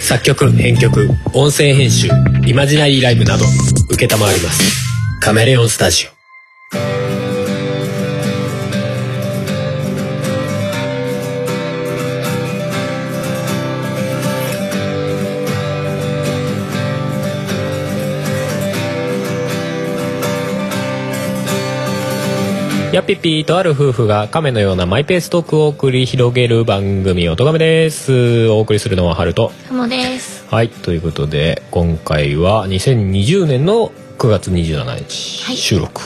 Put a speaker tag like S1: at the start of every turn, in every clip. S1: 作曲編曲音声編集イマジナリーライブなど承りますカメレオンスタジオやっぴっぴーとある夫婦が亀のようなマイペーストークを繰り広げる番組「おとがめ」ですお送りするのはハルト
S2: ハモです。
S1: はいということで今回は2020年の9月27日、
S2: はい
S1: 収録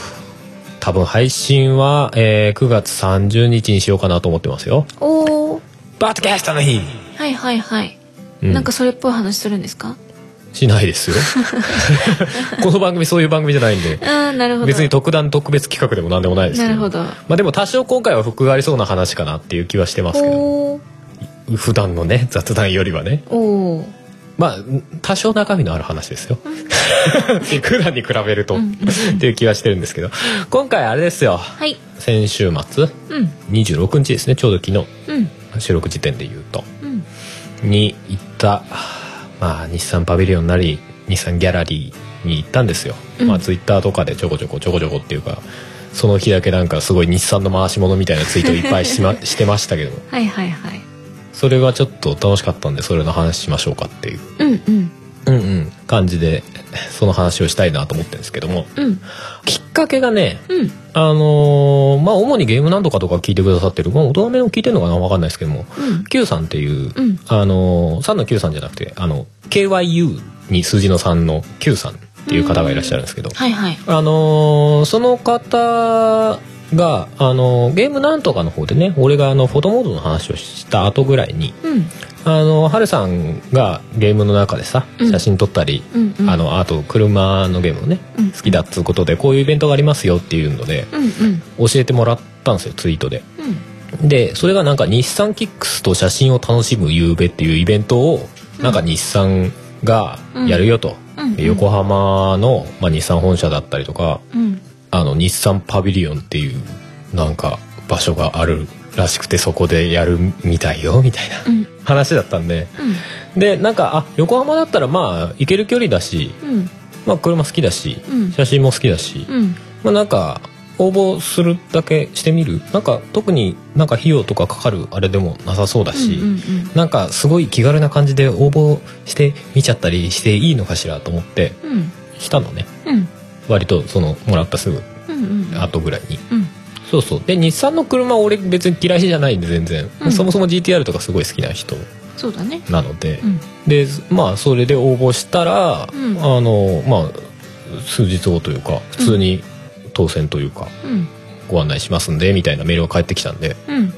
S1: 多分配信は、えー9月30日にしようかなと思ってますよ
S2: おお。
S1: バッドキャストの日、
S2: はいはいはい。
S1: うん
S2: なんかそれっぽい話するんですか？
S1: しないです よこの番組そういう番組じゃないんで
S2: うん、なるほど。
S1: 別に特段特別企画でも何でもないですけ
S2: なるほど
S1: まあでも多少今回は服がありそうな話かなっていう気はしてますけど
S2: おー
S1: 普段のね雑談よりはね
S2: おー。
S1: まあ多少中身のある話ですよ普段に比べると
S2: うん
S1: っていう気はしてるんですけど今回あれですよ
S2: はい。
S1: 先週末
S2: うん
S1: 26日ですねちょうど昨
S2: うん
S1: 日収録時点で言うと
S2: うん
S1: に行ったまあ日産パビリオンなり日産ギャラリーに行ったんですよ、
S2: うん
S1: まあツイッターとかでちょこちょこちょこちょこっていうかその日だけなんかすごい日産の回し物みたいなツイートいっぱいし,、ま、してましたけど
S2: はいはいはい。
S1: それはちょっと楽しかったんでそれの話しましょうかっていう、
S2: うんうん
S1: うんうん、感じでその話をしたいなと思ってるんですけども
S2: うん
S1: きっかけがね
S2: うん
S1: あのーまあ主にゲームなんとかとか聞いてくださってるまあ大人めの聞いてるのかな分かんないですけども
S2: うん
S1: Q さんっていう、
S2: うん
S1: あの3の Q さんじゃなくてあの KYU に数字の3の Q さんっていう方がいらっしゃるんですけど、
S2: はいはい。
S1: あのーその方が、あのーゲームなんとかの方でね俺があのフォトモードの話をした後ぐらいに、
S2: うん
S1: あのハルさんがゲームの中でさ
S2: うん
S1: 写真撮ったり、
S2: うんうん。
S1: あのあと車のゲームをね
S2: うん
S1: 好きだっつうことでこういうイベントがありますよっていうので
S2: うんうん
S1: 教えてもらったんですよツイートで。
S2: うん
S1: でそれがなんか日産キックスと写真を楽しむ夕べっていうイベントを
S2: うん
S1: なんか日産がやるよと、
S2: うん
S1: で横浜の、まあ、日産本社だったりとか
S2: うん
S1: あの日産パビリオンっていうなんか場所があるらしくてそこでやるみたいよみたいな
S2: うん
S1: 話だったんででなんかあ横浜だったらまあ行ける距離だし、
S2: うん
S1: まあ、車好きだし
S2: うん
S1: 写真も好きだし、
S2: うん
S1: まあ、なんか応募するだけしてみるなんか特になんか費用とかかかるあれでもなさそうだし、
S2: うんうん
S1: なんかすごい気軽な感じで応募してみちゃったりしていいのかしらと思って
S2: うん
S1: したのね
S2: うん
S1: 割とそのもらったすぐ
S2: うんうん。
S1: 後ぐらいに。
S2: うん
S1: そうそうで日産の車俺別に嫌いじゃないんで全然、
S2: うん
S1: そもそも GTR とかすごい好きな人
S2: そうだね。
S1: なので、
S2: うん
S1: でまあそれで応募したら、
S2: うん
S1: あのまあ数日後というか普通に当選というか、
S2: うん
S1: ご案内しますんでみたいなメールが返ってきたんで
S2: うん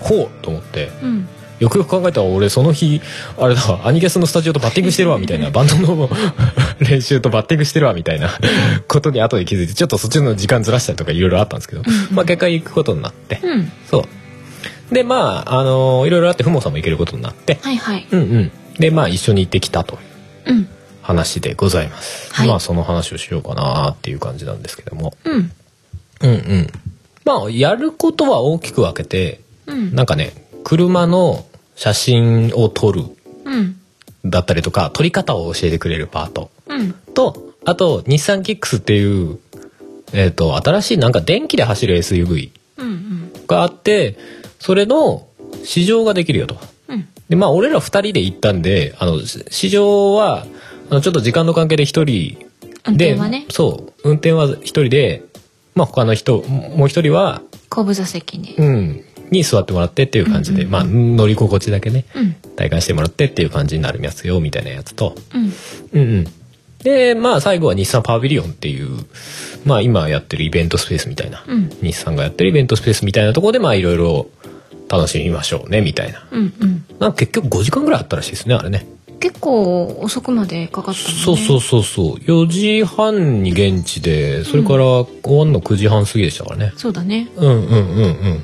S1: ほうと思って
S2: うん
S1: よくよく考えたら俺その日あれだわアニキャスのスタジオとバッティングしてるわみたいな バンドの練習とバッティングしてるわみたいなことに後で気づいてちょっとそっちの時間ずらしたりとかいろいろあったんですけど
S2: うん
S1: まあ結果行くことになって
S2: うん
S1: そうでまああのいろいろあってふもさんも行けることになって
S2: はいはい。
S1: うんうんでまあ一緒に行ってきたという
S2: うん
S1: 話でございます、
S2: はい
S1: まあその話をしようかなっていう感じなんですけども
S2: うん
S1: うんうんまあやることは大きく分けて
S2: うん
S1: なんかね車の写真を撮る
S2: うん
S1: だったりとか撮り方を教えてくれるパート
S2: うん
S1: とあと日産キックスっていう、えー、と新しいなんか電気で走る SUV
S2: うんうん
S1: があってそれの試乗ができるよと。
S2: うん
S1: でまあ俺ら2人で行ったんであのし試乗はあのちょっと時間の関係で1人
S2: 運
S1: で
S2: 転はね
S1: そう運転は1人で、まあ、他の人もう1人は、
S2: 後部座席に
S1: うん、に座ってもらってっていう感じで、
S2: うんうん
S1: まあ、乗り心地だけね
S2: うん
S1: 体感してもらってっていう感じになるやつよみたいなやつと、
S2: うん
S1: うんうん、でまあ最後は日産パビリオンっていう、まあ、今やってるイベントスペースみたいな、
S2: うん
S1: 日産がやってるイベントスペースみたいなところでまあいろいろ楽しみましょうねみたいな
S2: うんうん
S1: なんか結局5時間ぐらいあったらしいですねあれね
S2: 結構遅くまでかかったもんね
S1: そうそうそうそう4時半に現地でそれから終わんの9時半過ぎでしたからね、
S2: そうだね
S1: うん、うんうんうんい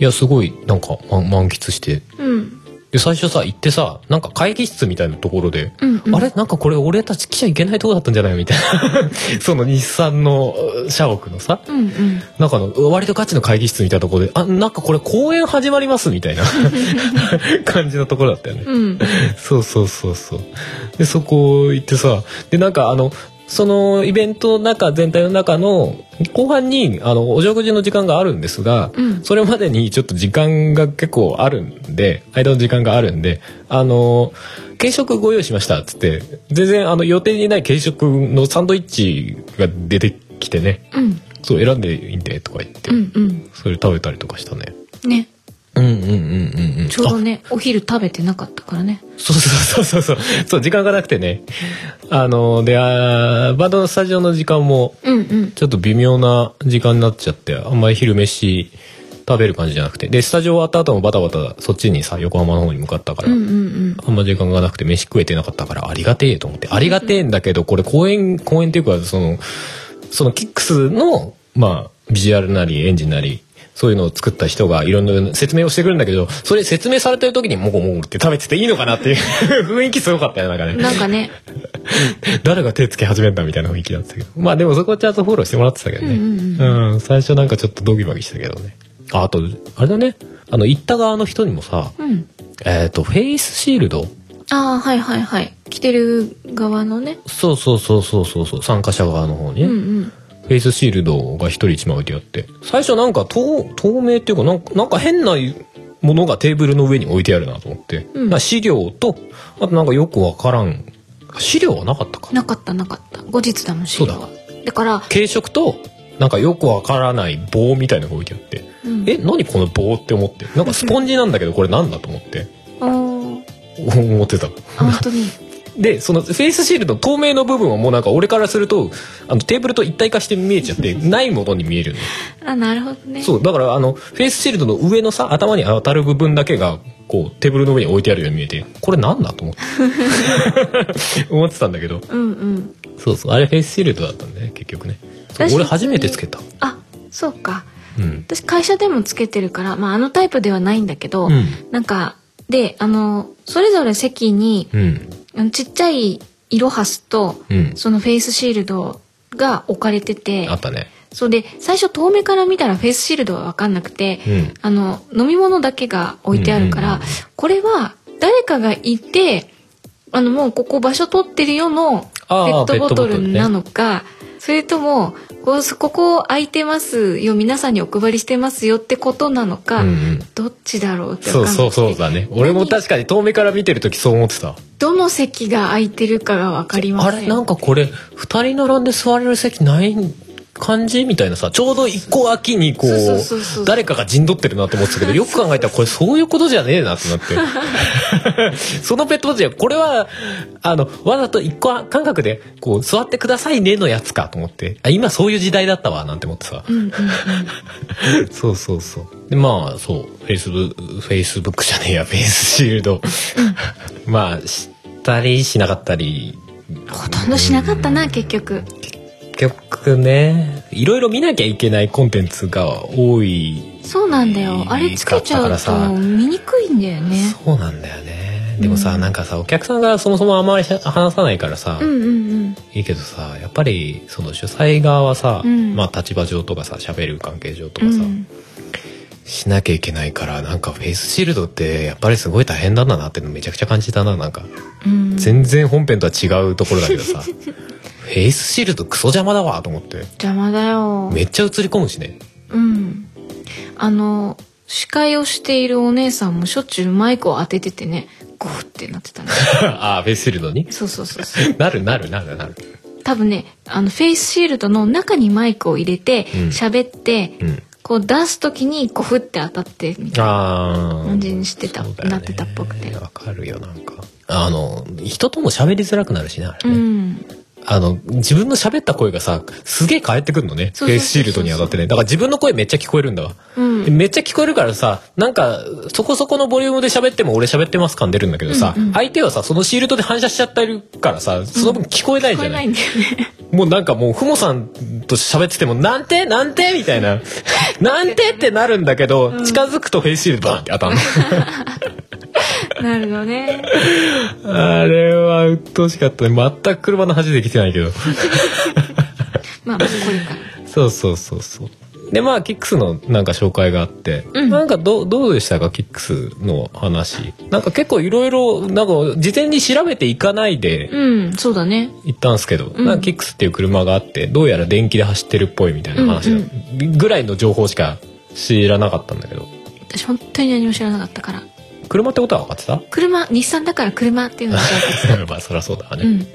S1: やすごいなんか、ま満喫して
S2: うん
S1: でで最初さ行ってさなんか会議室みたいなところで、
S2: うんうん
S1: あれなんかこれ俺たち来ちゃいけないとこだったんじゃないみたいな その日産の社屋のさ
S2: うんうん
S1: なんかあの割とガチの会議室みたいなところであなんかこれ公演始まりますみたいな 感じのところだったよね。
S2: うん
S1: そうそうそうそう。で、そこ行ってさ、で、なんかあの、そのイベントの中、全体の中の後半に、あの、お食事の時間があるんですが、
S2: うん
S1: それまでにちょっと時間が結構あるんで、間の時間があるんで、あの、軽食ご用意しましたっつって、全然あの予定にない軽食のサンドイッチが出てきてね、
S2: うん
S1: そう選んでいいんでとか言って、
S2: うんうん
S1: それ食べたりとかしたね。
S2: ね
S1: うんうんうんうんうん。
S2: ちょうどねお昼食べてなかったからね
S1: そうそうそうそうそう。そう、時間がなくてね。あの、で、あーバンドのスタジオの時間も、
S2: うんうん
S1: ちょっと微妙な時間になっちゃって、あんまり昼飯食べる感じじゃなくて。で、スタジオ終わった後もバタバタ、そっちにさ、横浜の方に向かったから、
S2: うんうん
S1: あんま時間がなくて飯食えてなかったから、ありがてえと思って。ありがてえんだけど、これ公演、公演っていうか、その、そのキックスの、まあ、ビジュアルなり、エンジンなり、そういうのを作った人がいろんな説明をしてくるんだけど、それ説明されてる時にもごもごって食べてていいのかなっていう 雰囲気すごかったよ、なんか
S2: うん
S1: ね。
S2: なんかね
S1: 誰が手つけ始めたみたいな雰囲気だったけど。まあでもそこはちゃんとフォローしてもらってたけどね。
S2: うんうん
S1: うん最初なんかちょっとドギマギしたけどね。ああと、あれだね。あの、行った側の人にもさ、
S2: うん
S1: えっ、と、フェイスシールド
S2: ああはいはいはい着てる側のね
S1: そうそうそうそうそうそう参加者側の方にね、
S2: うん
S1: フ
S2: うん
S1: ェイスシールドが一人一枚置いてあって最初なんか透透明っていうかなんかなんか変なものがテーブルの上に置いてあるなと思って、
S2: うん
S1: な資料とあとなんかよくわからん資料はなかったか
S2: なかったなかった後日だもん資料はだから
S1: 軽食となんかよくわからない棒みたいなのが置いてあって、
S2: うん
S1: え何この棒って思ってなんかスポンジなんだけどこれなんだと思って
S2: あー
S1: 思ってた
S2: あ本当に
S1: でそのフェイスシールドの透明の部分はもうなんか俺からするとあのテーブルと一体化して見えちゃってないものに見えるの
S2: あなるほどね
S1: そうだからあのフェイスシールドの上のさ頭に当たる部分だけがこうテーブルの上に置いてあるように見えてこれなんだと思って思ってたん だけど
S2: うんうん
S1: そうそうあれフェイスシールドだったんだね結局ねそう
S2: 私
S1: 俺初めてつけた
S2: あそうか
S1: うん、
S2: 私会社でもつけてるから、まあ、あのタイプではないんだけ
S1: う
S2: ど、
S1: ん
S2: なんかであのそれぞれ席に
S1: うん
S2: あのちっちゃいイロハスと、
S1: うん、
S2: そのフェイスシールドが置かれてて
S1: あったね
S2: そうで最初遠目から見たらフェイスシールドは分かんなくて、
S1: うん
S2: あの飲み物だけが置いてあるから、
S1: うんうんうん
S2: これは誰かがいてあのもうここ場所取ってるよのペ
S1: あ
S2: ッ
S1: ー
S2: トボト
S1: ペットボトル
S2: ル
S1: ね
S2: なのか、それともこうそここ空いてますよ皆さんにお配りしてますよってことなのか、
S1: うんうん
S2: どっちだろうって分か
S1: そ
S2: ん
S1: う
S2: なくて
S1: そうそうだね俺も確かに遠目から見てる時そう思ってた
S2: どの席が空いてるかが分かりま
S1: あ
S2: せん
S1: れなんかこれ2人並んで座れる席ない感じみたいなさちょうど1個秋にこう
S2: そうそうそうそう
S1: 誰かが陣取ってるなと思ってたけどよく考えたらこれそういうことじゃねえなってなって そのペットボトルはこれはあのわざと1個間隔でこう座ってくださいねのやつかと思ってあ今そういう時代だったわなんて思ってさ
S2: うんうんうん、
S1: そうそうそう。で、まあ、そう、フェイスブ、フェイスブックじゃねえや、フェイスシールド。 まあ、したりしなかったり、
S2: ほとんどしなかったな結局
S1: 結局ね、いろいろ見なきゃいけないコンテンツが多い。
S2: そうなんだよあれつけちゃうと見にくいんだよね
S1: そうなんだよね。でもさ、
S2: うん
S1: なんかさ、お客さんがそもそもあんまりしゃ話さないからさ、
S2: うんうんうん
S1: いいけどさ、やっぱり、その主催側はさ、
S2: うん
S1: まあ、立場上とかさ、喋る関係上と
S2: う
S1: かさ、
S2: ん
S1: しなきゃいけないからなんかフェイスシールドってやっぱりすごい大変なんだなってのめちゃくちゃ感じたななんか
S2: うん
S1: 全然本編とは違うところだけど さフェイスシールドクソ邪魔だわと思って
S2: 邪魔だよ
S1: めっちゃ映り込むしね
S2: うんあの司会をしているお姉さんもしょっちゅうマイクを当てててねゴーってなっ てたね
S1: ああフェイスシールドに
S2: そうそうそうそう
S1: なるなるなるなる
S2: 多分ねあのフェイスシールドの中にマイクを入れて
S1: うん
S2: 喋って、
S1: うん
S2: こう出す時にこうふって当たってみたいな
S1: ああ
S2: 感じにしてた、
S1: そうだよね
S2: なってたっぽくて
S1: わかるよなんかあの人とも喋りづらくなるしねあ
S2: う
S1: れね、
S2: ん
S1: あの自分の喋った声がさすげえ返ってくるのねフ
S2: そうそ
S1: ェ
S2: うそうそう
S1: イスシールドに当たってねだから自分の声めっちゃ聞こえるんだわ
S2: うん
S1: めっちゃ聞こえるからさ、なんか、そこそこのボリュームで喋っても俺喋ってます感出るんだけどさ、
S2: うんうん
S1: 相手はさ、そのシールドで反射しちゃってるからさ、その分聞こえない
S2: 聞
S1: じ
S2: こ
S1: ゃ
S2: え
S1: な、
S2: ないいんだよ ね
S1: もうなんかもう、ふもさんと喋ってても、なんてなんてみたい な。 なんてってなるんだけど、近づくとフェイスシールドバーンって当たるの。
S2: なるのね。
S1: あれは鬱陶しかったね。全く車の端で来てないけど。
S2: まあ、これから。
S1: そうそうそうそう。で、まあ、キックスのなんか紹介があって、
S2: うん
S1: なんかどう、どうでしたか、キックスの話。なんか結構いろいろ、なんか事前に調べていかないで
S2: うん、そうだね。
S1: 行ったんですけど、
S2: ん
S1: なんかキックスっていう車があって、どうやら電気で走ってるっぽいみたいな話だ、ぐらいの情報しか知らなかったんだけど。
S2: 私本当に何も知らなかったから。
S1: 車ってことは分かってた
S2: 車、日産だから車っていうのが大 切
S1: まあ、そりゃそうだわ
S2: う
S1: ね。
S2: ん。で、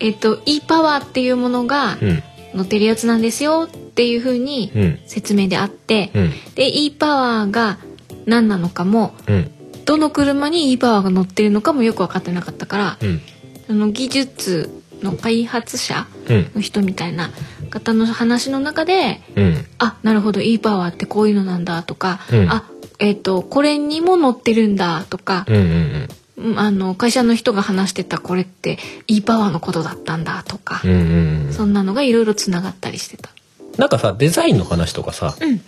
S2: えっ、と、e パワーっていうものが
S1: うん。
S2: 乗ってるやつなんですよっていうふうに
S1: うん。
S2: 説明であって、
S1: うん。
S2: で、e パワーが何なのかも、
S1: うん。
S2: どの車に e パワーが乗ってるのかもよく分かってなかったから、
S1: うん。
S2: その技術の開発者
S1: うん。
S2: の人みたいな方の話の中で、
S1: うん。
S2: あなるほど e パワーってこういうのなんだとか、
S1: うん
S2: あえっ、とこれにも乗ってるんだとか
S1: う、ん。うん。
S2: うんあの会社の人が話してたこれって e パワーのことだったんだとか
S1: う、ん。うん。
S2: そんなのがいろいろつながったりしてた。
S1: なんかさ、デザインの話とかさ、
S2: うん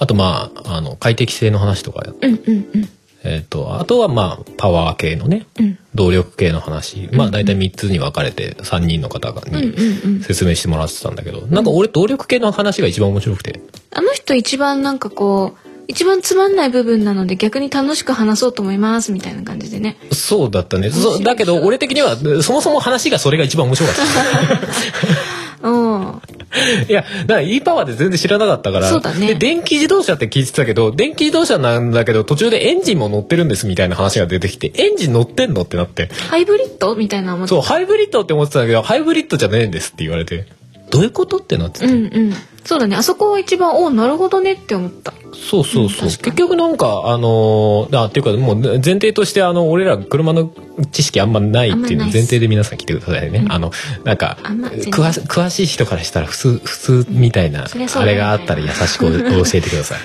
S1: あとまあ、あの、快適性の話とか、
S2: うんうんうん
S1: えっ、と、あとはまあ、パワー系のね、
S2: うん
S1: 動力系の話、まあ大体3つに分かれて3人の方
S2: うん
S1: に
S2: うんうん。
S1: 説明してもらってたんだけど、なんか俺動力系の話が一番面白くて、
S2: あの人一番なんかこう一番つまんない部分なので逆に楽しく話そうと思いますみたいな感じでね。
S1: そうだったね。そう、だけど俺的には、そもそも話がそれが一番面白かった。
S2: うん。
S1: いや、だから e パワーで全然知らなかったから。
S2: そうだね
S1: で、電気自動車って聞いてたけど、電気自動車なんだけど、途中でエンジンも乗ってるんですみたいな話が出てきて、エンジン乗ってんのってなって。
S2: ハイブリッドみたいな思って
S1: そう、ハイブリッドって思ってたんだけど、ハイブリッドじゃねえんですって言われて。どういうことってなってて。
S2: うんうん。そうだね。あそこは一番、おお、なるほどねって思った。
S1: そうそうそう。
S2: うん確か
S1: 結
S2: に
S1: 局なんか、あのーあ、っていうかもう前提として、あの、俺ら車の知識あんまないっていう
S2: あんま
S1: の
S2: ない
S1: 前提で皆さん来てくださいね。
S2: うん
S1: あの、なんか、
S2: あんま全然
S1: 詳し詳しい人からしたら普通、普通みたいな、
S2: そりゃそう
S1: あ
S2: だよ
S1: れ
S2: ね
S1: があったら優し くお教えてください。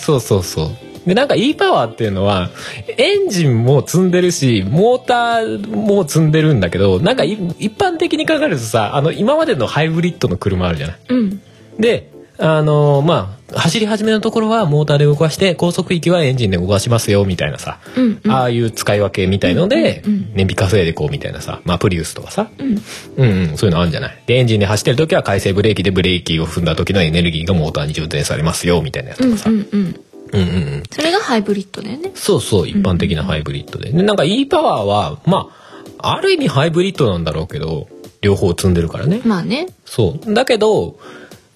S1: そうそうそう。で、なんか e パワーっていうのは、エンジンも積んでるし、モーターも積んでるんだけど、なんかい一般的に考えるとさ、あの、今までのハイブリッドの車あるじゃない。
S2: うん。
S1: で、あのまあ、走り始めのところはモーターで動かして、高速域はエンジンで動かしますよ、みたいなさ。
S2: うんうん。
S1: ああいう使い分けみたいので
S2: うんうんうん、
S1: 燃費稼いでこうみたいなさ。まあ、プリウスとかさ。
S2: うん。
S1: うんうん、そういうのあるんじゃない。で、エンジンで走ってる時は回生ブレーキでブレーキを踏んだ時のエネルギーがモーターに充填されますよ、みたいなやつ
S2: う
S1: と
S2: ん
S1: かさ。
S2: う
S1: うん
S2: んうん。
S1: うんうん。
S2: それがハイブリッドだよね。
S1: そうそう、一般的なハイブリッドで。で、なんか e パワーは、まあ、ある意味ハイブリッドなんだろうけど、両方積んでるからね。
S2: まあね。
S1: そう。だけど、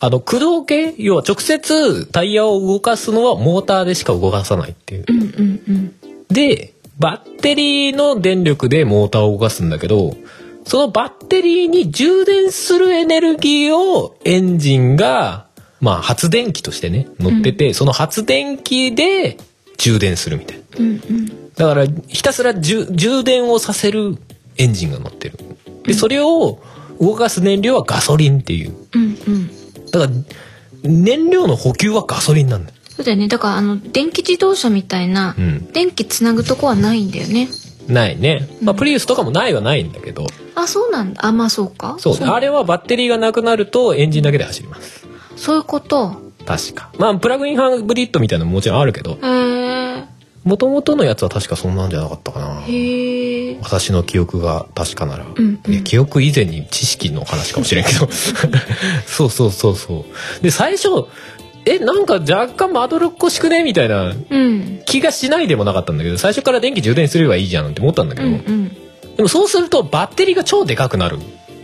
S1: あの、駆動系要は直接タイヤを動かすのはモーターでしか動かさないっていう
S2: う。んうんうん。
S1: で、バッテリーの電力でモーターを動かすんだけど、そのバッテリーに充電するエネルギーをエンジンが、まあ発電機としてね、乗ってて、その発電機で充電するみたいな。
S2: うんうん。
S1: だからひたすら充充電をさせるエンジンが乗ってる。で、それを動かす燃料はガソリンっていう。
S2: うんうん。
S1: だから燃料の補給はガソリンなんだよ。
S2: そうだよね。だから、あの、電気自動車みたいな
S1: う、ん
S2: 電気つなぐとこはないんだよね。
S1: ないね。まあ、プリウスとかもないはないんだけど、
S2: あ、そうなんだ。あ、まあそうか。
S1: そうあれはバッテリーがなくなるとエンジンだけで走ります。
S2: そういうこと。
S1: 確か。まあプラグインハイブリッドみたいなのももちろんあるけど、
S2: へえ。
S1: 元々のやつは確かそんなんじゃなかったかな。
S2: へえ。
S1: 私の記憶が確かなら、
S2: んうん
S1: いや記憶以前に知識の話かもしれんけど そうそうそうそうで最初えなんか若干まどろっこしくねみたいな
S2: うん。
S1: 気がしないでもなかったんだけど最初から電気充電すればいいじゃんなんて思ったんだけ
S2: うんう
S1: ど、
S2: ん。
S1: でもそうするとバッテリーが超でかくなる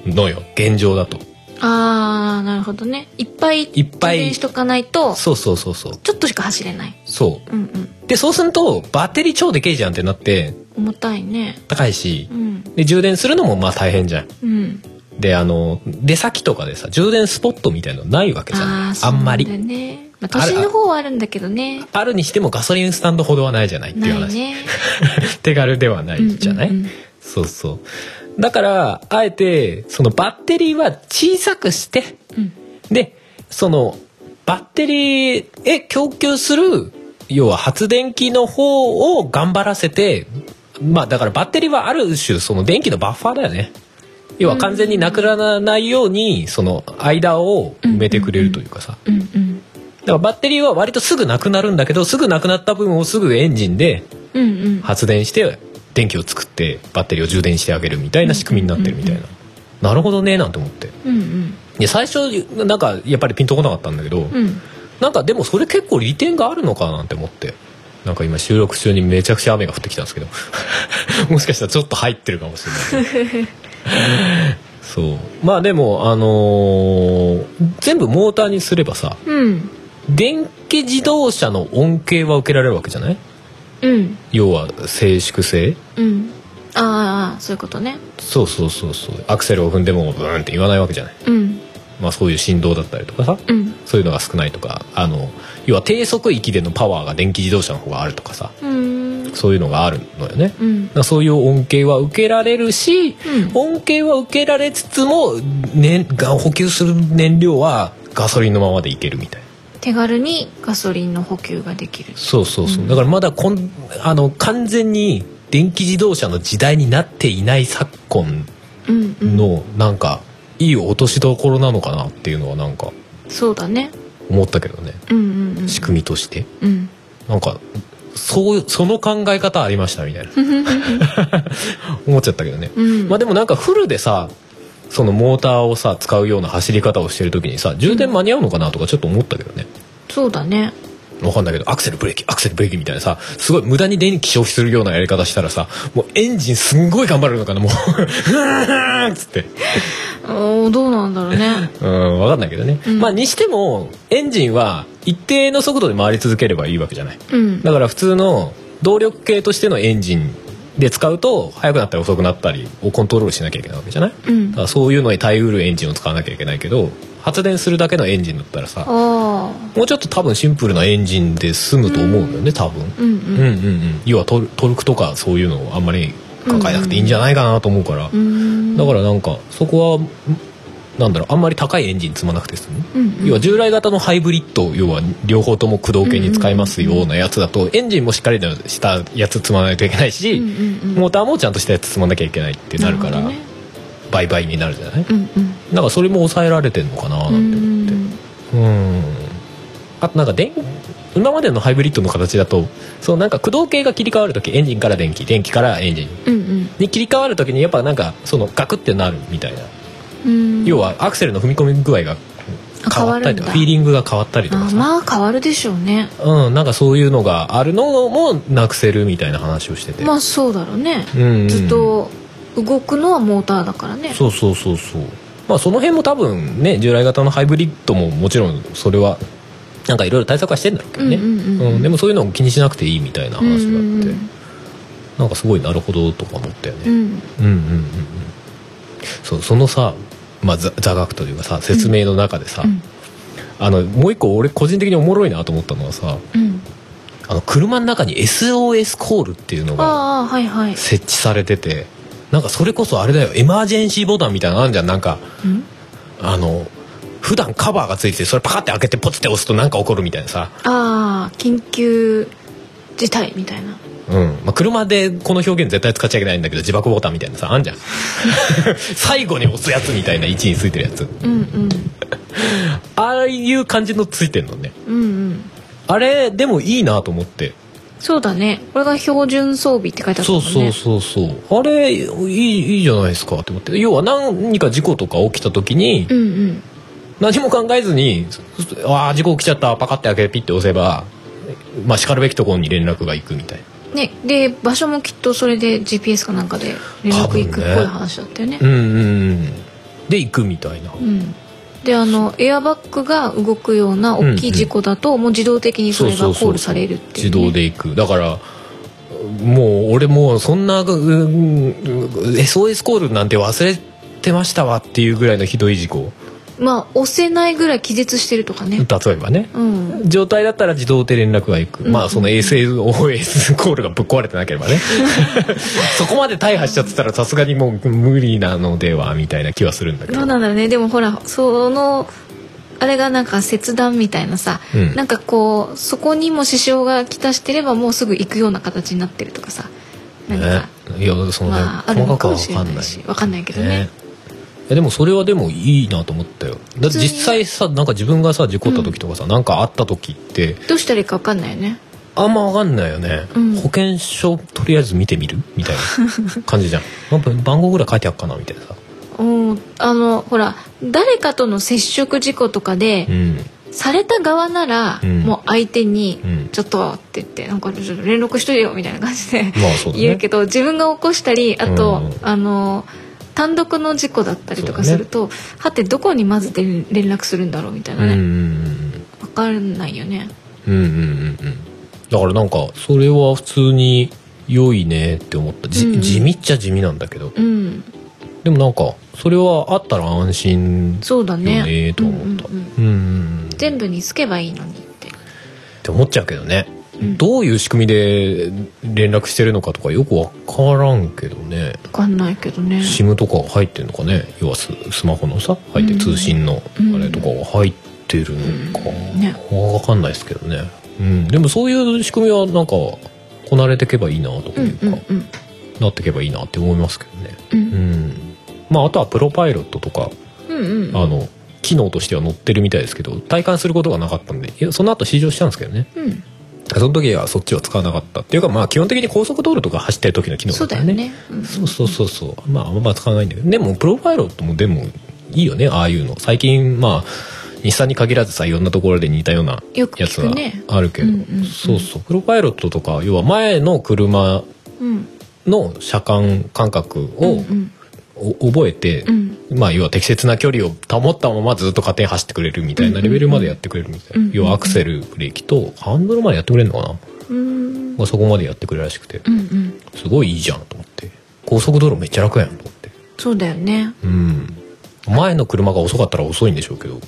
S1: のよ現状だと
S2: ああ、なるほどね。いっぱい、
S1: いっぱい
S2: 充電しとかないと、
S1: そうそうそうそう
S2: ちょっとしか走れない。
S1: そ
S2: うんうん。
S1: うでそうするとバッテリー超でけえじゃんってなって
S2: 重たいね。
S1: 高いし
S2: うん。
S1: で充電するのもまあ大変じゃん
S2: うん。
S1: であの出先とかでさ充電スポットみたいのないわけじゃん
S2: あ
S1: あ
S2: ーそうん
S1: ま
S2: だ
S1: り
S2: ね。まあ、
S1: あ
S2: 都
S1: る
S2: 心の方はあるんだけどね。
S1: あるにしてもガソリンスタンドほどはないじゃないっていう
S2: ない
S1: 話、
S2: ね。
S1: 手軽ではないじゃない、
S2: うんうんうん
S1: そうそうだからあえてそのバッテリーは小さくして
S2: うん。
S1: でそのバッテリーへ供給する要は発電機の方を頑張らせてまあだからバッテリーはある種その電気のバッファーだよね要は完全になくならないようにその間を埋めてくれるというかさ
S2: うんうん。
S1: からバッテリーは割とすぐなくなるんだけどすぐなくなった分をすぐエンジンで
S2: うんうん
S1: 発電して電気を作ってバッテリーを充電してあげるみたいな仕組みになってるみたいな、
S2: うん
S1: なるほどねなんて思って
S2: うんうん
S1: で最初なんかやっぱりピンとこなかったんだけど、
S2: うん
S1: なんかでもそれ結構利点があるのかなんて思ってなんか今収録中にめちゃくちゃ雨が降ってきたんですけど もしかしたらちょっと入ってるかもしれないそうまあでもあのー全部モーターにすればさ
S2: うん
S1: 電気自動車の恩恵は受けられるわけじゃない
S2: うん
S1: 要は静粛性
S2: うんああそういうことね
S1: そうそうそうそうアクセルを踏んでもブーンって言わないわけじゃない、
S2: うん
S1: まあ、そういう振動だったりとかさ
S2: うん
S1: そういうのが少ないとかあの要は低速域でのパワーが電気自動車の方があるとかさ
S2: うん
S1: そういうのがあるのよねだか
S2: うん
S1: らそういう恩恵は受けられるし、
S2: うん
S1: 恩恵は受けられつつも、ね、が補給する燃料はガソリンのままでいけるみたいな
S2: 手軽にガソリンの補給ができる
S1: そうそうそう、
S2: うん
S1: だからまだこんあの完全に電気自動車の時代になっていない昨今
S2: うんうん
S1: のなんかいい落としどころなのかなっていうのはなんか
S2: そうだね
S1: 思ったけどね
S2: うんうんうん
S1: 仕組みとして
S2: うん
S1: なんかそうその考え方ありましたみたいな 思っちゃったけどね、
S2: うん
S1: まあでもなんかフルでさそのモーターをさ使うような走り方をしてる時にさ充電間に合うのかなとかちょっと思ったけどね
S2: そうだね
S1: わかんないけどアクセルブレーキアクセルブレーキみたいなさすごい無駄に電気消費するようなやり方したらさもうエンジンすんごい頑張るのかなもううわーっつって
S2: おーどうなんだろうね
S1: うんわかんないけどね、
S2: うん
S1: まあにしてもエンジンは一定の速度で回り続ければいいわけじゃない
S2: うん
S1: だから普通の動力系としてのエンジンで使うと速くなったり遅くなったりをコントロールしなきゃいけないわけじゃない、
S2: うん
S1: だからそういうのに耐えうるエンジンを使わなきゃいけないけど発電するだけのエンジンだったらさ
S2: ああ
S1: もうちょっと多分シンプルなエンジンで済むと思うんだよね多分、
S2: うんう
S1: うん
S2: ん
S1: うんうん要はトルトルクとかそういうのをあんまり考えなくていいんじゃないかなと思うから、
S2: うん
S1: だからなんかそこはんなんだろうあんまり高いエンジン積まなくて済む、
S2: うんうん
S1: 要は従来型のハイブリッド要は両方とも駆動系に使いますようなやつだとエンジンもしっかりしたやつ積まないといけないし、
S2: うんうんうん
S1: モーターもちゃんとしたやつ積まなきゃいけないってなるから
S2: ほどね
S1: 倍々になるじゃない、
S2: うんうん
S1: なんかそれも抑えられてんのかななんて思って
S2: うん
S1: うんあとなんか電今までのハイブリッドの形だとそうなんか駆動系が切り替わる時エンジンから電気電気からエンジン
S2: うん
S1: に切り替わる時にやっぱなんかそのガクってなるみたいな
S2: うん
S1: 要はアクセルの踏み込み具合が変わったりとかフィーリングが変わったりとか
S2: あ
S1: さ、
S2: まあ変わるでしょうね
S1: うん、なんかそういうのがあるのもなくせるみたいな話をしてて、
S2: まあそうだろうね
S1: うんうん
S2: ずっと動くのはモーターだからね
S1: そうそうそうそうまあその辺も多分ね従来型のハイブリッドももちろんそれはなんかいろいろ対策はしてんだろうけどね、
S2: うんうんうんうん
S1: でもそういうのを気にしなくていいみたいな話があって、
S2: うんうん
S1: なんかすごいなるほどとか思ったよね、
S2: うん
S1: うん、うんうんうんそうそのさ、まあ、ざ座学というかさ説明の中でさ、
S2: うん
S1: あのもう一個俺個人的におもろいなと思ったのはさ
S2: うん
S1: あの車の中に SOS コールっていうのが
S2: ああはいはい
S1: 設置されててなんかそれこそあれだよエマージェンシーボタンみたいなのあるじゃんなんか
S2: うん
S1: あの普段カバーがついててそれパカって開けてポツって押すとなんか起こるみたいなさ、
S2: ああ緊急事態みたいな
S1: うんまあ、車でこの表現絶対使っちゃいけないんだけど自爆ボタンみたいなさあんじゃん 最後に押すやつみたいな位置についてるやつ
S2: うんうん
S1: ああいう感じのついてんのね
S2: うんうん
S1: あれでもいいなと思って
S2: そうだねこれが標準装備って書いてあった
S1: そ
S2: もん
S1: う
S2: ね
S1: そうそうそうあれいいいいじゃないですかって思って要は何か事故とか起きた時に
S2: うんうん
S1: 何も考えずに「ああ事故起きちゃったパカって開けてピッて押せば、まあ、しかるべきところに連絡が行く」みたいな。
S2: ねで場所もきっとそれで GPS かなんかで連絡行くっぽい話だったよね
S1: うんうんうんで行くみたいな
S2: うんであのエアバッグが動くような大きい事故だと、もう自動的にそれがコールされるっていう、
S1: 自動で行くだからもう俺もうそんな、うん、SOS コールなんて忘れてましたわっていうぐらいのひどい事故
S2: まあ押せないぐらい気絶してるとかね
S1: 例えばね
S2: うん
S1: 状態だったら自動で連絡が行く、まあその SOS コールがぶっ壊れてなけれ ばねそこまで大破しちゃってたらさすがにもう無理なのではみたいな気はするんだけ
S2: ど
S1: ど
S2: うなんだろうねでもほらそのあれがなんか切断みたいなさ、
S1: うん
S2: なんかこうそこにも支障がきたしてればもうすぐ行くような形になってるとかさなんか、
S1: ねいやそのね、
S2: まあある
S1: 細か
S2: の
S1: く
S2: か
S1: は
S2: もし
S1: 分か
S2: れなん
S1: ない
S2: いしわかんないけどね
S1: ねやでもそれはでもいいなと思ったよだって実際さなんか自分がさ事故った時とかさ、なんかあった時って
S2: どうしたらいいか分かんないよね
S1: あんま分かんないよね、
S2: うん
S1: 保険証とりあえず見てみるみたいな感じじゃん やっぱ番号ぐらい書いてあっかなみたいなさ
S2: うんあのほら誰かとの接触事故とかで、
S1: うん
S2: された側なら、
S1: うん
S2: もう相手に
S1: うん
S2: 「ちょっと」って言って「なんかちょっと連絡しといてよ」みたいな感じで
S1: まあそうだね
S2: 言うけど、自分が起こしたりあと、
S1: うん
S2: あの単独の事故だったりとか
S1: そうだね
S2: すると、はてどこにまずで連絡するんだろうみたい
S1: うん
S2: な
S1: うん
S2: ね、
S1: うん
S2: わ分かんないよね
S1: うんうんうんうんだからなんかそれは普通に良いねって思ったじ、
S2: うん
S1: 地味っちゃ地味なんだけど
S2: うん
S1: でもなんかそれはあったら安心
S2: そうだね
S1: よねと思った
S2: うんうん
S1: うんうん
S2: うん
S1: うんっ
S2: 全部につけばいいのにって
S1: て思っちゃうけどね、
S2: うん
S1: どういう仕組みで連絡してるのかとかよくわからんけどね
S2: 分かんないけどね
S1: SIM とかが入ってるのかね要はススマホのさ入って
S2: うん
S1: 通信のあれとかが入ってるのか、
S2: うんね
S1: わかんないですけどね、うん、でもそういう仕組みはなんかこなれてけばいいなとか
S2: う
S1: い
S2: ん
S1: うか、
S2: うんうん
S1: なってけばいいなって思いますけどね、
S2: う
S1: うんんまあ、あとはプロパイロットとか
S2: うんうん
S1: あの機能としては載ってるみたいですけど体感することがなかったんでいやその後試乗したんですけどね
S2: うん
S1: その時はそっちを使わなかったっていうかまあ基本的に高速道路とか走ってる時の機能
S2: そ
S1: だ
S2: う
S1: か
S2: だ
S1: ら
S2: よねうん
S1: そうそうそうそうまああんま使わないんだけどでもプロパイロットもでもいいよねああいうの最近まあ日産に限らずさいろんなところで似たような
S2: よく
S1: やつ
S2: 聞
S1: は
S2: くね
S1: あるけど、
S2: うんうんうん
S1: そうそうプロパイロットとか要は前の車
S2: うん
S1: の車間感覚
S2: う
S1: を
S2: んうん
S1: お覚えて、
S2: うん
S1: まあ、要は適切な距離を保ったままずっと加点走ってくれるみたいなレベルまでやってくれるみたい
S2: うんうん
S1: な
S2: うん
S1: 要はアクセルブレーキとハンドルまでやってくれるのかな、
S2: うん
S1: まあ、そこまでやってくれるらしくて
S2: うんうん
S1: すごいいいじゃんと思って高速道路めっちゃ楽やんと思って
S2: そうだよね
S1: うん前の車が遅かったら遅いんでしょうけど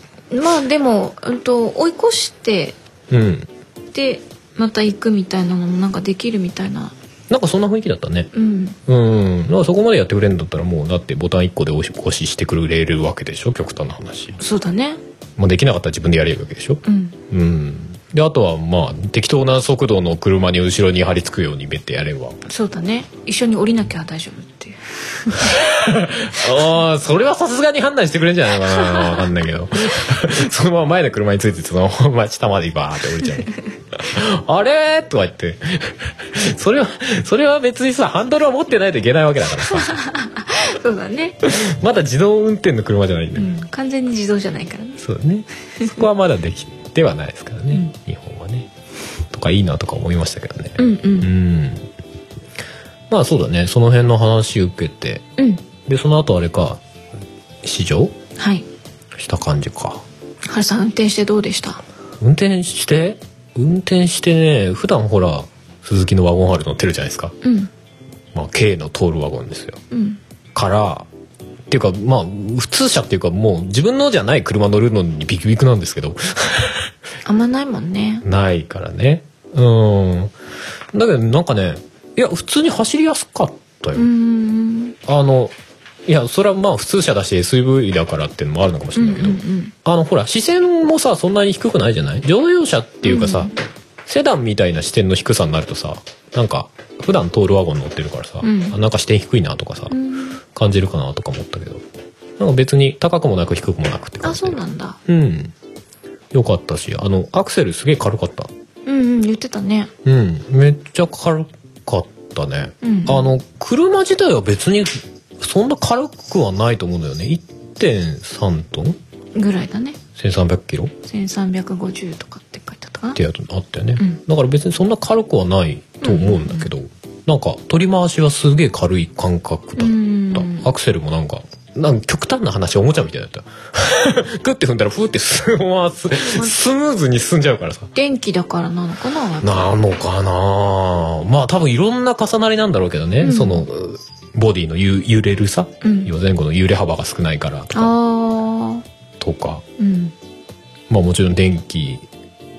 S2: まあでも、うん、と追い越して
S1: うん
S2: でまた行くみたいなのもなんかできるみたいな
S1: なんかそんな雰囲気だったね
S2: うん
S1: うんだからそこまでやってくれるんだったらもうだってボタン1個で押し押ししてくれるわけでしょ極端な話、
S2: そうだね
S1: まあ、できなかったら自分でやれるわけでしょ
S2: うん
S1: うん、であとはまあ適当な速度の車に後ろに張り付くようにベッてやれば
S2: そうだね一緒に降りなきゃ大丈夫っていう
S1: ああそれはさすがに判断してくれるんじゃないのかな分かんないけど そのまま前の車についてそのまま下までバーって降りちゃう あれーとか言ってそれはそれは別にさハンドルは持ってないといけないわけだからさ
S2: そうだね、
S1: まだ自動運転の車じゃないんだ
S2: う
S1: よ、
S2: ん、完全に自動じゃないからね
S1: そうだねそこはまだできてはないですからね、日本はねとかいいなとか思いましたけどね
S2: うんう
S1: うんんまあそうだねその辺の話受けて
S2: うん
S1: でその後あれか試乗
S2: はい
S1: した感じか
S2: ハルさん運転してどうでした
S1: 運転して運転してね普段ほら鈴木のワゴンハル乗ってるじゃないですか、
S2: うん
S1: まあ、K の通るワゴンですよ
S2: うん
S1: からっていうかまあ普通車っていうかもう自分のじゃない車乗るのにビクビクなんですけど
S2: あんまないもんね
S1: ないからねうんだけどなんかねいや普通に走りやすかったよ、
S2: うーん
S1: あのいやそれはまあ普通車だし SUV だからっていうのもあるのかもし
S2: うんう
S1: れ
S2: ん
S1: な
S2: う
S1: いけど、
S2: ん
S1: あのほら視線もさそんなに低くないじゃない乗用車っていうかさ、
S2: うん
S1: セダンみたいな視点の低さになるとさなんか普段通るワゴン乗ってるからさ、
S2: うん
S1: あなんか視点低いなとかさ、
S2: うん
S1: 感じるかなとか思ったけどなんか別に高くもなく低くもなくって感
S2: あ
S1: じ
S2: そう
S1: で
S2: なんだ
S1: うんよかったしあのアクセルすげえ軽かった
S2: うんうん言ってたね
S1: うんめっちゃ軽かったね、
S2: うん
S1: あの車自体は別にそんな軽くはないと思うんだよね1.3トン
S2: ぐらいだね
S1: 1300キロっ
S2: 1350とかって書いてあったかな
S1: てやつあったよね、
S2: うん
S1: だから別にそんな軽くはないと思うんだけど、なんか取り回しはすげえ軽い感覚だった、
S2: うん
S1: アクセルもなんかなんか極端な話おもちゃみたいだった グッて踏んだらフーってスまススムーズに進んじゃうからさ
S2: 電気だからなのかなやっぱ
S1: なのかなまあ多分いろんな重なりなんだろうけどね、
S2: うん
S1: そのうボディのゆ揺れるさ、
S2: うん
S1: 要は前後の揺れ幅が少ないからとか
S2: あー
S1: とか
S2: うん
S1: まあもちろん電気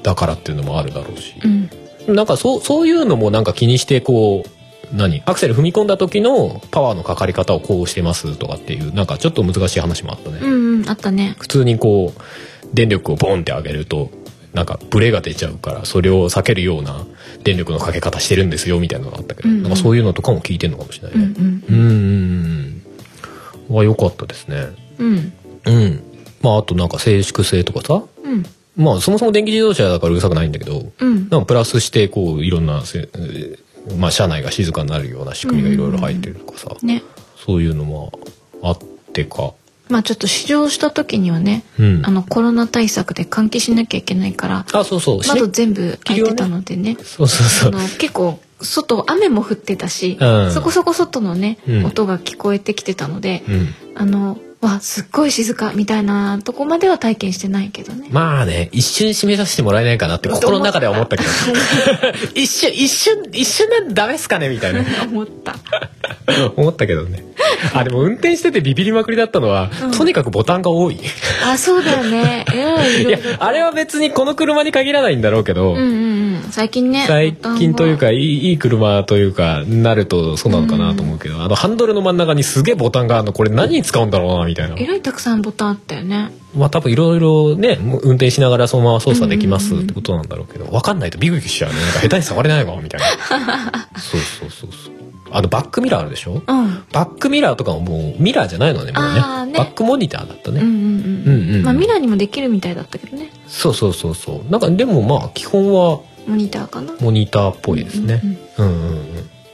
S1: だからっていうのもあるだろうし、
S2: うん
S1: なんかそうそういうのもなんか気にしてこう何アクセル踏み込んだ時のパワーのかかり方をこうしてますとかっていうなんかちょっと難しい話もあったね、
S2: うんうんあったね
S1: 普通にこう電力をボンって上げるとなんかブレが出ちゃうからそれを避けるような電力のかけ方してるんですよみたいなのがあったけど、
S2: うんうん
S1: なんかそういうのとかも聞いてるのかもしれない
S2: うん
S1: ね。
S2: うん
S1: うんうんうんは良かったですね。
S2: うん
S1: うん。まあ、あとなんか静粛性とかさ。
S2: うん
S1: まあ、そもそも電気自動車だからうるさくないんだけど、
S2: うん
S1: なんかプラスして、こう、いろんなせ、えーまあ、車内が静かになるような仕組みがいろいろ入ってるとかさ、
S2: ね
S1: そういうのもあってか。
S2: まあちょっと試乗した時にはね、
S1: うん
S2: あのコロナ対策で換気しなきゃいけないから
S1: あ、そうそう。し
S2: 窓全部開いてたのでね
S1: そうそ
S2: あ
S1: うそ
S2: の
S1: う。
S2: 結構外雨も降ってたし、
S1: うん
S2: そこそこ外のね、
S1: うん
S2: 音が聞こえてきてたので、
S1: うん。
S2: あのわすっごい静かみたいなとこまでは体験してないけどね。
S1: まあね、一瞬締めさせてもらえないかなって心の中では思ったけど。 一瞬、一瞬、一瞬なんてダメっすかねみたいな。
S2: 思った。
S1: 思ったけどね。あ、でも運転しててビビりまくりだったのは、
S2: うん
S1: とにかくボタンが多い。
S2: あ、そうだよ ね。うん、い
S1: い
S2: ろい
S1: や
S2: ろ。、
S1: あれは別にこの車に限らないんだろうけど、
S2: うんうんうん。最近ね。
S1: 最近というか、いいいい車というか、なるとそうなのかなと思うけど、あの、ハンドルの真ん中にすげえボタンがあるの、これ何に使うんだろうな、みたいな
S2: ボタンは。えらいたくさんボタンあったよね。
S1: まあ多分いろいろね、もう運転しながらそのまま操作できますってことなんだろうけど、わかんないとビクビクしちゃうね。なんか下手に触れないわ、みたいな。 そうそうそうそう。あの、バックミラーあるでしょ
S2: うん。うん
S1: バックミラーとかももうミラーじゃないのね、もう
S2: あー
S1: ね。
S2: ね
S1: バックモニターだったね。
S2: うん
S1: う
S2: うんん。
S1: うんうん
S2: まあミラーにもできるみたいだったけどね。
S1: そうそうそうそう。なんかでもまあ基本は
S2: モニターかな。
S1: モニターっぽいですね。うんうんうん。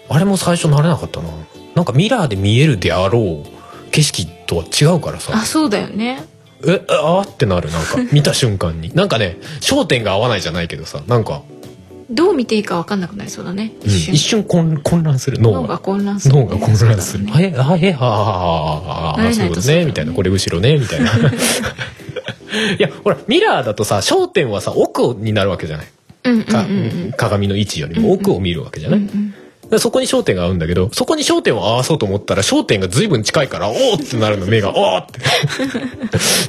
S1: あれも最初慣れなかったな。なんかミラーで見えるであろう景色とは違うからさ。
S2: あ、そうだよね。
S1: えああってなるなん か見た瞬間になんかね焦点が合わないじゃないけどさなんか、
S2: どう見ていいかわかんなくなりそうだね。
S1: うん
S2: 一瞬。
S1: 一瞬混混乱する脳
S2: 脳が
S1: が
S2: 混乱する、
S1: 脳が混乱する「
S2: そうだ
S1: あ
S2: ね
S1: えあえはあはあはあはあ
S2: 慣れないと
S1: そういうこと
S2: そうだ
S1: ね」
S2: ね
S1: みたいな「これ後ろね」みたい ないやほらミラーだとさ焦点はさ奥になるわけじゃない
S2: うんうん
S1: か、
S2: うん
S1: 鏡の位置よりも奥を見るわけじゃない、
S2: うんうん
S1: だからそこに焦点が合うんだけど、そこに焦点を合わそうと思ったら、焦点が随分近いから、おーってなるの、目が、おー っ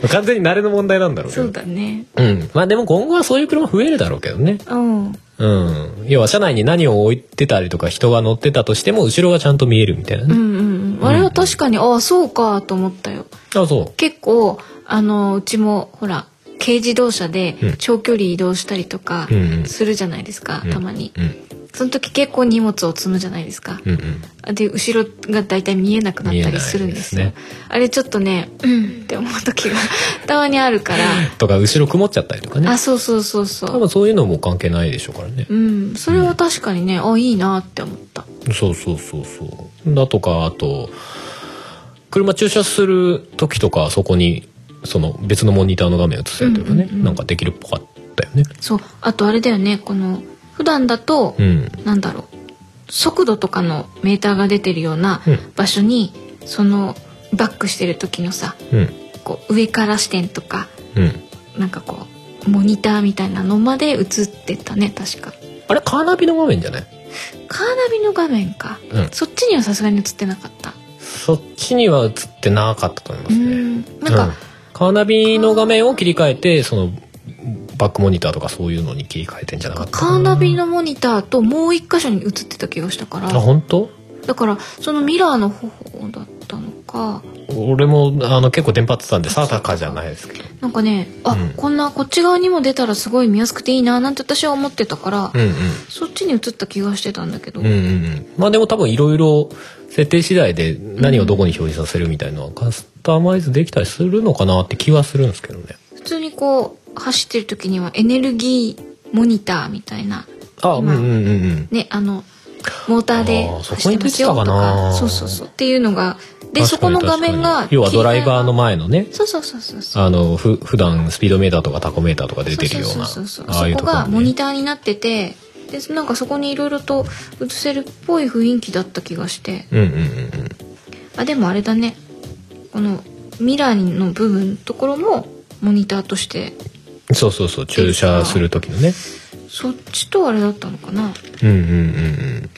S1: て。完全に慣れの問題なんだろうけ
S2: そ
S1: ど
S2: う。だね
S1: うん。まあでも今後はそういう車増えるだろうけどね。
S2: うん
S1: うん。要は車内に何を置いてたりとか人が乗ってたとしても、後ろがちゃんと見えるみたいな
S2: うんう
S1: ね。
S2: んうんあれは確かにああそうかと思ったよ
S1: あ、そ
S2: 結構あのうちもほら軽自動車で
S1: うん
S2: 長距離移動したりとか
S1: うんうん
S2: するじゃないですか、
S1: うん
S2: たまに
S1: う。うん。
S2: その時結構荷物を積むじゃないですか
S1: う、んうん。
S2: で後ろがだいたい見えなくなったりするんですよ
S1: 見えないで
S2: あれちょっとねうんって思う時が たまにあるから、
S1: とか、後ろ曇っちゃったりとかね
S2: あ。そうそうそうそ
S1: 多
S2: う
S1: 分そういうのも関係ないでしょうからね。
S2: うんそれは確かにねあいいなって思った
S1: そうそうそうそう。だとか、あと、車駐車する時とか、そこに、その別のモニターの画面映せるというかね、
S2: うんうんうん
S1: なんかできるっぽかったよね。
S2: そうあとあれだよねこの普段だと、
S1: うん。
S2: なんだろう速度とかのメーターが出てるような
S1: うん
S2: 場所に、そのバックしてる時のさ
S1: うん。
S2: こう上から視点とか
S1: うん。
S2: なんかこうモニターみたいなのまで映ってたね確か
S1: あれ、カーナビの画面じゃない
S2: カーナビの画面か、
S1: うん
S2: そっちにはさすがに映ってなかった、
S1: そっちには映ってなかったと思いま
S2: う
S1: すね。
S2: んなんか、
S1: うカーナビの画面を切り替えてそのバックモニターとかそういうのに切り替えてんじゃなかったかな
S2: カーナビのモニターともう一箇所に映ってた気がしたか
S1: あ
S2: ら
S1: 本当
S2: だからそのミラーの方だったのか
S1: 俺もあの結構電波ってたんで定かじゃないですけど
S2: なんかねあ、
S1: うん
S2: こんなこっち側にも出たらすごい見やすくていいななんて私は思ってたから、
S1: うんうん
S2: そっちに移った気がしてたんだけど、
S1: うんうんうんまあでも多分いろいろ設定次第で何をどこに表示させるみたいなのはカスタマイズできたりするのかなって気はするんですけどね
S2: 普通にこう走ってる時にはエネルギーモニターみたいな
S1: あうん
S2: ま
S1: う
S2: あ
S1: んうんうん
S2: ねあのモーターで
S1: あーそ
S2: 走
S1: こ
S2: っ
S1: に出て
S2: てます
S1: た
S2: よ
S1: か
S2: と
S1: な
S2: かそうそうそうっていうのがでそ
S1: 確か
S2: こ
S1: に
S2: の画面が
S1: 確かに要はドライバーの
S2: 切り替え
S1: 前のね
S2: がそうそうそうそうそう
S1: あのふ普段スピードメーターとかタコメーターとか出てるような
S2: そうそうそうそう
S1: ああいう
S2: そ
S1: と
S2: こ
S1: ころ
S2: がモ
S1: に
S2: ニ
S1: ね
S2: ターになっててでなんかそこにいろいろと映せるっぽい雰囲気だった気がして
S1: うんうんうんうん
S2: あでもあれだねこのミラーの部分のところもモニターとして
S1: そうそうそう駐車する時のね
S2: そっちとあれだったのかな
S1: うんうんうんうん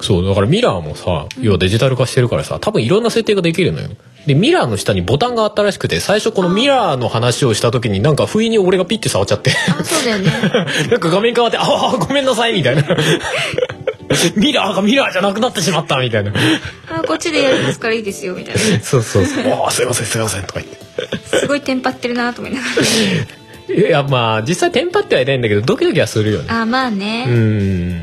S1: そうだからミラーもさ要はデジタル化してるからさ多分いろんな設定ができるのよでミラーの下にボタンがあったらしくて最初このミラーの話をした時になんか不意に俺がピッて触っちゃって
S2: あそうだよね
S1: なんか画面変わって「ああごめんなさい」みたいな ミラーがミラーじゃなくなってしまったみたいな
S2: あこっちでやりますからいいですよみたいな
S1: そうそう そう「ああすいませんすいません」とか言って。
S2: すごいテンパってるなと思いなが
S1: いやまあ実際テンパってはいないんだけどドキドキはするよね
S2: らあまあね、
S1: うん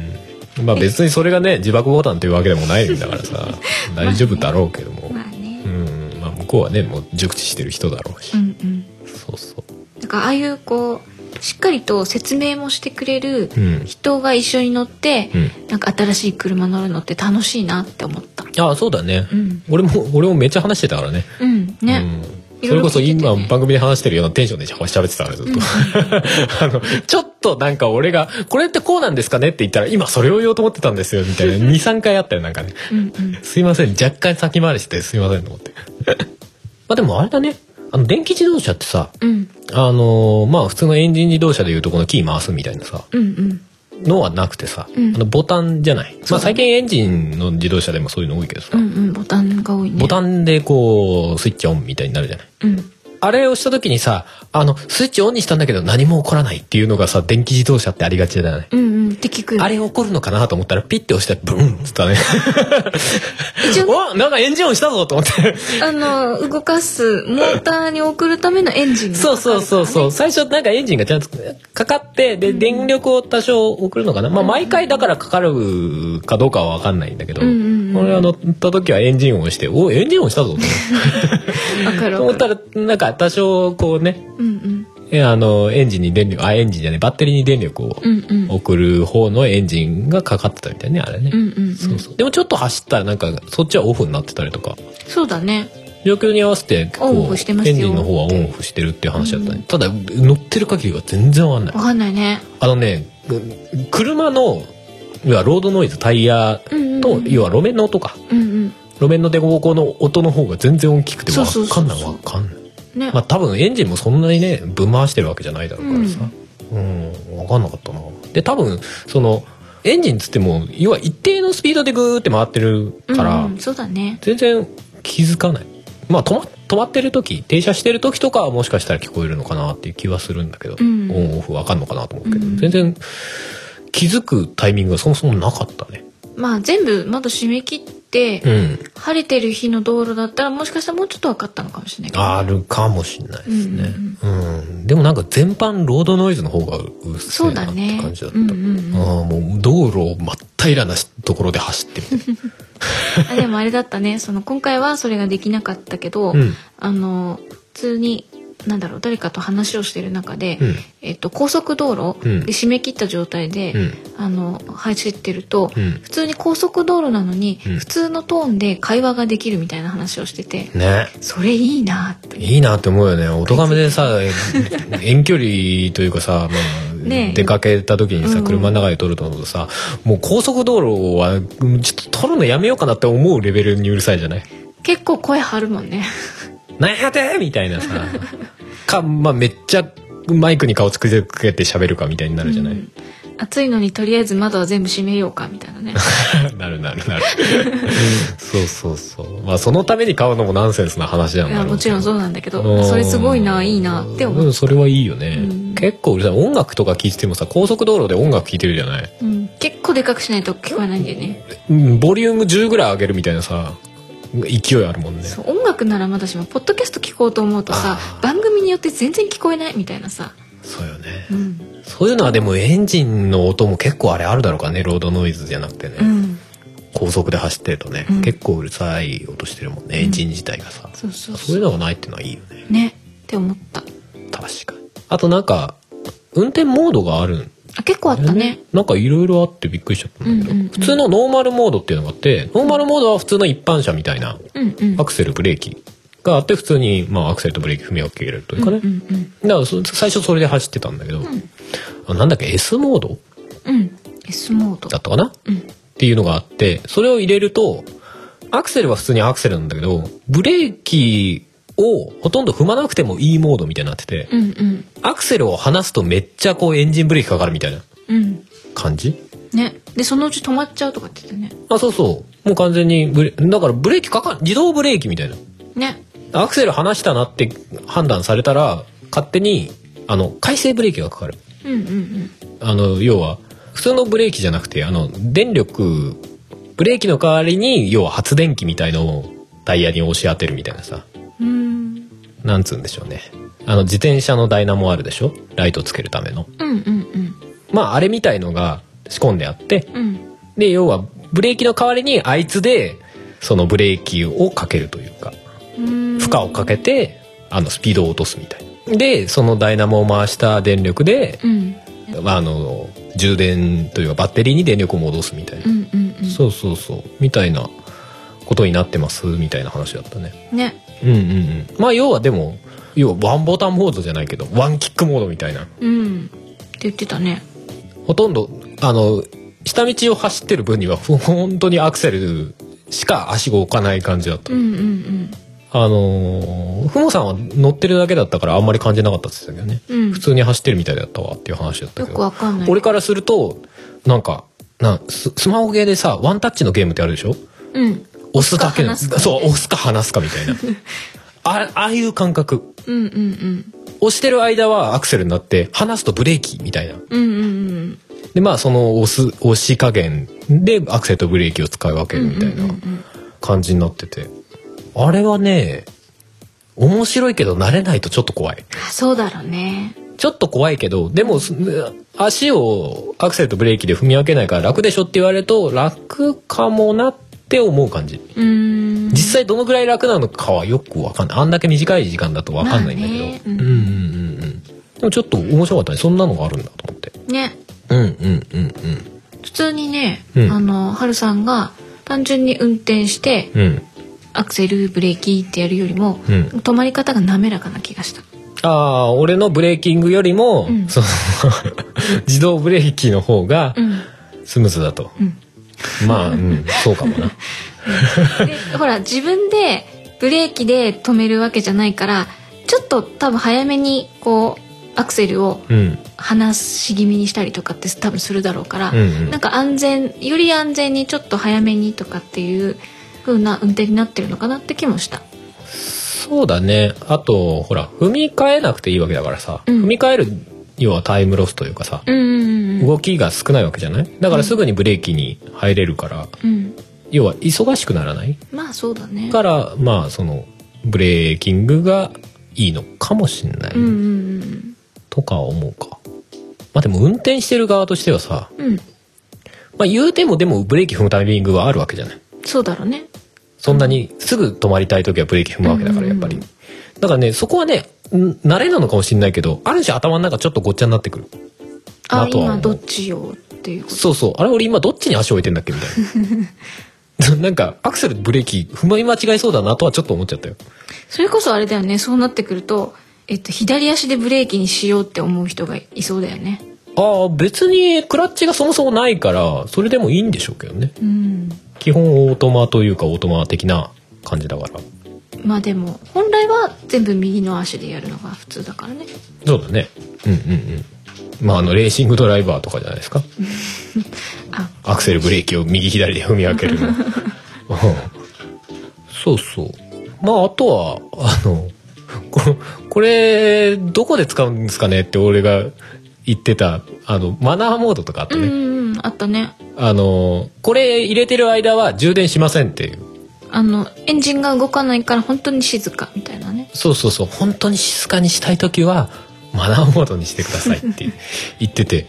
S1: まあ別にそれ がね自爆ボタンというわけでもないんだからさ大丈夫だろうけども、
S2: まあね
S1: うんまあ、向こうはねもう熟知してる人だろうし、
S2: うんうん
S1: そうそう
S2: だからああいうこうしっかりと説明もしてくれる
S1: うん
S2: 人が一緒に乗って、
S1: うん
S2: なんか新しい車乗るのって楽しいなって思った
S1: ああそうだね、
S2: うん
S1: 俺も俺もめっちゃ話してたからね
S2: うんね、
S1: うん、それこそ
S2: いろいろ聞いててね
S1: 今番組で話してるようなテンションで喋ってたからずっと、 あのちょっとなんか俺が「これってこうなんですかね?」って言ったら「今それを言おうと思ってたんですよ」みたい な23回あったよなんかね
S2: うん、うん
S1: 「すいません若干先回りしてすいません」と思って まあでもあれだねあの電気自動車ってさ
S2: うん
S1: あのーまあ普通のエンジン自動車でいうとこのキー回すみたいなさ
S2: うんうん
S1: のはなくてさ、
S2: うん
S1: あのボタンじゃない、ま
S2: そうだね
S1: あ最近エンジンの自動車でもそういうの多いけどさ、
S2: うんうんボタンが多いね
S1: ボタンでこうスイッチオンみたいになるじゃない
S2: うん
S1: あれをした時にさ、あの、スイッチオンにしたんだけど何も起こらないっていうのがさ、電気自動車ってありがちだよね。
S2: うんうんって聞くよ
S1: あれ起こるのかなと思ったら、ピッて押したら、ブーンっつったね。
S2: 一応
S1: おなんかエンジンオンしたぞと思って。
S2: あの動かすモーターに送るためのエンジンがかか
S1: そ
S2: る
S1: うそうそうそう。最初なんかエンジンがちゃんとかかって、で、電力を多少送るのかな。まあ、毎回だからかかるかどうかはわかんないんだけど、
S2: うんうんうん
S1: 俺は乗った時はエンジンオンして、おエンジンオンしたぞと思 って
S2: わかる
S1: と思
S2: わ
S1: っ
S2: か
S1: た
S2: る
S1: ら、なんか多少こうね、
S2: うんうん
S1: えあの、エンジンに電力、あ、エンジンじゃねえバッテリーに電力を
S2: うんうん
S1: 送る方のエンジンがかかってたみたいね、あれね。
S2: うんうんうん
S1: そうそう。でもちょっと走ったらなんか、そっちはオフになってたりとか、
S2: そうだね
S1: 状況に合わせて、こ
S2: オンオ
S1: う、
S2: フしてます
S1: エ
S2: よ
S1: ンジンの方はオンオフしてるっていう話だったね。ただ、乗ってる限りは全然わかんない
S2: わ。かんないね
S1: あのね、車の、要はロードノイズ、タイヤ
S2: うんうん
S1: と、要は路面の音か。
S2: うんうん
S1: 路面の凸凹の音の方が全然大きくて、
S2: そ
S1: わ
S2: うそう
S1: か
S2: そうん
S1: な
S2: そ
S1: いうわかんない。
S2: ね
S1: まあ多分エンジンもそんなにねぶん回してるわけじゃないだろうからさ、うん分かんなかったなで多分そのエンジンつっても要は一定のスピードでグーって回ってるから、
S2: うんうんそうだね
S1: 全然気づかないまあ止ま止まってる時停車してる時とかはもしかしたら聞こえるのかなっていう気はするんだけど、
S2: うん
S1: オンオフ分かんのかなと思うけど、
S2: うん
S1: 全然気づくタイミングがそもそもなかったね
S2: まあ全部窓閉め切って、
S1: うん
S2: 晴れてる日の道路だったらもしかしたらもうちょっと分かったのかもしれないけど
S1: あるかもしんないですね、うんでもなんか全般ロードノイズの方がうっせ
S2: そ
S1: え
S2: う
S1: な
S2: だ
S1: って
S2: ね
S1: 感じだった
S2: うんうんうん
S1: ああもう道路を真っ平らなところで走ってみて
S2: あでもあれだったねその今回はそれができなかったけど、
S1: うん
S2: あの普通になんだろう誰かと話をしてる中で、
S1: うん
S2: えっと、高速道路
S1: うん
S2: で締め切った状態で、
S1: うん
S2: あの走ってると、
S1: うん
S2: 普通に高速道路なのに、
S1: うん
S2: 普通のトーンで会話ができるみたいな話をしてて、
S1: ね
S2: それいいなって
S1: いいなって思うよねおとがめでさ遠距離というかさ、まあ
S2: ねえ
S1: 出かけた時に
S2: うん
S1: さ
S2: うん
S1: 車の中で撮ると思うとさ、もう高速道路はうんちょっと撮るのやめようかなって思うレベルにうるさいじゃない
S2: 結構声張るもんね
S1: なんやてみたいな さか、まあ、めっちゃマイクに顔つけて喋るかみたいになるじゃない、
S2: うん暑いのにとりあえず窓は全部閉めようかみたい なね
S1: なるなる なるそうそうそうまあそのために買うのもナンセンスな話なん
S2: い
S1: だろ
S2: や
S1: う
S2: もちろんそうなんだけ
S1: けど
S2: どそれすごいないいなって思
S1: う
S2: っ
S1: んそれはいいよね、
S2: うん
S1: 結構うるさい音楽とか聴いててもさ高速道路で音楽聴いてるじゃない、
S2: うん、結構でかくしないと聞こえないんだよね。
S1: うん、ボリューム10ぐらい上げるみたいなさ勢いあるもんね
S2: そう音楽ならまだしもポッドキャスト聞こうと思うとさ
S1: あー
S2: 番組によって全然聞こえないみたいなさ、
S1: そうよね、
S2: うん
S1: そういうのはでもエンジンの音も結構あれあるだろうからねロードノイズじゃなくてね、
S2: うん、
S1: 高速で走ってるとね、
S2: うん
S1: 結構うるさい音してるもんね、エンジン自体がさ
S2: そうそう
S1: そう
S2: そ
S1: いう
S2: う
S1: のがないっていうのはいいよね
S2: ねって思った
S1: 確かにあとなんか運転モードがあるん
S2: あ結構あ
S1: だ
S2: っ
S1: よ
S2: たね
S1: なんかいろいろあってびっくりしちゃったんだけど、
S2: うんうんうん
S1: 普通のノーマルモードっていうのがあってノーマルモードは普通の一般車みたいな
S2: うんうん
S1: アクセルブレーキがあって普通に、まあ、アクセルとブレーキ踏み分けるというかね、
S2: うんうん
S1: だからそ最初それで走ってたんだけど、
S2: ん
S1: あなんだっけ S モード
S2: うんうん S モード
S1: だったかな
S2: うん
S1: っていうのがあってそれを入れるとアクセルは普通にアクセルなんだけどブレーキをほとんど踏まなくても E モードみたいになってて、
S2: うんうん
S1: アクセルを離すとめっちゃこうエンジンブレーキかかるみたいな
S2: うん
S1: 感じ
S2: ねでそのうち止まっちゃうとかって言ってね
S1: あそうそうもう完全にブレだからブレーキかかん自動ブレーキみたいな
S2: ね
S1: アクセル離したなって判断されたら勝手にあの回生ブレーキがかかる
S2: うんうんうん
S1: あの要は普通のブレーキじゃなくてあの電力ブレーキの代わりに要は発電機みたいのをタイヤに押し当てるみたいなさ
S2: うーん
S1: なんつうんでしょうねあの自転車のダイナモあるでしょライトつけるための
S2: うんうん
S1: まああれみたいのが仕込んであって
S2: うんうん
S1: で要はブレーキの代わりにあいつでそのブレーキをかけるというか
S2: うん
S1: 負荷をかけてあのスピードを落とすみたいなでそのダイナモを回した電力で、
S2: うん
S1: まあ、あの充電というかバッテリーに電力を戻すみたいな
S2: う、んうんうん
S1: そうそうそうみたいなことになってますみたいな話だったね
S2: ね
S1: うんうんうんまあ要はでも要はワンボタンモードじゃないけどワンキックモードみたいな
S2: うんって言ってたね
S1: ほとんどあの下道を走ってる分にはほ本当にアクセルしか足が置かない感じだった、
S2: うんうん
S1: あのーふもさんは乗ってるだけだったからあんまり感じなかったって言ってたけどね
S2: うんうん
S1: 普通に走ってるみたいだったわっていう話だった
S2: よ
S1: け
S2: く
S1: ど
S2: わかんない
S1: 俺からするとなんかなんススマホゲーでさワンタッチのゲームってあるでしょ
S2: うん
S1: 押すだけの
S2: 押すか離すか
S1: そう押すか離すかみた いなあああいう感覚
S2: うんうんうん
S1: 押してる間はアクセルになって離すとブレーキみたいな
S2: うんうんうん
S1: でまあその押す押し加減でアクセルとブレーキを使い分けるみたい
S2: うんう
S1: なん
S2: うんうん
S1: 感じになっててあれはね面白いけど慣れないとちょっと怖い
S2: あそうだろうね
S1: ちょっと怖いけどでもす足をアクセルとブレーキで踏み分けないから楽でしょって言われると楽かもなって思う感じ
S2: うーん
S1: 実際どのぐらい楽なのかはよくわかんないあんだけ短い時間だとわかんないんだけど、
S2: まあね
S1: う
S2: うんん
S1: うんうんうんでもちょっと面白かったねそんなのがあるんだと思って
S2: ね
S1: うんうんうんうん
S2: 普通にね、
S1: うん
S2: あの春さんが単純に運転して
S1: うん
S2: アクセルブレーキってやるよりも、
S1: うん
S2: 止まり方が滑らかな気がした
S1: ああ俺のブレーキングよりも、
S2: うん
S1: その 自動ブレーキの方が
S2: うん
S1: スムーズだと、
S2: うん
S1: まあ、うん、そうかもな
S2: でほら自分でブレーキで止めるわけじゃないからちょっと多分早めにこうアクセルを
S1: うん
S2: 離し気味にしたりとかって多分するだろうから、
S1: うんうん
S2: なんか安全より安全にちょっと早めにとかっていう風な運転になってるのかなって気もした
S1: そうだねあとほら踏み替えなくていいわけだからさ、
S2: うん
S1: 踏み替える要はタイムロスというかさ、
S2: うんうんうん
S1: 動きが少ないわけじゃないだからすぐにブレーキに入れるから、
S2: うん
S1: 要は忙しくならない
S2: まあそうだね
S1: からまあそのブレーキングがいいのかもしんない、
S2: うんうんうん
S1: とか思うかまあでも運転してる側としてはさ
S2: うん
S1: まあ言うてもでもブレーキ踏むタイミングはあるわけじゃない
S2: そうだろうね
S1: そんなにすぐ止まりたい時はブレーキ踏むわけだから
S2: うん
S1: や
S2: う
S1: っ
S2: んうん
S1: ぱりだからねそこはねん慣れなのかもしんないけどある種頭の中ちょっとごっちゃになってくる
S2: あ
S1: あとは
S2: 今
S1: もう
S2: どっちよっていうこと
S1: そうそうあれ俺今どっちに足を置いてんだっけみたいな なんかアクセルとブレーキ踏まり間違えそうだなとはちょっと思っちゃったよ
S2: それこそあれだよねそうなってくると、えっと、左足でブレーキにしようって思う人がいそうだよね
S1: ああ別にクラッチがそもそもないからそれでもいいんでしょうけどね
S2: うん
S1: 基本オートマというかオートマ的な感じだから
S2: まあでも本来は全部右の足でやるのが普通だからね
S1: そうだねうんうんうんまああのレーシングドライバーとかじゃないですか
S2: あ
S1: アクセルブレーキを右左で踏み分けるのうん そうそうまああとはあのこのこれどこで使うんですかねって俺が言ってたあのマナーモードとかあった
S2: うん
S1: ね、
S2: うんうんあったね
S1: あのこれ入れてる間は充電しませんっていう
S2: あのエンジンが動かないから本当に静かみたいなね
S1: そうそうそう本当に静かにしたい時はマナーモードにしてくださいって 言ってて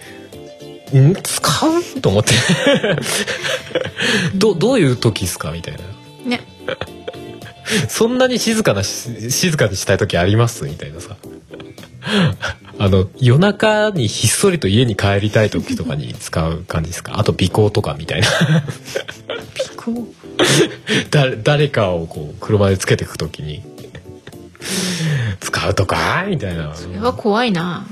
S1: ん使うと思って どどういう時ですかみたいな
S2: ね
S1: そんなに静かなし静かにしたい時ありますみたいなさあの夜中にひっそりと家に帰りたい時とかに使う感じですかあと尾行とかみたいな 尾行誰誰かをこう車でつけてく時に使うとかみたいな
S2: それは怖いな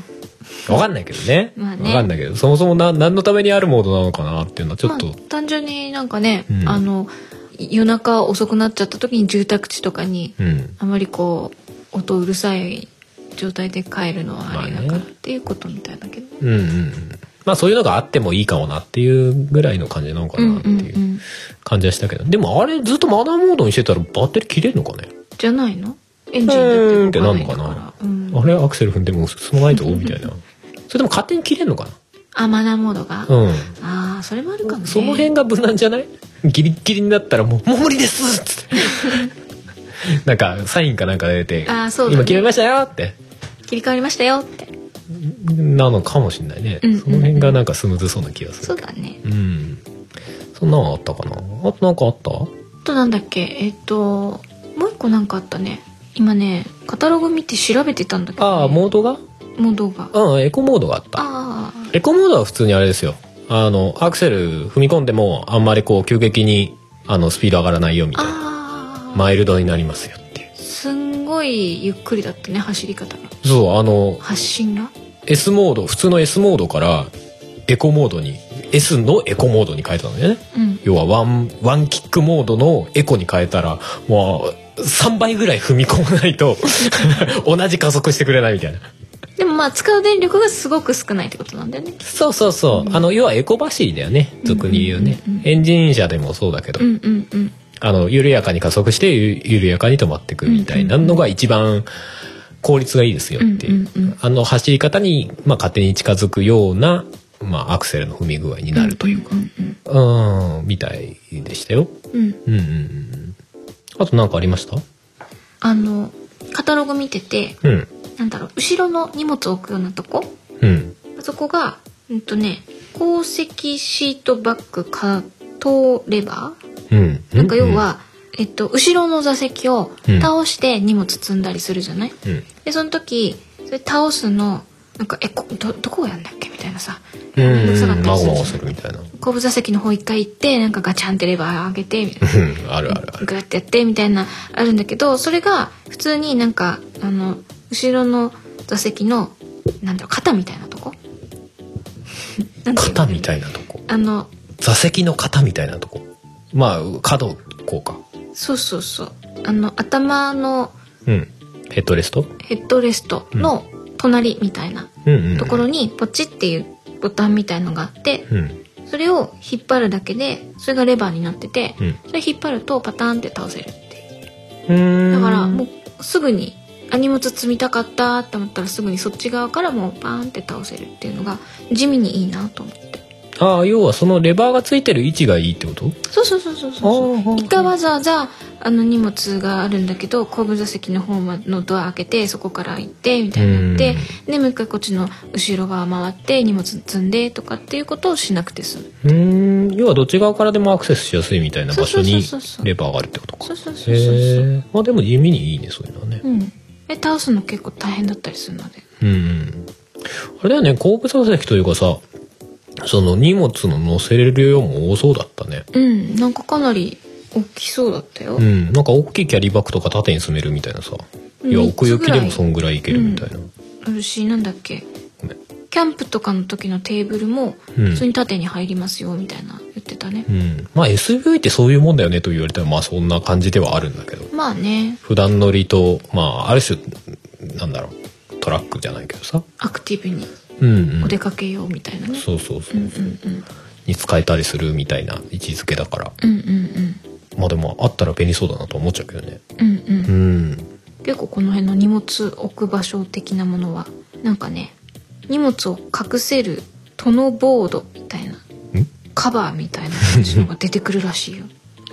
S1: わかんないけどね,、
S2: まあね
S1: わかんないけどそもそもな何のためにあるモードなのかなっていうのはちょっと、
S2: まあ、単純になんかね、
S1: うん
S2: あの夜中遅くなっちゃった時に住宅地とかに
S1: うん
S2: あまりこう音うるさい状態で帰るのはあれだか
S1: まあ
S2: らっ
S1: ね
S2: ていうことみたいだけど、
S1: うんうんうんまあそういうのがあってもいいかもなっていうぐらいの感じなのかなっていう。
S2: うんうんうん
S1: 感じはしたけどでもあれずっとマナーモードにしてたらバッテリー切れるのかね、
S2: じゃないのエンジンだって動か
S1: うー
S2: ないんだか
S1: んってなんの
S2: ら
S1: か、
S2: うん
S1: あれアクセル踏んでも進まないぞみたいなそれでも勝手に切れるのか
S2: あマナーモードが、
S1: なうん
S2: ああそれもあるかもね
S1: その辺が無難じゃないギリッギリになったらもう「もう無理です!」っつって なんかサインかなんか出て
S2: あーそうだね
S1: 今決めましたよ」って
S2: 切り替わりましたよって
S1: なのかもしんないね、
S2: うんうんうん
S1: その辺がなんかスムーズそうな気がす
S2: そう
S1: る
S2: だね
S1: うんそんなのあったかなあとなんかあった
S2: あとなんだっけえっ、ともう一う一個なんかあったね今ねカタログ見て調べてたんだけど、ね、
S1: ああモードが
S2: モードがあ
S1: うんエコモードがあった
S2: あー
S1: エコモードは普通にあれですよあのアクセル踏み込んでもあんまりこう急激にあのスピード上がらないよみたいな
S2: あー
S1: マイルドになりますよっていう
S2: すんごいゆっくりだったね走り方が
S1: そうあの
S2: 発進が
S1: S モード普通の S モードからエコモードに S のエコモードに変えたのね
S2: うん
S1: 要はワンワンキックモードのエコに変えたらもう3倍ぐらい踏み込まない と同じ加速してくれないみたいな
S2: でもまあ使う電力がすごく少ないってことなんだよね
S1: そうそうそう、あの要はエコ走りだよね俗に言うね、
S2: うんうんうんうん
S1: エンジン車でもそうだけど、
S2: うんうんうん
S1: あの緩やかに加速してゆ緩やかに止まっていくみたいなのが一番効率がいいですよっていう,、
S2: うんうんうん
S1: あの走り方に、まあ、勝手に近づくような、まあ、アクセルの踏み具合になるというか、
S2: うんうん
S1: うん、みたいでしたよ。
S2: うんうん
S1: うんうんうん、あと何かありました
S2: あのカタログ見てて
S1: うん
S2: なんだろう後ろの荷物置くようなとこ
S1: うん
S2: あそこがうんとね鉱石シートバッグカトーレバ
S1: うん、
S2: ーなんか要、は、えっと、後ろの座席を
S1: うん
S2: 倒して荷物積んだりするじゃない、
S1: うん
S2: でその時それ倒すのなんかえこどどこをやんだっけみたいなさ
S1: うん
S2: めんどくさかった
S1: うん、
S2: り
S1: まご
S2: する
S1: まごするみたいな。
S2: 後部座席の方一回行ってなんかガチャンってレバー上げてみたいな
S1: うんあるあるある。
S2: グッてやってみたいなあるんだけどそれが普通になんかあの後ろの座席のなんだろう肩みたいなとこ なんていうの
S1: 肩みたいなとこ。
S2: あの
S1: 座席の肩みたいなとこ。まあ、角、こうか。
S2: そうそうそうあの頭の
S1: うん。ヘッドレスト
S2: ヘッドレストの隣みたいな
S1: うんうんうん。
S2: ところにポチっていうボタンみたいのがあって
S1: うん。
S2: それを引っ張るだけでそれがレバーになってて
S1: うん。
S2: それ引っ張るとパターンって倒せるって
S1: うー
S2: い
S1: ん
S2: うだからもうすぐにあ荷物積みたかったって思ったらすぐにそっち側からもうパーンって倒せるっていうのが地味にいいなと思って
S1: ああ要はそのレバーがついてる位置がいいってこと
S2: そうそうそうそうそう
S1: あー
S2: 一回わざわざあの荷物があるんだけど後部座席の方のドア開けてそこから行ってみたいになってでもう一回こっちの後ろ側回って荷物積んでとかっていうことをしなくて済む
S1: うーん要はどっち側からでもアクセスしやすいみたいな場所に
S2: そうそうそうそう
S1: レバーがあるってことか
S2: そうそ
S1: へ
S2: うそうそうそう、
S1: えまあでも地味にいいねそういうのはね
S2: うんで倒すの結構大変だったりするので
S1: うんうんあれだよね後部座席というかさその荷物の乗せれる量も多そうだったね
S2: うんなんかかなり大きそうだったよ、
S1: うんなんか大きいキャリーバッグとか縦に詰めるみたいなさ
S2: うん
S1: いや
S2: 三つ
S1: 奥行きでもそんぐらいいけるみたいな、
S2: あるしなんだっけ
S1: ごめん
S2: キャンプとかの時のテーブルも
S1: うん
S2: 普通に縦に入りますよみたいな言ってたね
S1: う、ん、まあ SUV ってそういうもんだよねと言われたらまあそんな感じではあるんだけど
S2: まあね
S1: 普段乗りとまあある種なんだろうトラックじゃないけどさ
S2: アクティブに
S1: うんう
S2: お
S1: ん
S2: 出かけようみたいなね、
S1: そうそうそうう、
S2: ん、うんうん
S1: に使えたりするみたいな位置づけだから
S2: うんうん
S1: まあでもあったら便利そうだなと思っちゃうけどね
S2: うんうんうん
S1: うん
S2: 結構この辺の荷物置く場所的なものはなんかね荷物を隠せるトノボードみたいなんカバーみたいな感じのが出てくるらし いよ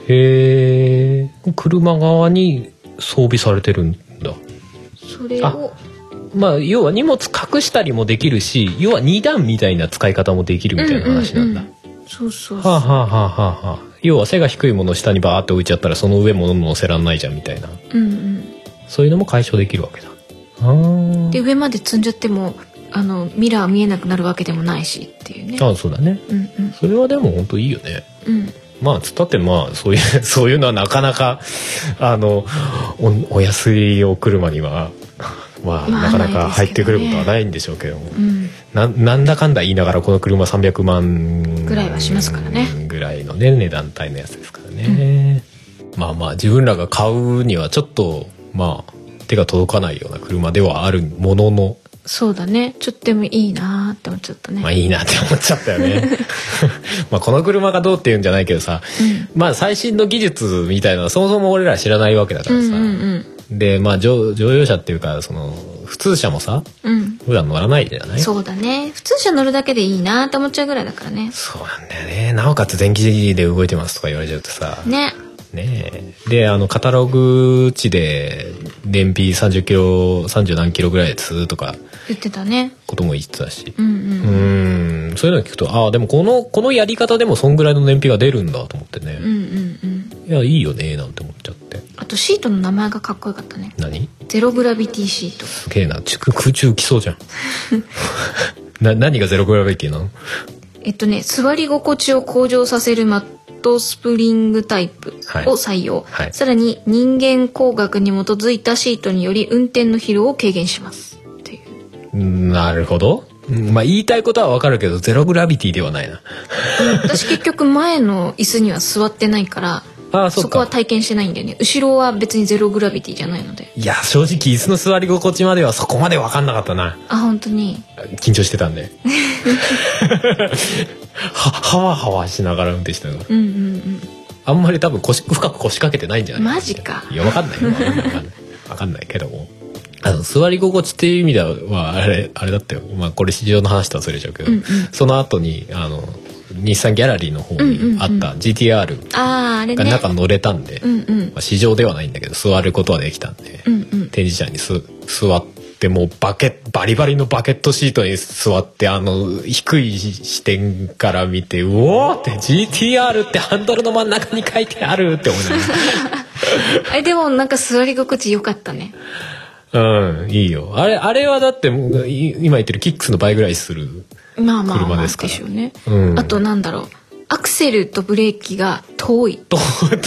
S1: へえ車側に装備されてるんだ
S2: それを
S1: まあ要は荷物隠したりもできるし要は2段みたいな使い方もできるみたいな話なんだ、
S2: うううんそうそうそう、
S1: はあ、はあはあはあはあ、要は背が低いものを下にバーって置いちゃったらその上も乗せらんないじゃんみたいな
S2: うんうん
S1: そういうのも解消できるわけだあー
S2: で上まで積んじゃってもあのミラー見えなくなるわけでもないしっていうね
S1: あそうだね
S2: うんうん
S1: それはでも本当いいよね
S2: うん
S1: まあつったってまあそういう そういうのはなかなかあのおお安いお車にはまあ
S2: まあ
S1: なかなか
S2: ない
S1: 入
S2: です
S1: っ
S2: け
S1: て
S2: ど
S1: く
S2: ね
S1: ることはないんでしょうけども
S2: うん
S1: ななんだかんだ言いながらこの車300万
S2: ぐらいはしますからね
S1: ぐらいのね値段帯のやつですからね、まあまあ自分らが買うにはちょっとまあ手が届かないような車ではあるものの
S2: そうだねちょっとでもいいなーって思っちゃったね、
S1: まあいいなって思っちゃったよ ねまあこの車がどうっていうんじゃないけどさまあ最新の技術みたいなのはそもそも俺ら知らないわけだか
S2: うん
S1: ら
S2: う
S1: さ、
S2: んうん
S1: でまあ乗乗用車っていうかその普通車もさ
S2: うん
S1: 普段乗らないじゃない
S2: そうだね普通車乗るだけでいいなーって思っちゃうぐらいだからね
S1: そうなんだよねなおかつ電気で動いてますとか言われちゃうとさ、
S2: ね
S1: ねえであのカタログ値で燃費30キロ30何キロぐらいですとか
S2: 言ってたね
S1: ことも言ってたし
S2: うん
S1: うーんそういうの聞くとああでもこのこのやり方でもそんぐらいの燃費が出るんだと思ってね
S2: うん、うんうんうん
S1: いやいいよねなんて思っちゃって
S2: あとシートの名前がかっこよかったね
S1: 何
S2: ゼログラビティシート
S1: すげえなちく空中浮きそうじゃん な何がゼログラビティなの
S2: えっとね座り心地を向上させるマットスプリングタイプを採用、
S1: はいはい
S2: さらに人間工学に基づいたシートにより運転の疲労を軽減しますっていう
S1: なるほど。うんまあ言いたいことはわかるけど、ゼログラビティではないな。
S2: 私結局前の椅子には座ってないから
S1: ああ、
S2: そ
S1: そっ
S2: こは
S1: か。
S2: 体験してないんだよね後ろは別にゼログラビティじゃないので
S1: いや、正直椅子の座り心地まではそこまでわかんなかったな。
S2: あ本当に
S1: 緊張してたんで。 は、はわはわしながら運転してたから
S2: うんうん
S1: あんまり多分腰、深く腰掛けてないんじゃ
S2: う
S1: なんい
S2: マジか
S1: いや、わかんないよ。わかんないわかんない。わかんないけども。あの、座り心地っていう意味では、あれ、あれだったよ。まあ、これ市場の話とはそれちゃうけど、
S2: うんうん
S1: その後に、あの、日産ギャラリーの方にあ
S2: うんう
S1: っ
S2: ん
S1: た GTR
S2: あああれ
S1: が
S2: ね
S1: 中乗れたんで、
S2: うんうん
S1: まあ、市場ではないんだけど座ることはできたんで、
S2: うんうん
S1: 展示車にす座ってもうバケバリバリのバケットシートに座ってあの低い視点から見てうおーって GTR ってハンドルの真ん中に書いてあるって思い
S2: あれでもなんか座り心地良かったね
S1: ながらうんいいよあれあれはだってもうい今言ってるキックスの倍ぐらいする
S2: まあまあまあ
S1: 車ですから
S2: でしょうね、
S1: うん
S2: あとなんだろうアクセルとブレーキが遠い
S1: と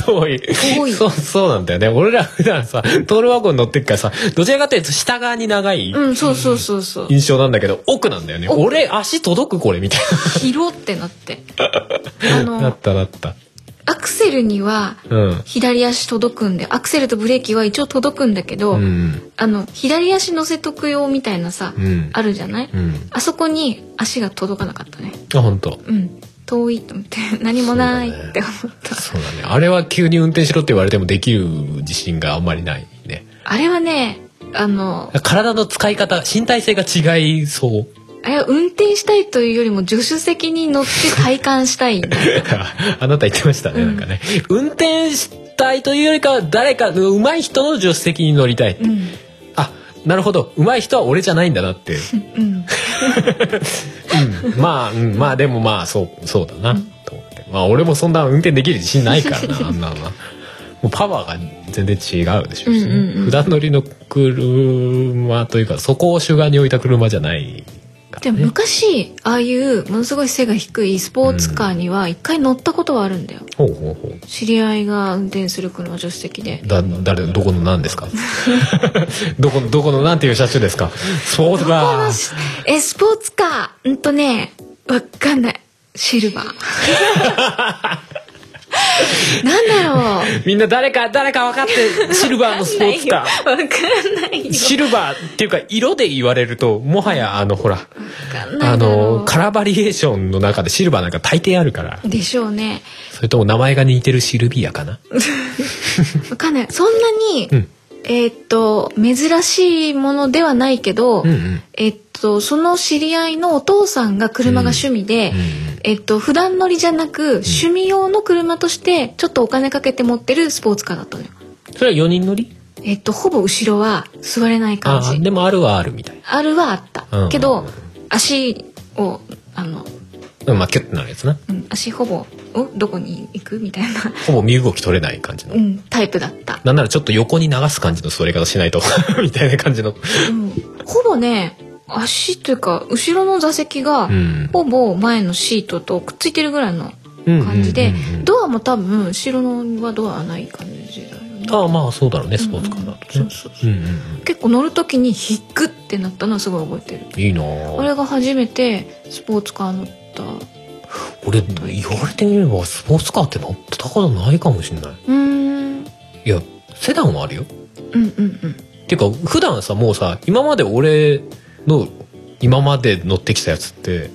S1: 遠い
S2: 遠い
S1: そうそうなんだよね俺ら普段さトールワゴン乗ってっからさどちらかというと下側に長い
S2: うんそうそうそうそう
S1: 印象なんだけど奥なんだよね
S2: 奥
S1: 俺足届くこれみたいな
S2: 広ってなってあ
S1: な
S2: の
S1: ったなった。
S2: アクセルには
S1: うん。
S2: 左足届くんでアクセルとブレーキは一応届くんだけ
S1: う
S2: ど、
S1: ん。
S2: あの左足乗せとく用みたいなさ、
S1: うん
S2: あるじゃない、
S1: うん。
S2: あそこに足が届かなかったね
S1: あ、本当。
S2: うん遠いと思って 何もないって思った、
S1: そうだね。あれは急に運転しろって言われてもできる自信があんまりないね。
S2: あれはねあの
S1: 体の使い方、身体性が違いそう。
S2: あれは運転したいというよりも助手席に乗って体感した いんだ
S1: あなた言ってましたね、なんかね。運転したいというよりかは誰か、うん上手い人の助手席に乗りたい。
S2: うん
S1: あ、なるほど。上手い人は俺じゃないんだなって。
S2: うん
S1: うんまあ、うん、まあでもまあそうそうだなと思ってまあ俺もそんな運転できる自信ないからなあんなのはもうパワーが全然違うでしょうしね、
S2: うんうんうん
S1: 普段乗りの車というかそこを主眼に置いた車じゃないから
S2: でも
S1: ね
S2: 昔ああいうものすごい背が低いスポーツカーには一回乗ったことはあるんだよ
S1: ほうほうほう
S2: 知り合いが運転する車助手席で
S1: だ誰どこの何 ですかどこのどこの何ていう車種ですかそう
S2: どこの
S1: だ
S2: し えスポーツカーうんとねわかんないシルバ ーなんだろう
S1: みんな誰か誰か分 かってシルバーのスポーツカ
S2: わかんない
S1: ー
S2: よ
S1: シルバーっていうか色で言われるともはやあのほら
S2: わかんな
S1: あ
S2: いだろ
S1: の
S2: う
S1: カラーバリエーションの中でシルバーなんか大抵あるから
S2: でしょうね
S1: それとも名前が似てるシルビアかな
S2: わかんないそんなに、
S1: うん
S2: えーっと珍しいものではないけど、
S1: うんうん
S2: えーっとその知り合いのお父さんが車が趣味で、
S1: うんうん
S2: えーっと普段乗りじゃなく趣味用の車としてちょっとお金かけて持ってるスポーツカーだったのよ。
S1: それは4人乗り
S2: えーっとほぼ後ろは座れない感
S1: ああ
S2: じ。
S1: でもあるはあるみたい
S2: あるはあった、
S1: うん
S2: けど足をあの、
S1: なうんまあキュッてなるやつな
S2: うん、足ほぼおどこに行くみたいな、
S1: ほぼ身動き取れない感じの、
S2: うん、タイプだった。
S1: なんならちょっと横に流す感じの座り方しないと みたいな感じの
S2: うんほぼね足というか後ろの座席が
S1: うん
S2: ほぼ前のシートとくっついてるぐらいの感じで、
S1: うんうんうんうん
S2: ドアも多分後ろのはドアはない感じだよね
S1: ああまあそうだろうねスポーツカーだとね
S2: そうそ
S1: う
S2: うそうん
S1: うんうん
S2: 結構乗る時に引くってなったのはすごい覚えてる
S1: いいなあ
S2: 俺が初めてスポーツカー乗ったう
S1: 俺言われてみればスポーツカーって乗ってたことないかもしれない
S2: ーん
S1: いやセダンはあるよ
S2: うんうんうん
S1: ていうか普段さもうさ今まで俺の今まで乗ってきたやつって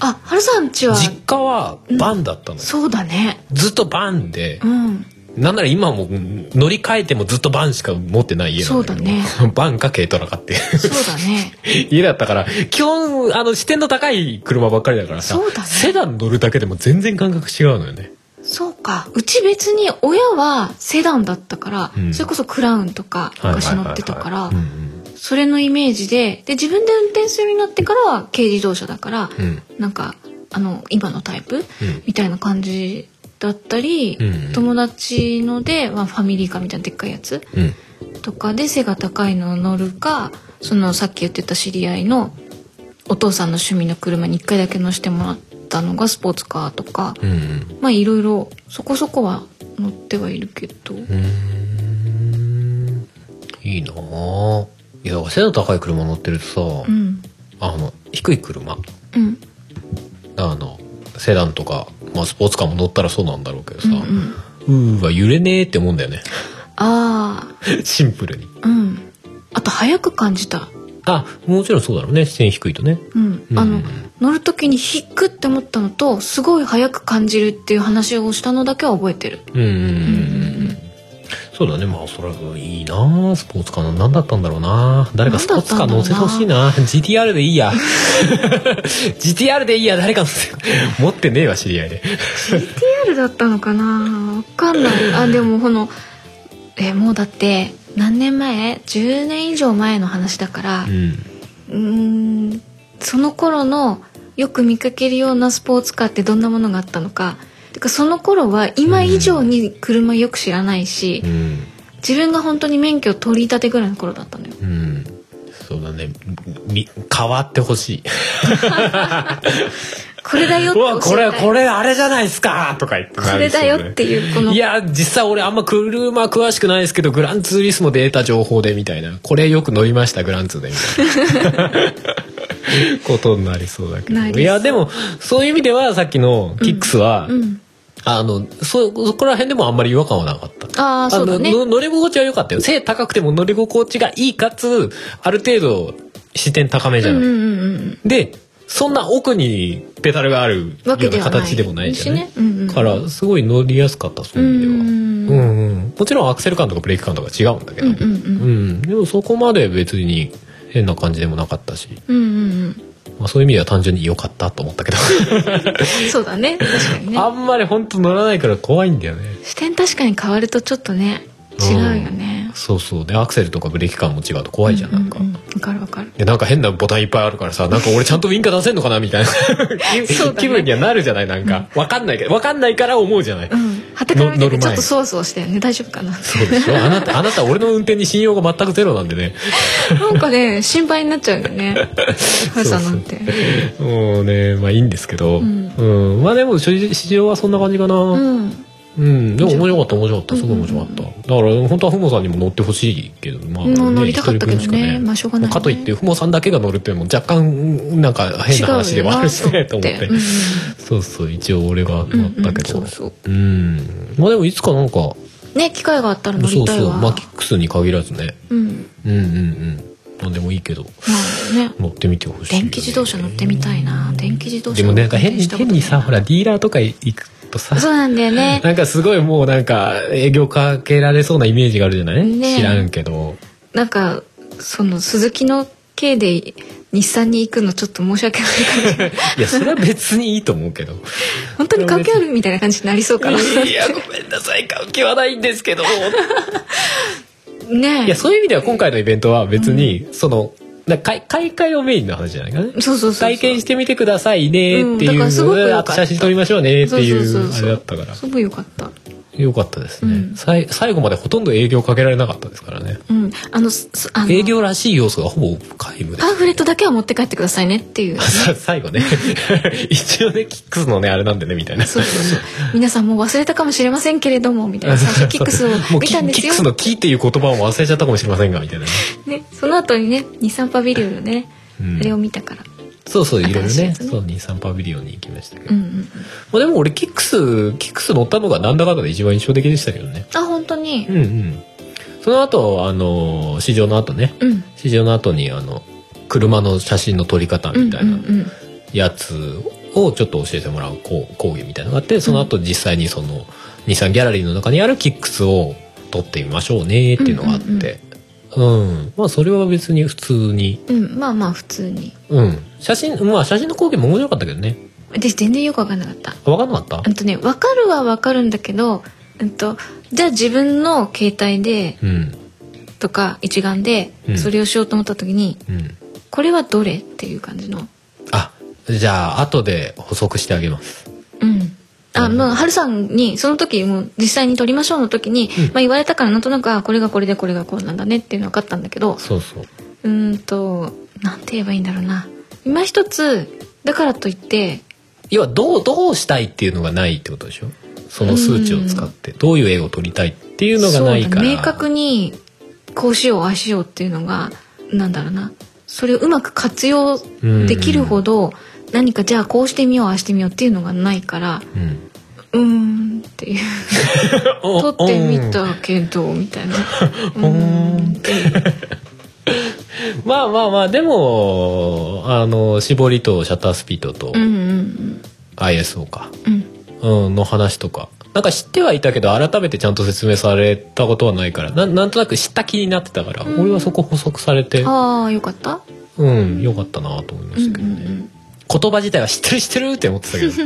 S2: あ春さんちは
S1: 実家はバンだったのよ、
S2: そうだね
S1: ずっとバンで
S2: う、ん
S1: なんなら今もうん乗り換えてもずっとバンしか持ってない家なんだけど
S2: そ
S1: バンか軽トラかっていう
S2: そうだね
S1: 家だったから基本あの視点の高い車ばっかりだからさ、
S2: そうだね
S1: セダン乗るだけでも全然感覚違うのよね
S2: そうかうち別に親はセダンだったから、
S1: うん
S2: それこそクラウンとか
S1: はいはいはい
S2: 昔
S1: はい
S2: 乗ってたから、
S1: うんうん
S2: それのイメージでで自分で運転するようになってからは軽自動車だから、
S1: うん
S2: なんかあの今のタイ
S1: う
S2: プ
S1: ん
S2: みたいな感じだったり、
S1: うん
S2: 友達ので、まあ、ファミリーカーみたいなでっかいやつ
S1: うん
S2: とかで背が高いのを乗るかそのさっき言ってた知り合いのお父さんの趣味の車に1回だけ乗せてもらったのがスポーツカーとか、
S1: うんうん
S2: まあいろいろそこそこは乗ってはいるけど、
S1: うーんいいなあいやだから背の高い車乗ってるとさ、
S2: うん
S1: あの低い車
S2: うん
S1: あのセダンとか、まあ、スポーツカーも乗ったらそうなんだろうけどさ、
S2: う
S1: うん
S2: うん
S1: ーわ揺れねえって思うんだよね
S2: あ
S1: シンプルに
S2: あうんあと早く感じた
S1: あもちろんそうだろうね視線低いとね
S2: うん、
S1: うん
S2: あの乗る時に引くって思ったのとすごい早く感じるっていう話をしたのだけは覚えてる
S1: うんうんうんうん
S2: う
S1: うんそうだねまあそれはいいなスポーツカーな何だったんだろうな誰かスポーツカー乗せてほしいな GTR でいいや GTR でいいや誰か乗せ て持ってねえわ知り合いで
S2: TR だったのかなわかん ないあでもこのえもうだって何年前10年以上前の話だから
S1: うん
S2: うーんその頃のよく見かけるようなスポーツカーってどんなものがあったのかてかその頃は今以上に車よく知らないし
S1: うん
S2: 自分が本当に免許取り立てぐらいの頃だったのよ
S1: うんそうだねみ変わってほしい
S2: これだよっ
S1: う
S2: て
S1: わこ
S2: 教え
S1: れ
S2: たい
S1: これあれじゃないですかとか言って
S2: これだよっていうこの
S1: いや実際俺あんま車詳しくないですけどグランツーリスモで得た情報でみたいなこれよく乗りましたグランツーでみた いなことになりそうだけ
S2: なりそ
S1: ど
S2: う
S1: いやでもそういう意味ではさっきのキックスは、
S2: うん
S1: あのそそこら辺でもあんまり違和感はなかった。
S2: ああそうだね
S1: のの乗り心地は良かったよ背高くても乗り心地がいいかつある程度視点高めじゃな
S2: う
S1: い、
S2: んうんうんうん
S1: でそんな奥にペダルがあるよ
S2: わけ
S1: う
S2: で
S1: な
S2: はない
S1: 形でもないじゃない
S2: しねうんうん
S1: からすごい乗りやすかったそういう意味では
S2: う
S1: うんん、
S2: うん
S1: うんもちろんアクセル感とかブレーキ感とか違うんだけど、
S2: うんうんうん
S1: うんでもそこまで別に変な感じでもなかったし、
S2: うんうん
S1: まあ、そういう意味では単純に良かったと思ったけど、
S2: うんそうだね確かに ね
S1: あんまり本当乗らないから怖いんだよね
S2: 視点確かに変わるとちょっとね違うよね
S1: そうそうでアクセルとかブレーキ感も違うと怖いじゃんなんか、
S2: うううわかるわかる
S1: でなんか変なボタンいっぱいあるからさなんか俺ちゃんとウインカー出せんのかなみたいな
S2: そうだね
S1: 気分にはなるじゃないなんかわかんないけどわかんないから思うじゃない、
S2: うんはたから見て
S1: 乗
S2: て
S1: る前
S2: ちょっとそわそわしたよね大丈夫かな
S1: そうでしょあなた、あなた俺の運転に信用が全くゼロなんでね。
S2: なんかね心配になっちゃうよ ねハルさんなんて
S1: もうね、まあいいんですけど。
S2: う
S1: うんん。まあでも、市市場はそんな感じかな。
S2: う
S1: うん。
S2: ん
S1: でも面白かった、面白かった。すごい面白かった。だ
S2: う
S1: から、本当はふもさんにも乗ってほしいけど、まあ、
S2: もう
S1: ね
S2: 乗りたかったけどね
S1: 一人分しか
S2: まあしょうがないね
S1: かといって、ふもさんだけが乗るっていうのも若干、うんなんか変な話ではあるしね、と思って
S2: うん。
S1: そうそう、一応俺が乗ったけ
S2: うんうん
S1: ど
S2: そうそう。
S1: うん。まあでも、いつかなんか、
S2: ね機会があったら乗
S1: そ
S2: り
S1: う
S2: たい
S1: そう、
S2: わ
S1: まあキックスに限らずね。
S2: うん
S1: うんうんうん。なんでもいいけど。
S2: まあね
S1: 乗ってみてほしいよね、
S2: 電気自動車乗ってみたいな電気自動
S1: で
S2: 車
S1: もなんか
S2: 運
S1: 変
S2: 転したこと
S1: 変
S2: ない
S1: にさほらディーラーとか行くとさ
S2: そうなんだよね
S1: なんかすごいもうなんか営業かけられそうなイメージがあるじゃない、
S2: ねえ
S1: 知らんけど
S2: なんかその鈴木の軽で日産に行くのちょっと申し訳ない 感じ
S1: いやそれは別にいいと思う けどい
S2: 本当に関係あるみたいな感じになりそうかな
S1: やごめんなさい関係はないんですけどい
S2: ねえ
S1: やそういう意味では今回のイベントは別に、そのなんか買い買い替えをメインの話じゃないかね
S2: そうそうそうそう
S1: 体験してみてくださいねって
S2: うんだ
S1: い
S2: からす
S1: う、
S2: ごく良か
S1: あ
S2: った
S1: と写真撮りましょうねってい
S2: そうそ
S1: う
S2: うそう
S1: あ
S2: そう
S1: れだったから
S2: すごい良かった
S1: よかったですね、
S2: うん
S1: さい最後までほとんど営業かけられなかったですからね
S2: うんあのすあの
S1: 営業らしい要素がほぼ皆無で
S2: パンフレットだけは持って帰ってくださいねっていう
S1: さ 最後ね一応ねキックスのねあれなんでねみたいな
S2: そうそうそう皆さんもう忘れたかもしれませんけれどもみたいな最初キックス
S1: も
S2: を
S1: う
S2: 見
S1: キ
S2: たんです
S1: キッ
S2: よ
S1: クスの「キ」っていう言葉を忘れちゃったかもしれませんがみたいなね
S2: ねその後にね日産パビリオンのね、
S1: うん
S2: あれを見たから
S1: そうそういろいろ
S2: 新しいや
S1: ね
S2: つね
S1: そう23パビリオンに行きましたけど、
S2: うんう
S1: ま
S2: んうん
S1: あ、でも俺キックスキックス乗ったのがなんだかんだで一番印象的でしたけどね
S2: あ本当に
S1: うんうんその後あの市場の後ね
S2: うん
S1: 市場の後にあの車の写真の撮り方
S2: うん
S1: み
S2: うん
S1: た
S2: う
S1: いなんやつをちょっと教えてもらう講講義みたいなのがあってその後実際にその日産ギャラリーの中にあるキックスを撮ってみましょうねっていうのがあって、うんまあそれは別に普通に、
S2: うんまあまあ普通に
S1: うん、写真まあ写真の講義も面白かったけどね、
S2: 私全然よく分かんなかった
S1: 分かんなかった
S2: うんとね分かるは分かるんだけどうんとじゃあ自分の携帯で
S1: うん
S2: とか一眼で
S1: うん
S2: それをしようと思った時に、
S1: うん
S2: これはどれっていう感じの
S1: あじゃあ後で補足してあげます
S2: うんあまあ、はるさんにその時もう実際に撮りましょうの時に、まあ、言われたからなんとなくあこれがこれでこれがこうなんだねっていうのは分かったんだけど
S1: そうそう
S2: うーんとなんて言えばいいんだろうな今一つだからといって
S1: 要はどうどうしたいっていうのがないってことでしょその数値を使ってどういう絵を撮りたいっていうのがないから
S2: そうだ明確にこうしようああしようっていうのがなんだろうなそれをうまく活用できるほど何かじゃあこうしてみようああしてみようっていうのがないから
S1: うん
S2: うーんっていう撮ってみたけどみたいなうーんっていう
S1: まあまあまあでもあの絞りとシャッタースピードと
S2: うんうん
S1: ISO か、
S2: うんうん
S1: うん、の話とかなんか知ってはいたけど改めてちゃんと説明されたことはないからなんなんとなく知った気になってたから、
S2: うん
S1: 俺はそこ補足されて
S2: ああよかった
S1: うんよかったなと思いま
S2: うんう
S1: し
S2: ん
S1: たけ
S2: う
S1: どね、
S2: ん
S1: 言葉自体は知ってる知ってるって思ってたけど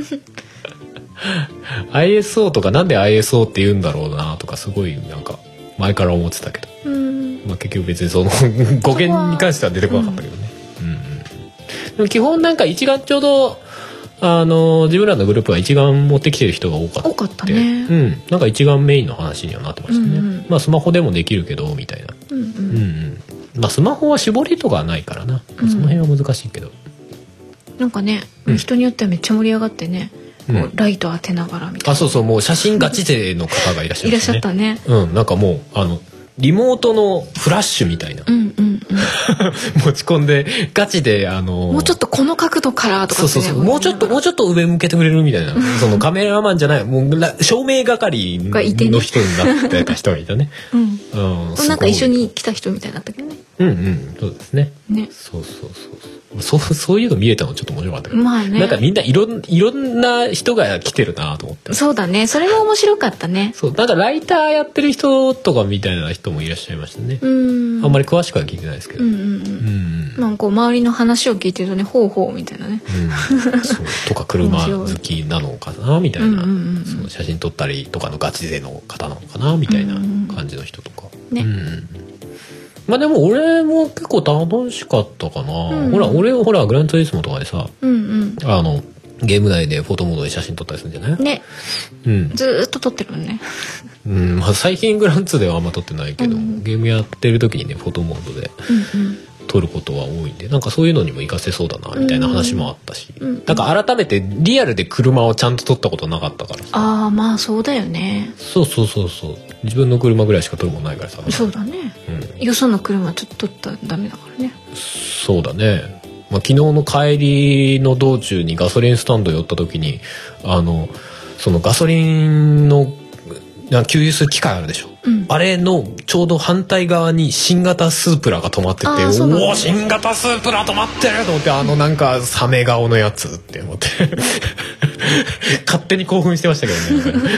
S1: ISO とかなんで ISO って言うんだろうなとかすごいなんか前から思ってたけど
S2: うん
S1: まあ、結局別にそ の語源に関しては出てこなかったけどね。うんうんでも基本なんか一眼ちょうどあの自分らのグループは一眼持ってきてる人が多かった
S2: 多かったね
S1: うん、なんか一眼メインの話にはなってましたね、
S2: うんうん
S1: まあスマホでもできるけどみたいな、
S2: うんう
S1: うん
S2: ん
S1: うんまあスマホは絞りとかはないからな、
S2: うん
S1: その辺は難しいけど
S2: なんかね、
S1: うん
S2: 人によってはめっちゃ盛り上がってね、こう
S1: うん
S2: ライト当てながらみた
S1: あ
S2: いな
S1: そうそうもう写真ガチ勢の方がいらっしゃ
S2: い
S1: い
S2: ら
S1: ま
S2: っ
S1: し
S2: しゃ
S1: たね
S2: ったね
S1: うんなんかもうあのリモートのフラッシュみたいな、
S2: うんうん
S1: 持ち込んでガチであ
S2: う
S1: の
S2: んもうちょっとこの角度からと
S1: そ
S2: か
S1: う
S2: って
S1: そう
S2: ね
S1: そう。もうちょっと、もうちょっと上向けてくれるみたいな。そのカメラマンじゃない、もうら照明係
S2: がいてね
S1: の人になってた人がいたね。
S2: うん
S1: うん。すごい
S2: なんか一緒。に来た人みたいだったけどね
S1: うんうん。そうですね。
S2: ね
S1: そうそうそう。そう、そういうの見えたのちょっと面白かったけど。
S2: まあね
S1: なんかみんないろん、いろんな人が来てるなと思って。
S2: そうだねそれも面白かったね
S1: そう。なんかライターやってる人とかみたいな人もいらっしゃいましたね
S2: う。ん
S1: あんまり詳しくは聞いてないですけど。
S2: う
S1: うんん
S2: うんうん
S1: うん。
S2: まあこう周りの話を聞いてるとねほうほうみたいなね
S1: うん、そうとか車好きなのかなみたいな
S2: うんうんうんうん
S1: その写真撮ったりとかのガチ勢の方なのかなみたいな感じの人とか。
S2: ね
S1: うんうんまあでも俺も結構楽しかったかな、
S2: うん
S1: ほら俺ほらグランツーリスモとかでさ
S2: うん
S1: あのゲーム内でフォトモードで写真撮ったりするんじゃな
S2: う
S1: い、
S2: んね
S1: うん
S2: ずーっと撮ってるもんね
S1: うんまあ、最近グランツーではあんま撮ってないけど、
S2: うん
S1: ゲームやってる時にねフォトモードで
S2: うん
S1: 撮ることは多いんでなんかそういうのにも活かせそうだなみたいな話もあったし、
S2: うんうん
S1: なんか改めてリアルで車をちゃんと撮ったことなかったからさ
S2: ああまあそうだよね
S1: そうそうそうそう自分の車ぐらいしか撮るもんないからさ
S2: そうだね
S1: うん、
S2: よその車ちょっと撮ったらダメだからね
S1: そうだね、まあ、昨日の帰りの道中にガソリンスタンド寄った時にあのそのガソリンのな給油する機械あるでしょ
S2: うん
S1: あれのちょうど反対側に新型スープラが止まってて、
S2: あーそうなんだ
S1: おお新型スープラ止まってると思ってあのなんかサメ顔のやつって思って 勝手に興奮してましたけどね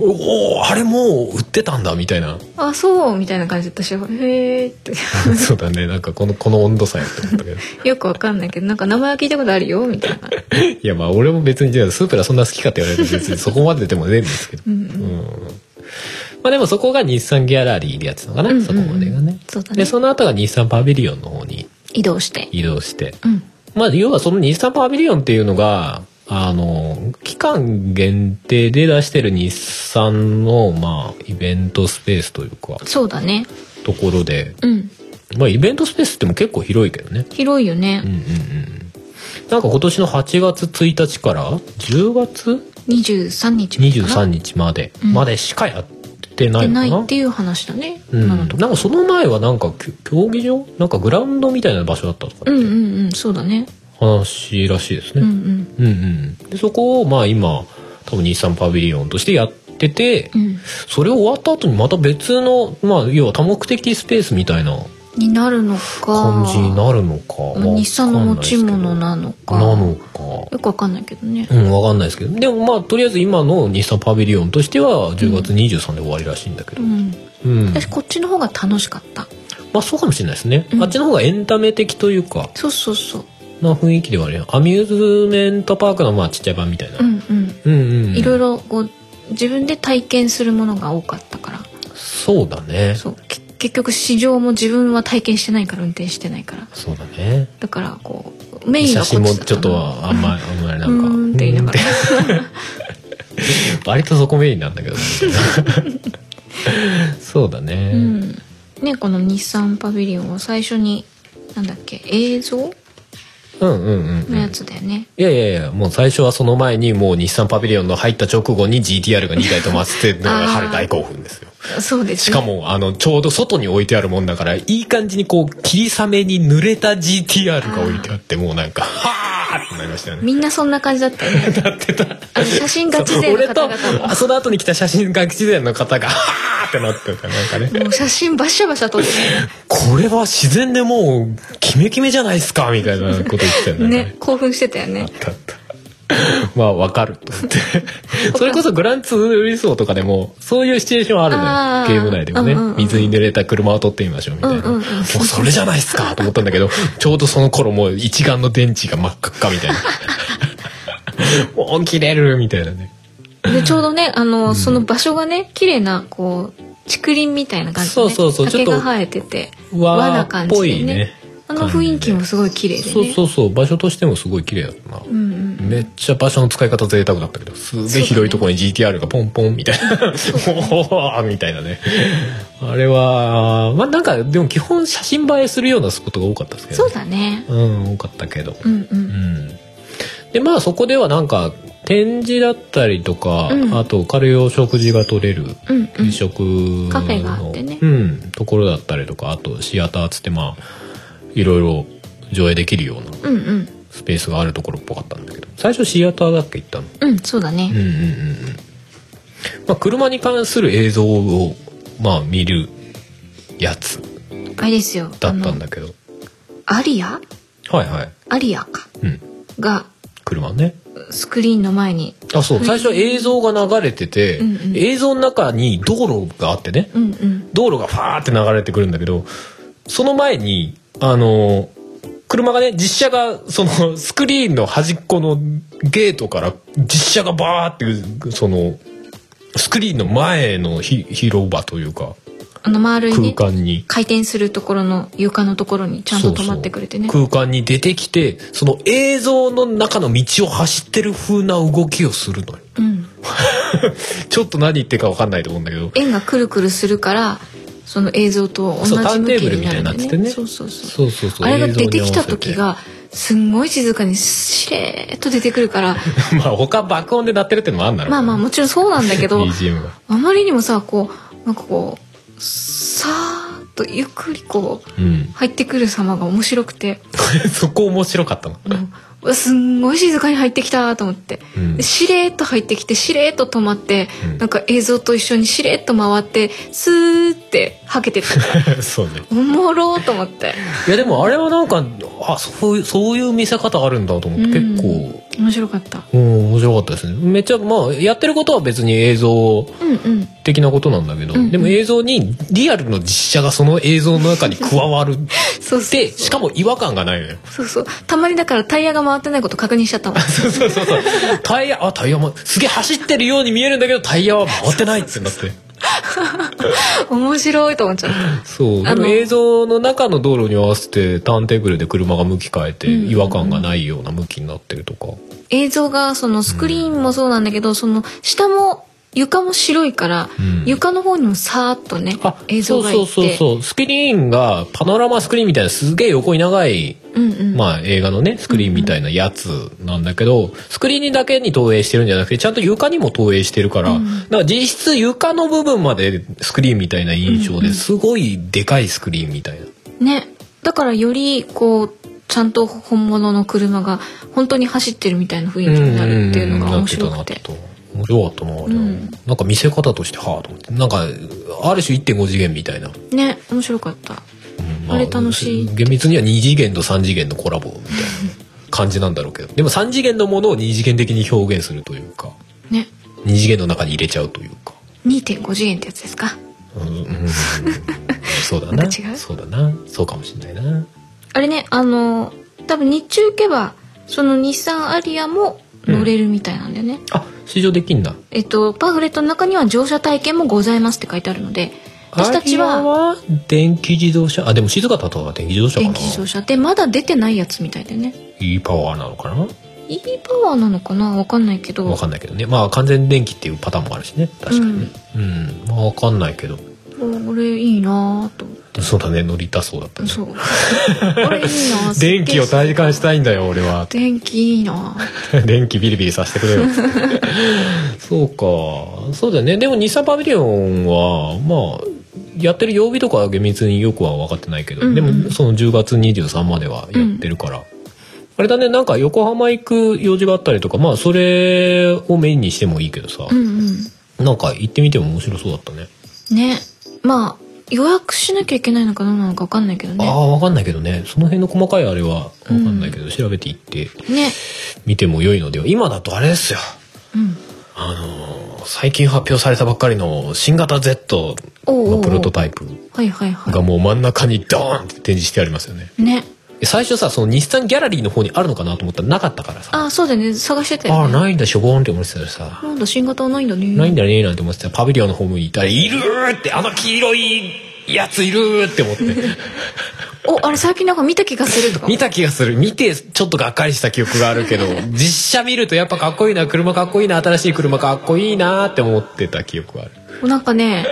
S1: おおあれもう売ってたんだみたいな
S2: あそうみたいな感じだったしへえって
S1: そうだねなんかこのこの温度差やって思ったけど
S2: よくわかんないけどなんか名前は聞いたことあるよみたいない
S1: やまあ俺も別にじゃあスープラそんな好きかって言われ ると別にそこまででもねえんですけど、
S2: うん
S1: うんまあでもそこが日産ギャラリーでやってたのかな、
S2: うんうんうん
S1: そこまでがね
S2: そうだね
S1: でその後が日産パビリオンの方に
S2: 移動して
S1: 移動して
S2: うん
S1: まあ、要はその日産パビリオンっていうのが、あの、期間限定で出してる日産の、まあ、イベントスペースというか、
S2: そうだね
S1: ところで、
S2: うん
S1: まあ、イベントスペースっても結構広いけどね。
S2: 広いよね
S1: うんうんうん。なんか今年の8月1日から10月
S2: 23日までか
S1: 23
S2: な
S1: 日まで、
S2: うん
S1: までしかやってない
S2: で
S1: の
S2: な
S1: か
S2: い
S1: な。
S2: っていう話だね
S1: うん、
S2: 今
S1: な
S2: の
S1: ん
S2: とこ
S1: かその前はなんかきょ競技場なんかグラウンドみたいな場所だったとか
S2: う
S1: っ
S2: んう
S1: て
S2: んうんそうだね
S1: 話らしいですね。
S2: うんうん
S1: うんうん、でそこをまあ今多分日産パビリオンとしてやってて、
S2: うん
S1: それ終わった後にまた別の、まあ、要は多目的スペースみたいな
S2: になるのか
S1: 感じになるのか
S2: まあ日産の持ち物
S1: な
S2: なのか
S1: なのか。
S2: よくわかんないけどね
S1: うん、わかんないですけどでもまあとりあえず今の日産パビリオンとしては10月23で終わりらしいんだけ
S2: う
S1: ど、
S2: ん
S1: うん
S2: 私こっちの方が楽しかった
S1: まあそうかもしれないですね、
S2: うん
S1: あっちの方がエンタメ的というか
S2: そうそうそう
S1: な雰囲気ではあるよアミューズメントパークのまあちっちゃい版みたいな、
S2: うんうん
S1: うんうん
S2: いろいろこう自分で体験するものが多かったから
S1: そうだね
S2: そうけ結局市場も自分は体験してないから運転してないから
S1: そうだね
S2: だからこうメインが
S1: 写
S2: こっち
S1: 真も
S2: だたな
S1: ちょっとはあんまりあんまりなんか
S2: うーんって言いながら
S1: うーん って割とそこメインなんだけど ねそうだね、
S2: うんねこの日産パビリオンを最初になんだっけ映像
S1: うんうんうんうん
S2: のやつだよね、
S1: いやいやいやもう最初はその前にもう日産パビリオンの入った直後に GTR が2台止まってて
S2: あー
S1: 春大興奮ですよ
S2: そうです
S1: し
S2: ね
S1: かもあのちょうど外に置いてあるもんだからいい感じにこう霧雨に濡れた GTR が置いてあってもうなんかはーってなりましたよね
S2: みんなそんな感じだったよね
S1: なってた
S2: あの写真ガチ勢の
S1: 俺
S2: 方
S1: と
S2: 々
S1: あその後に来た写真ガチ勢の方がはーってなってたなんかね
S2: ももう写真バシャバシャ撮って
S1: これは自然でもうキメキメじゃないですかみたいなこと言ってたよ
S2: た
S1: ね
S2: よねね興奮してたよね
S1: だった。まあ、わかると思って。それこそグランツーリスモとかでも、そういうシチュエーションあ
S2: あ
S1: る
S2: ー
S1: のよ。ゲーム内でもね、
S2: うんうんうん
S1: 水に濡れた車を撮ってみましょうみたいな。
S2: うんうんうん
S1: もうそれじゃないですかと思ったんだけど、ちょうどその頃もう一眼の電池が真っ赤っかみ たいな。もう切れるみたいなね。
S2: でちょうどねあの、その場所がね綺麗なこう竹林みたいな感じで、
S1: そう
S2: ね、
S1: そうそう
S2: 竹
S1: ちょっ
S2: が
S1: と
S2: 生えてて
S1: 和
S2: な感じでね
S1: っぽいね
S2: あの雰囲気もすごい綺麗でね
S1: そうそうそう、場所としてもすごい綺麗だったな。
S2: うんうん
S1: めっちゃ場所の使い方贅沢だったけど、すげえ広いところに GTR がポンポンみたいな、おおみたいなね。あれは、まあなんか、でも基本写真映えするようなことが多かったですけど、
S2: そうだね
S1: うん、多かったけど。
S2: うんう
S1: うんん。で、まあそこではなんか、展示だったりとか、
S2: うん
S1: あと軽いお食事が取れる。
S2: うんうん
S1: 飲食の
S2: カフェがあってね
S1: うん、ところだったりとかあとシアターつってまあいろいろ上映できるような
S2: うんうん
S1: スペースがあるところっぽかったんだけど最初シアターだっけ行ったの
S2: うんそうだね
S1: うんうんうんうんまあ車に関する映像をまあ見るやつ
S2: あれですよ
S1: だったん
S2: あの
S1: だけど
S2: アリア
S1: はいはい
S2: アリアか
S1: うん
S2: が
S1: 車ね
S2: スクリーンの前に
S1: あそう最初映像が流れてて、
S2: うんうん
S1: 映像の中に道路があってね
S2: うんうん
S1: 道路がファーって流れてくるんだけどその前にあの車がね実写がそのスクリーンの端っこのゲートから実写がバーってそのスクリーンの前のひ広場というか
S2: あの丸い
S1: 空
S2: ね
S1: 間に。
S2: 回転するところの床のところにちゃんと止まってくれてね
S1: そうそう空間に出てきてその映像の中の道を走ってる風な動きをするのよ
S2: うん
S1: ちょっと何言ってるか分かんないと思うんだけど
S2: 円がくるくるするからその映像と同じ
S1: そうターン
S2: 向
S1: テー
S2: き
S1: ブル
S2: に
S1: みた
S2: ないる
S1: になっ
S2: んだよ
S1: て
S2: ね
S1: てね
S2: そうそうそう
S1: そうそうそう
S2: あれが
S1: 映像に
S2: 出てき
S1: 合わ
S2: た
S1: せて
S2: 時がすんごい静かにしれーっと出てくる から
S1: まあ他爆音で鳴ってるってのもあんなの
S2: まあまあもちろんそうなんだけど
S1: BGM が
S2: あまりにもさこうなんかこうさーっとゆっくりこう
S1: うん
S2: 入ってくる様が面白くて、
S1: そこ面白かったの。
S2: うんうわ、すんごい静かに入ってきたと思って、
S1: うん
S2: でしれーっと入ってきてしれーっと止まって、
S1: うん
S2: なんか映像と一緒にしれーっと回ってスーってはけてっ たから
S1: そうね。
S2: おもろーと思って
S1: いやでもあれはなんか、あ、そういう、そういう見せ方あるんだと思って、
S2: うん
S1: 結構、
S2: 面白かった
S1: うん、面白かったですね。めっちゃ、まあ、やってることは別に映像
S2: うんうん
S1: 的なことなんだけど、
S2: うんうん
S1: でも映像にリアルの実写がその映像の中に加わる。
S2: そうそう
S1: で、しかも違和感がないのよ。
S2: そうそうたまにだからタイヤが回ってないこと確認しちゃったもん
S1: そうそうそうそう。タイヤ、あ、タイヤも、すげえ走ってるように見えるんだけど、タイヤは回ってないってなって。
S2: 面白いと思っちゃった
S1: そう。で
S2: あ
S1: も
S2: の
S1: 映像の中の道路に合わせて、ターンテーブルで車が向き変えて、
S2: うん
S1: 違和感がないような向きになってるとか。
S2: 映像がそのスクリーンもそうなんだけど、その下も床も白いから、
S1: うん
S2: 床の方にもさーっとね
S1: あ
S2: 映像がいって
S1: そうそうそうそうスクリーンがパノラマスクリーンみたいなすげえ横に長い、
S2: うんうん、
S1: まあ、映画のねスクリーンみたいなやつなんだけど、スクリーンにだけに投影してるんじゃなくてちゃんと床にも投影してるから、
S2: うん
S1: だから実質床の部分までスクリーンみたいな印象ですごいでかいスクリーンみたいな。
S2: ねだからよりこうちゃんと本物の車が本当に走ってるみたいな雰囲気になるっていうのが面白くて
S1: うんうんうんなってたなってた面白かったな、あれは
S2: うん
S1: なんか見せ方としてはあと思ってなんかある種1.5次元みたいな、
S2: ね面白かった
S1: うん
S2: あれ楽しい
S1: 厳密には2次元と3次元のコラボみたいな感じなんだろうけどでも3次元のものを2次元的に表現するというか
S2: ね
S1: 2次元の中に入れちゃうというか、
S2: 2.5次元ってやつですか
S1: うんうんうんそうだな
S2: なんか違う
S1: そうだなそうかもしれないな
S2: あれねあの多分日中行けばその日産アリアも乗れるみたいなんだよね、
S1: あ試乗できんだ
S2: えっとパンフレットの中には乗車体験もございますって書いてあるので私たち
S1: アリア
S2: は
S1: 電気自動車あでも静かだとは電気自動車かな
S2: 電気自動車でまだ出てないやつみたいでね
S1: いいパワーなのかな
S2: EV パワーなのかなわかんないけど
S1: わかんないけどねまあ完全電気っていうパターンもあるしね確かにねうん、まあわかんないけど
S2: お俺いいなぁと思って
S1: そうだね乗りたそうだったね
S2: そう俺いいなぁ
S1: 電気を体感した
S2: い
S1: いんだよ俺は
S2: 電気いいなぁ
S1: 電気ビリビリさせてくれ よそうかそうだよねでも日産パビリオンはまあやってる曜日とかは厳密によくは分かってないけど、
S2: うんうん
S1: でもその10月23まではやってるから、あれだねなんか横浜行く用事があったりとかまあそれをメインにしてもいいけどさ
S2: う、んうん
S1: なんか行ってみても面白そうだったね
S2: ねまあ予約しなきゃいけないのかどうなのかわかんないけど
S1: あ
S2: ね
S1: あ分かんないけどねその辺の細かいあれは分かんないけど、調べていって
S2: ね
S1: みても良いのでは今だとあれですよ
S2: うん
S1: あのー最近発表されたばっかりの新型 Z
S2: おうおうお
S1: の
S2: う
S1: プロトタイプ
S2: はいはいは
S1: がもう真ん中にドーンって展示してありますよね。
S2: いね
S1: 最初さ、その日産ギャラリーの方にあるのかなと思ったらなかったからさ。
S2: ああそうだよね探してた
S1: あ
S2: よ、
S1: あ、
S2: ね、
S1: ないんだ、しょぼーんって思ってたらさ、
S2: なんだ新型はないんだね
S1: ないんだねーなんて思ってたらパビリオンの方にいたら、いるーって、あの黄色いやついるーって思って。
S2: おあれ最近なんか見た気がするとか
S1: 見た気がする。見て、ちょっとがっかりした記憶がある けど、実写見るとやっぱかっこいいな、車かっこいいな、新しい車かっこいいなーって思ってた記憶がある。
S2: なんかね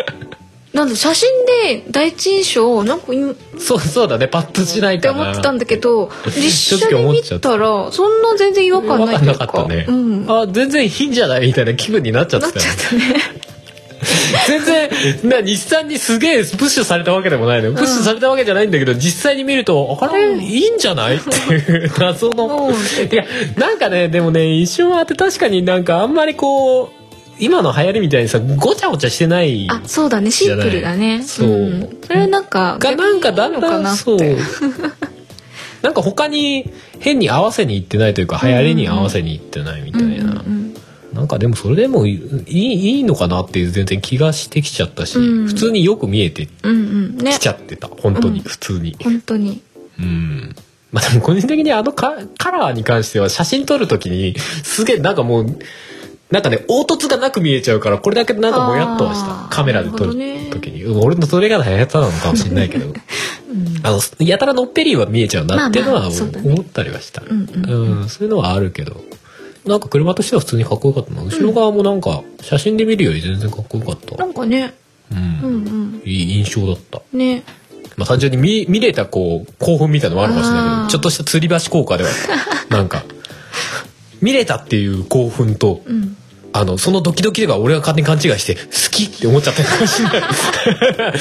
S2: なんだ写真で第一印象なんかいいっ
S1: そう、そうだね、パッとしない
S2: て
S1: か
S2: 思
S1: な。
S2: ってたんだけど実写
S1: 正
S2: で
S1: 直思っ
S2: 見
S1: ちゃった
S2: らそんな全然違和感ない
S1: わか
S2: と
S1: ん
S2: い
S1: な
S2: う
S1: かっ
S2: か
S1: たね、
S2: うんなっ
S1: あ全然いいんじゃないみたいな気分になっちゃってたよ
S2: ちゃったね
S1: 全然な日産にすげえプッシュされたわけでもないのよプッシュされたわけじゃないんだけど、実際に見るとあれ、
S2: うん
S1: いいんじゃないっていう謎の、
S2: うん
S1: いやなんかねでもね一瞬はあって確かになんかあんまりこう今の流行りみたいにさごちゃごちゃしてない
S2: あそうだねシンプルだね
S1: じゃないそうん
S2: それなんか
S1: がなんかだん
S2: 逆にい
S1: だ
S2: いのかなんって
S1: そうなんか他に変に合わせにいってないというか流行りに合わせにいってないみたいな、
S2: うんうん
S1: なんかでもそれでもいいいいのかなっていう全然気がしてきちゃったし、
S2: うん
S1: 普通によく見えて
S2: うんうんうんね
S1: きちゃってた本当に、
S2: うん
S1: 普通に
S2: 本当に
S1: うんまあでも個人的にあのカカラーに関しては写真撮る時にすげえなんかもうなんかね凹凸がなく見えちゃうからこれだけなんかもやっとはし
S2: あ
S1: た
S2: ー
S1: カメラで撮る
S2: なるほどね
S1: 時に、うん俺のそれが下手なのかもしれない けどあのやたらのっぺりは見えちゃうなっていうの
S2: まあ
S1: は
S2: まあそうだね
S1: 思ったりはした、
S2: うんうん
S1: うん、そういうのはあるけどなんか車としては普通にかっこよかったな後ろ側もなんか写真で見るより全然かっこよかった、
S2: なんかね
S1: うん
S2: うんうん
S1: いい印象だった、
S2: ね
S1: まあ、単純に見見れたこう興奮みたいのもあるかもしれないけ
S2: あー
S1: どちょっとした吊り橋効果で はなんか見れたっていう興奮と、
S2: うん
S1: あのそのドキドキとか俺が勝手に勘違いして好きって思っちゃったかもしれない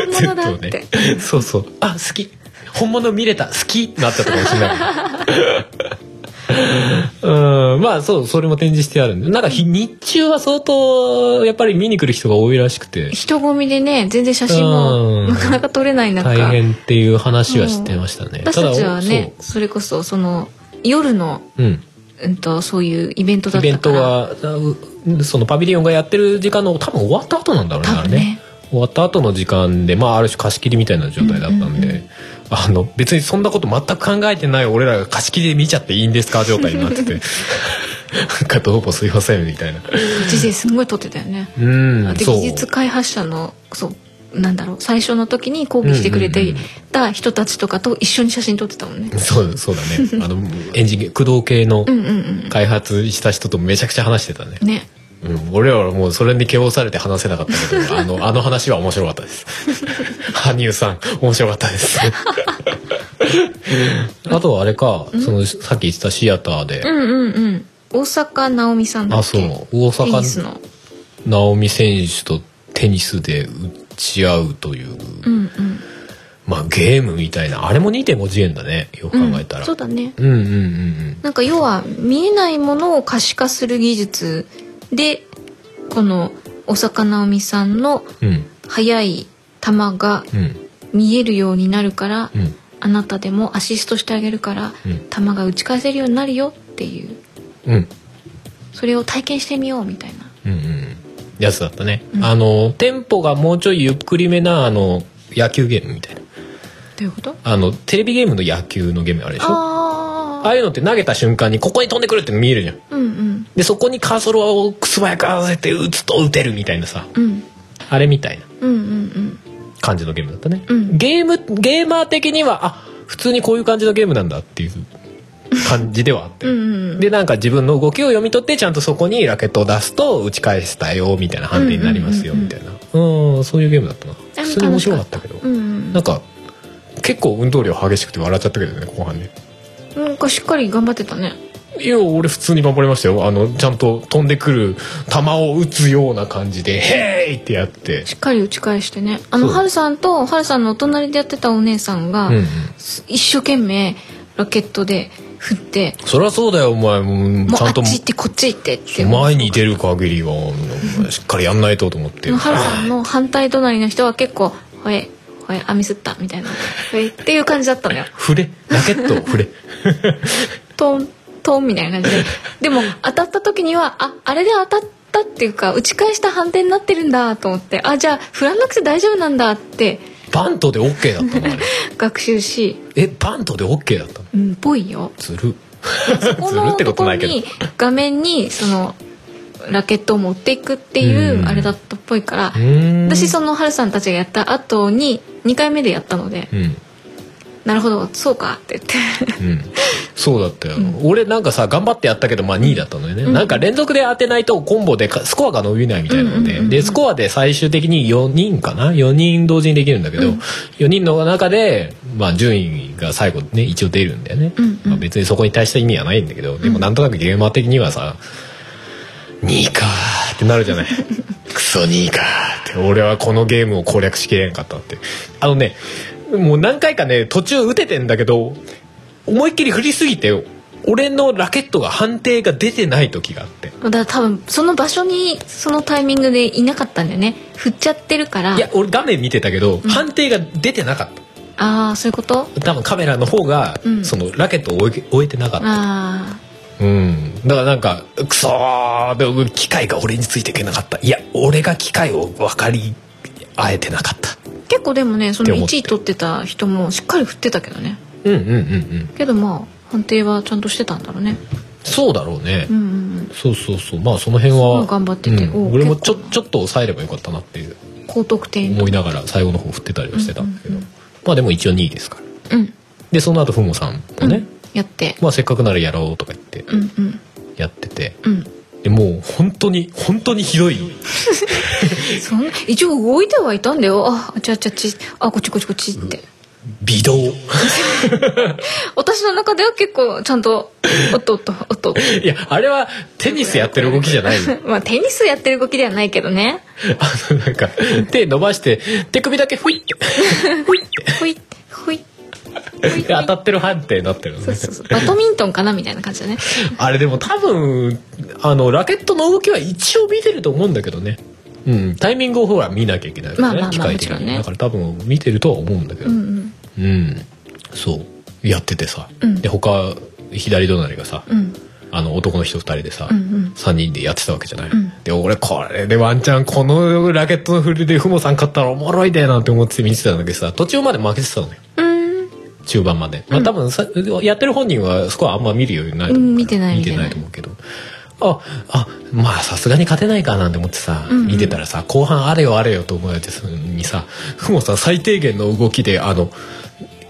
S2: 本物だっ
S1: Z を
S2: て
S1: ねそうそうあ好き本物見れた好きってなっちゃったかもしれない うんまあそうそれも展示してあるんでなんか日日中は相当やっぱり見に来る人が多いらしくて
S2: 人混みでね全然写真も
S1: うん
S2: なかなか撮れない中
S1: 大変っていう話はしてましたね、
S2: 私たちはねそれこそその夜の、
S1: そううん
S2: うん、とそういうイベント
S1: イ
S2: だっ
S1: ベ
S2: た
S1: ン
S2: か
S1: ト
S2: ら
S1: はうそのパビリオンがやってる時間の多分終わった後なんだろうね
S2: 多
S1: あれね
S2: 分ね
S1: 終わった後の時間で、まあ、ある種貸し切りみたいな状態だったんで、
S2: うんうんう
S1: あの別にそんなこと全く考えてない俺らが貸し切りで見ちゃっていいんですか状態にな っててなんかどうもすいませんみたいな
S2: 人生すんごい撮ってたよね。
S1: うん
S2: で
S1: そう
S2: 技術開発者のそうなんだろう最初の時に抗議してくれていた人たちとかと一緒に写真撮ってたもんね。
S1: そうそうだね あのエンジン駆動系の
S2: うんうんうん
S1: 開発した人とめちゃくちゃ話してたね
S2: ね。
S1: うん、俺らはもうそれに気をされて話せなかったけどあのあの話は面白かったです 羽生さん面白かったです あとはあれかそのさっき言ってたシアターで、
S2: うんうんうん。大阪なおみさんだ
S1: あ
S2: っ
S1: そ
S2: け。
S1: う大
S2: テニス
S1: 阪
S2: の。
S1: 直美選手とテニスで打ち合うという、
S2: うんうん。
S1: まあゲームみたいなあれも2.5次元だねよく考えた
S2: うん
S1: ら、
S2: そううだね。
S1: ん、うんうんうん
S2: なんか要は見えないものを可視化する技術でこの大坂なおみさんの
S1: うん
S2: 速い球が
S1: うん
S2: 見えるようになるから、
S1: うん
S2: あなたでもアシストしてあげるから、
S1: うん
S2: 球が打ち返せるようになるよっていう
S1: うん
S2: それを体験してみようみたいな
S1: うんうんやつだったね、
S2: うん
S1: あのテンポがもうちょいゆっくりめなあの野球ゲームみたいな
S2: どういうこと
S1: あの、テレビゲームの野球のゲームあれでしょ
S2: あ
S1: あ
S2: あ
S1: あいうのって投げた瞬間にここに飛んでくるっての見えるじゃん。
S2: うんうん
S1: で、そこにカーソルを素早く合わせて打つと打てるみたいなさ、
S2: うん
S1: あれみたいな
S2: うんうん
S1: 感じのゲームだったね。
S2: うん
S1: ゲーム、ゲーマー的には、あ、普通にこういう感じのゲームなんだっていう感じではあって。
S2: うんうんうん
S1: で、なんか自分の動きを読み取って、ちゃんとそこにラケットを出すと打ち返したよ、みたいな判定になりますよ、
S2: うんうん
S1: み
S2: うん
S1: たいな。うん、そういうゲームだったな。
S2: でも
S1: 普通に面白かったけど。
S2: うんうん
S1: なんか、結構運動量激しくて笑っちゃったけどね、後半ね。
S2: なんかしっかり頑張ってたね
S1: いや、俺普通に守りましたよ。あの、ちゃんと飛んでくる球を打つような感じで、へーいってやって。
S2: しっかり打ち返してねあの
S1: そう
S2: ハルさんとハルさんのお隣でやってたお姉さんが、
S1: うんうん。
S2: す一生懸命ラケットで振って
S1: そりゃそうだよ、お前。もう
S2: もう
S1: ちゃ
S2: あ
S1: ん
S2: っ
S1: と、
S2: ち行ってこっち行ってって
S1: 前に出る限りは、しっかりやんないとと思って。
S2: ハルさんの反対隣の人は結構「ほえほえあミスった」みたいな「ほえ」っていう感じだっ たのよ
S1: 触れ、ラケットを触れ。
S2: トントンみたいな感じででも当たった時にはああれで当たったっていうか打ち返した判定になってるんだと思ってあじゃあ振らなくて大丈夫なんだって
S1: バントで OK だったのあれ。
S2: 学習し
S1: え、バントで OK だったの
S2: うんぽいよ
S1: ずる。
S2: そこ
S1: ずる
S2: の
S1: って
S2: と
S1: こと
S2: ころ
S1: ないけど
S2: に画面にそのラケットを持っていくっていううんあれだったっぽいから
S1: うーん。
S2: 私そのハルさんたちがやった後に2回目でやったので
S1: うん。
S2: なるほどそうかって言っ
S1: う
S2: て
S1: ん、そうだったよ、俺なんかさ頑張ってやったけどまあ2位だったのよね、
S2: うん
S1: なんか連続で当てないとコンボでかスコアが伸びないみたいなので、
S2: うんうんうんうん
S1: でスコアで最終的に4人かな4人同時にできるんだけど、
S2: うん
S1: 4人の中で、まあ、順位が最後ね一応出るんだよね、
S2: うんうん
S1: まあ、別にそこに対して意味はないんだけどでもなんとなくゲーマー的にはさ2位かーってなるじゃ ないクソ2位かーって俺はこのゲームを攻略しきれんかったってあのねもう何回かね途中打ててんだけど思いっきり振りすぎて俺のラケットが判定が出てない時があって
S2: だから多分その場所にそのタイミングでいなかったんだよね振っちゃってるから
S1: いや俺画面見てたけど、判定が出てなかった
S2: ああそういうこと
S1: 多分カメラの方が、
S2: うん
S1: そのラケットを追え追えてなかった
S2: あ
S1: うんだからなんかクソーでも機械が俺についていけなかったいや俺が機械を分かり合えてなかった
S2: あ結構でもねそ
S1: って
S2: の
S1: 思って
S2: 1位取ってた人もしっかり振ってたけどね
S1: うんうんうんうん
S2: けどまあ判定はちゃんとしてたんだろうね
S1: そうだろうね、
S2: うんうんうん
S1: そうそうそうまあその辺は
S2: すごい頑張ってて
S1: うん
S2: おう
S1: 俺もち
S2: 結
S1: ょ
S2: 構
S1: ちょっと抑えればよかったなっていう
S2: 高得点
S1: 思いながら最後の方振ってたりはしてたんだけど、
S2: うんうんうん
S1: まあでも一応2位ですから
S2: うん
S1: でその後ふもさんも
S2: うん
S1: ね、
S2: やって
S1: まあせっかくならやろうとか言って
S2: うんうん
S1: やってて、
S2: うん
S1: でもう本当に本当にひどい
S2: そんな一応動いてはいたんだよああちゃちゃちあこっちこっちこっちって
S1: 微動
S2: 私の中では結構ちゃんとおっとおっとおっと
S1: いやあれはテニスやってる動きじゃないよ
S2: まあテニスやってる動きではないけどね
S1: あのなんか手伸ばして手首だけふいってふいっ
S2: ほいほい
S1: てで当たってる判定になってるの
S2: そう
S1: ね
S2: そうそうバドミントンかなみたいな感じだね
S1: あれでも多分あのラケットの動きは一応見てると思うんだけどねうんタイミングをほら見なきゃいけないからね、
S2: まあまあまあ
S1: 機械
S2: も
S1: 的
S2: ちろん
S1: に、
S2: ね
S1: だから多分見てるとは思うんだけど、
S2: うんうん
S1: うん、そうやっててさ、
S2: うん
S1: で他左隣がさ、
S2: うん
S1: あの男の人2人でさ、
S2: うんうん
S1: 3人でやってたわけじゃない、
S2: ん
S1: で俺これでワンチャンこのラケットの振りでふもさん勝ったらおもろいでなんて思って見てたんだけどさ途中まで負けてたのね
S2: うん
S1: 中盤まで、まあ、多分さ、やってる本人はそこはあんま見るようにないと思うから、
S2: うん見てない
S1: 見てないと思うけどああまあさすがに勝てないかなんて思ってさ、
S2: うんうん
S1: 見てたらさ後半あれよあれよと思われてすにさふもさん最低限の動きであの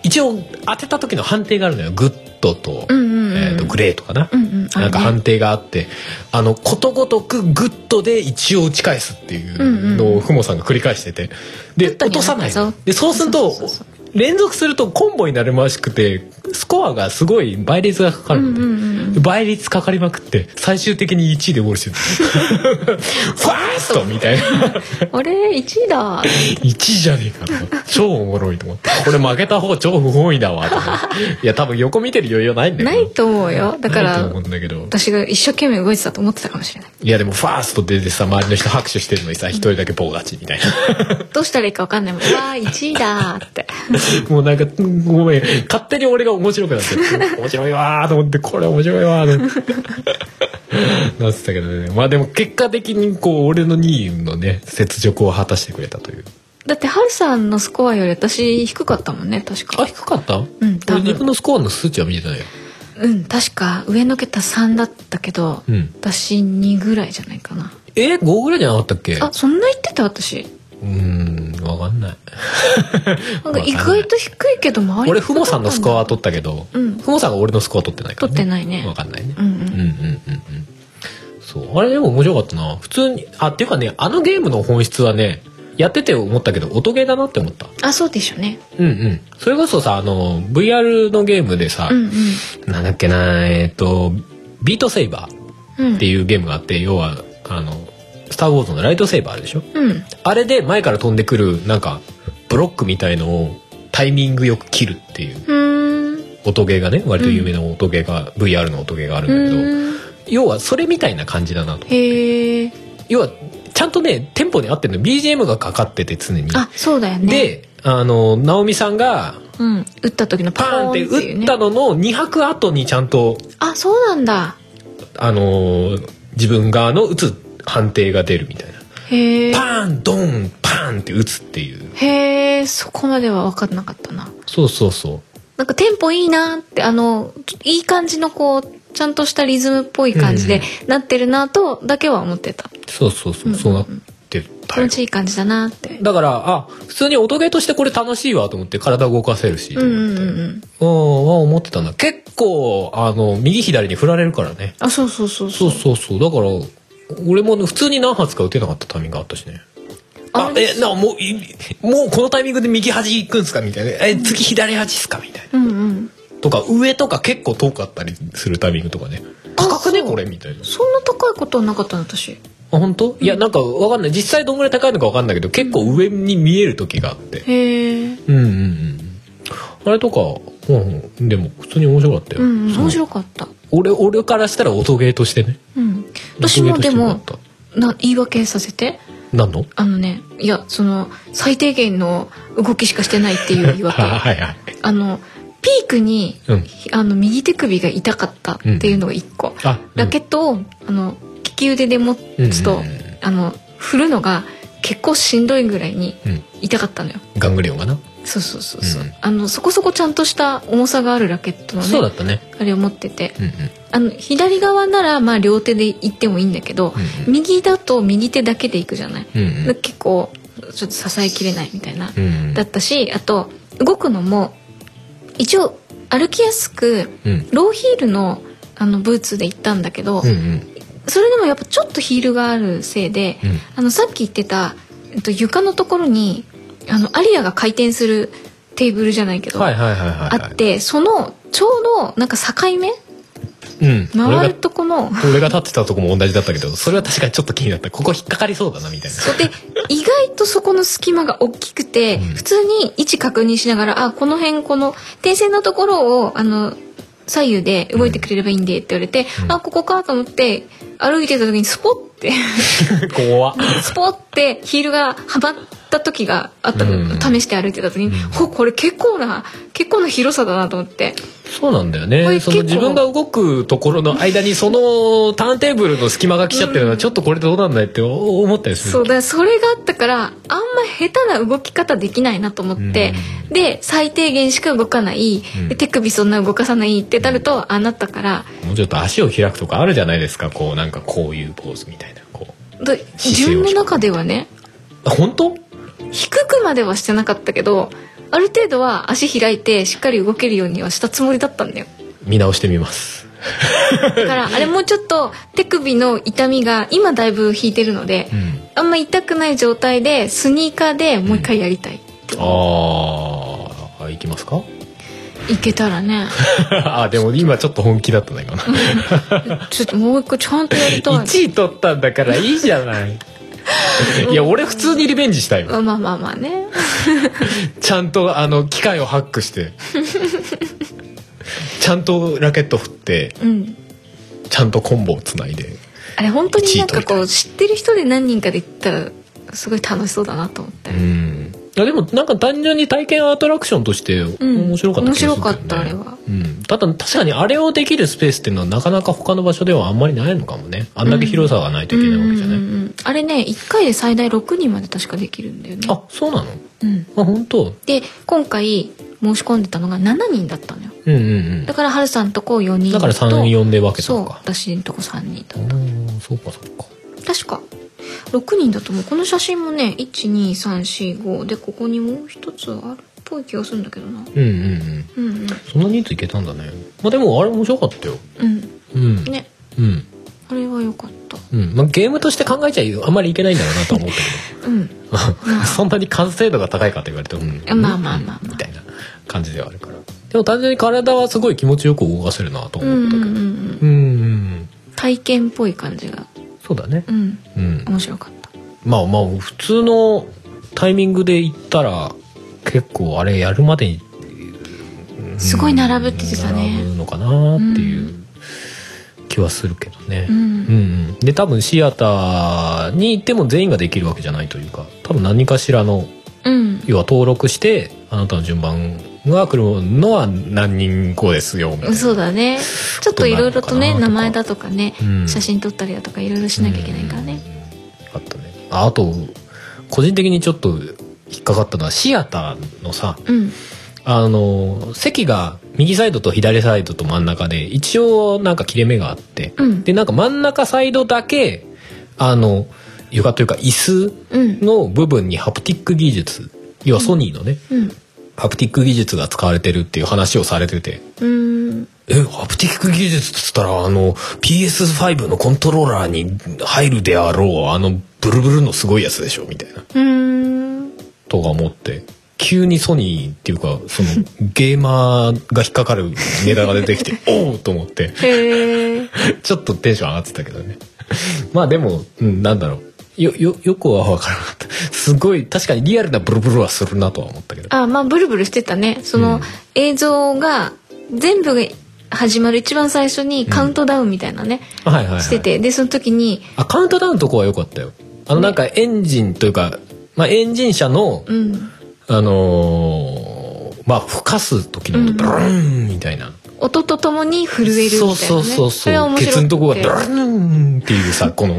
S1: 一応当てた時の判定があるのよグッドと,、
S2: うんうんうん
S1: えーとグレーとかな、
S2: うんうんあるね
S1: なんか判定があってあのことごとくグッドで一応打ち返すっていうのをふもさんが繰り返しててで
S2: グッド
S1: 落
S2: には
S1: とさない
S2: な
S1: の
S2: んかそう
S1: でそうすると
S2: そうそうそう
S1: 連続するとコンボになるましくてスコアがすごい倍率がかかるので、
S2: うんうんうん
S1: 倍率かかりまくって最終的に1位でゴールしてる ファーストみたいな
S2: あれ1位だ
S1: 1位じゃねえかな超おもろいと思ってこれ負けた方超不本意だわと思っていや多分横見てる余裕はないんだよ
S2: ないと思うよだか
S1: ないと
S2: ら
S1: 思うんだけど
S2: 私が一生懸命動いてたと思ってたかもしれない
S1: いやでもファースト出てさ周りの人拍手してるのにさ一人だけ棒勝ちみたいな
S2: どうしたらいいか分かんないもんうわあ1位だーって
S1: もうなんか、ごめん、勝手に俺が面白くなって、 面白いわーと思って、これ面白いわーと思って、 なってたけどね。まあでも結果的にこう、俺の2位のね、雪辱を果たしてくれたという。
S2: だってハルさんのスコアより私低かったもんね確
S1: あ、
S2: か
S1: 低かった
S2: うん多
S1: 俺
S2: 分
S1: 自分のスコアの数値は見てないよ。
S2: うん確か上の桁3だったけど、
S1: うん
S2: 私2ぐらいじゃないかな
S1: え ?5 ぐらいじゃなかったっけ
S2: あそんな言ってた私
S1: うーん、わかんない。
S2: なんか意外と低いけど周り
S1: 俺、ふもさんのスコアは取
S2: と
S1: ったけど、
S2: うん
S1: ふもさんが俺のスコア取ってないから、
S2: 取ってないね
S1: わかんないね。
S2: うんうん
S1: うんうんうんうん。そう。あれでも面白かったな。普通に、あ、っていうかね、あのゲームの本質はね、やってて思ったけど、音ゲーだなって思った。
S2: あそうでしょうね
S1: うんうん。それこそさ、あの、VR のゲームでさ、
S2: うんうん
S1: なんだっけな、えっ、と、ビートセイバー
S2: うん
S1: っていうゲームがあって、要は、あの、スター・ウォーズのライトセイバーでしょ
S2: うん
S1: あれで前から飛んでくる、なんか、ブロックみたいのをタイミングよく切るっていう。
S2: うーん
S1: 音ゲーがね割と有名な音ゲーが、VR の音ゲーがあるんだけど、
S2: うーん
S1: 要はそれみたいな感じだなと
S2: へえ
S1: 要はちゃんとねテンポに合ってるの BGM がかかってて常に
S2: あそうだよね
S1: であの直美さんが
S2: うん、打った時のパ
S1: パーン
S2: ー
S1: っ
S2: ンっててい
S1: 打
S2: う
S1: っ
S2: ね
S1: たのの2拍後にちゃんと
S2: あそうなんだ
S1: あの自分側の打つ判定が出るみたいな
S2: へえ
S1: パーンドーンパーンって打つっていう
S2: へえそこまでは分かんなかったな
S1: そうそうそ
S2: なんかテンポいいなってあのいい感じのこうちゃんとしたリズムっぽい感じでなってるなとだけは思ってた、
S1: うそうそうそう、
S2: うん
S1: そうなって
S2: 気
S1: たよ
S2: 持ちいい感じだなって
S1: だからあ普通に音ゲーとしてこれ楽しいわと思って体動かせるしと
S2: うん
S1: 思っ
S2: う
S1: て、
S2: んうんうん
S1: うん、は思ってたんだ。結構、あの、右左に振られるからね。
S2: あそうそうそう
S1: そうそうそう。だから、俺も普通に何発か打てなかったタイミングがあったしね。あ
S2: あ、
S1: え、な、もう、いもうこのタイミングで右端行くんすかみたいな。え、次左端っすかみたい
S2: うんうん
S1: な。とか、上とか結構遠かったりするタイミングとかね。
S2: あ
S1: 高くね
S2: そう
S1: これみたいな。
S2: そんな高いことはなかったの私
S1: あ、本当？いや、なんかわかんない。実際どんぐらい高いのかわかんないけど、結構上に見える時があって。
S2: へえ
S1: うんうんうん。あれとか、うんうん、でも普通に面白かったよ。
S2: うん
S1: その
S2: 面白かった
S1: 俺俺からしたら音ゲーとしてね
S2: うん私も
S1: 音ゲ
S2: で
S1: ー
S2: も
S1: としてよかっ
S2: な言い訳させて
S1: た何の
S2: あのねいやその最低限の動きしかしてないっていう言い 訳
S1: あはいはい
S2: あのピークに、
S1: うん
S2: あの右手首が痛かったっていうのが一個、
S1: あ
S2: ラケットをあの利き腕で持つ
S1: うん
S2: と、
S1: うんうん
S2: あの振るのが結構しんどいぐらいに
S1: うん、うん、
S2: 痛かったのよ
S1: ガングリオンかな、
S2: そうそうそうそう、
S1: うん
S2: あのそこそこちゃんとした重さがあるラケットの
S1: そうだ
S2: ね
S1: ったね
S2: あれを持ってて
S1: うんうん
S2: あの左側ならまあ両手で行ってもいいんだけど、
S1: うん
S2: 右だと右手だけで行くじゃない、
S1: うんう
S2: だ
S1: ん
S2: 結構ちょっと支えきれないみたいな、
S1: うん
S2: だったしあと動くのも一応歩きやすく
S1: うん
S2: ローヒールのあのブーツで行ったんだけど、
S1: うんうん
S2: それでもやっぱちょっとヒールがあるせいで、
S1: うん
S2: あのさっき言ってた、えっと、床のところにあのアリアが回転するテーブルじゃないけど、
S1: はいはいはいはいはい
S2: あってそのちょうどなんか境目
S1: うん
S2: 回
S1: 俺が
S2: るとこの
S1: 俺が立ってたとこも同じだったけどそれは確かにちょっと気になったここ引っかかりそうだなみたいな
S2: そうで意外とそこの隙間が大きくて、
S1: ん
S2: 普通に位置確認しながら「あこの辺この点線のところをあの左右で動いてくれればいいんで」って言われて「
S1: うん
S2: あここか」と思って歩いてた時にスポッ て
S1: 怖っ
S2: スポッてヒールがはまった時があったの、
S1: うん
S2: 試して歩いてた時に、
S1: ん
S2: ほこれ結構な結構な広さだなと思って
S1: そうなんだよ
S2: こ
S1: ね
S2: れ
S1: その
S2: 結構
S1: 自分が動くところの間にそのターンテーブルの隙間が来ちゃってるのはちょっとこれどうなんだいって思ったりする
S2: そうだからそれがあったからあんま下手な動き方できないなと思って、で最低限しか動かない、
S1: うん
S2: で手首そんな動かさないってなると、ああなったから
S1: もうちょっと足を開くとかあるじゃないですかこうなんかこういうポーズみたいなこう
S2: で
S1: 姿
S2: 自
S1: 勢を
S2: 分の中ではね
S1: あ本当
S2: 低くまではしてなかったけどある程度は足開いてしっかり動けるようにはしたつもりだったん だよ
S1: 見直してみます
S2: だからあれもうちょっと手首の痛みが今だいぶ引いてるので、
S1: ん
S2: あんま痛くない状態でスニーカーでもう一回やりたい、
S1: あーいきますか
S2: いけたら ね
S1: あでも今ちょっと本気だったね今
S2: ちょっともう一個ちゃんとやりたい
S1: 1位取ったんだからいいじゃない いや俺普通にリベンジしたい
S2: ま
S1: わ
S2: あまあまあまあね
S1: ちゃんとあの機械をハックしてちゃんとラケット振って
S2: うん
S1: ちゃんとコンボをつないで
S2: あれ本当に
S1: 1
S2: なん
S1: 位取
S2: か
S1: りた
S2: こう知ってる人で何人かで行ったらすごい楽しそうだなと思った
S1: う
S2: よ、
S1: んいやでもなんか単純に体験アトラクションとして
S2: うん
S1: 面白かった気がするけどね
S2: 面白かったあれは
S1: うん、ただ確かにあれをできるスペースっていうのはなかなか他の場所ではあんまりないのかもねあんだけ広さがないといけないわけじゃない、
S2: うんうんうんうんあれね1回で最大6人まで確かできるんだよね
S1: あそうなの
S2: うん、
S1: あ本当
S2: で今回申し込んでたのが7人だったのよ
S1: うんうん
S2: だからハルさんとこ4
S1: う
S2: 人
S1: んだから
S2: と
S1: 34で分けた
S2: そう
S1: のか
S2: 私んとこ3人だ
S1: うーんそうかそうか
S2: 確か6人だと思うこの写真もね12345でここにもう一つあるっぽい気がするんだけどな
S1: うんうんうん
S2: うんうん
S1: そんな人数いけたんだねまあでもあれ面白かったよ
S2: うん
S1: うん、
S2: ね
S1: うん
S2: あれは良かった
S1: うんまあ、ゲームとして考えちゃあんまりいけないんだろうなとは思ったけど
S2: うん
S1: そんなに完成度が高いかと言われても、うん
S2: まあまあまあまあ
S1: みたいな感じではあるからでも単純に体はすごい気持ちよく動かせるなと
S2: う
S1: 思っ
S2: んうん
S1: た
S2: う
S1: けど
S2: ん
S1: う
S2: う
S1: んんうん
S2: 体験っぽい感じが
S1: そうだね
S2: うん
S1: うん
S2: 面白かった
S1: まあまあ普通のタイミングで行ったら結構あれやるまでに、うん
S2: すごい並ぶって言ってたね
S1: 並ぶのかなっていう気はするけどね、
S2: うん
S1: うんうんで多分シアターに行っても全員ができるわけじゃないというか多分何かしらの
S2: うん
S1: 要は登録してあなたの順番が来るのは何人後ですよみたいな
S2: そうだねちょっといろいろとね
S1: どうな
S2: 名
S1: るのかなとか
S2: 前だとかね、
S1: うん
S2: 写真撮ったりだとかいろいろしなきゃいけないからね、
S1: うん。あったねああと個人的にちょっと引っかかったのはシアターのさ
S2: うん
S1: あの席が右サイドと左サイドと真ん中で一応なんか切れ目があって、
S2: うん
S1: でなんか真ん中サイドだけあの床というか椅
S2: うん
S1: 子の部分にハプティック技術要はソニーのね、
S2: うん
S1: ハプティック技術が使われてるっていう話をされてて。
S2: うん
S1: え、ハプティック技術っつったら、あの、PS5 のコントローラーに入るであろう、あの、ブルブルのすごいやつでしょ、みたいな。
S2: うん
S1: とか思って。急にソニーっていうか、その、ゲーマーが引っかかるネタが出 てきて、おおと思って、
S2: へえ
S1: ちょっとテンション上がってたけどね。 まあでも、うん、なんだろう。よ、よ、よくは分からなかった。すごい、確かにリアルなブルブルはするなとは思ったけど。
S2: あまあブルブルしてたねその、
S1: うん
S2: 映像が全部が始まる一番最初にカウントダウンみたいなね、
S1: はいはい、はい。
S2: しててでその時に
S1: あカウントダウンのとこは良かったよあのなんかエンジンというか、まあ、エンジン車の、
S2: うん
S1: あのーまあ吹かす時の音
S2: うん
S1: ブルーンみたいな、
S2: 音とともに震えるみたいな、
S1: そ
S2: ね、
S1: うそうそう
S2: れは
S1: そう
S2: 面
S1: ケ
S2: 白くて
S1: ツのとこがブルーンっていう さこの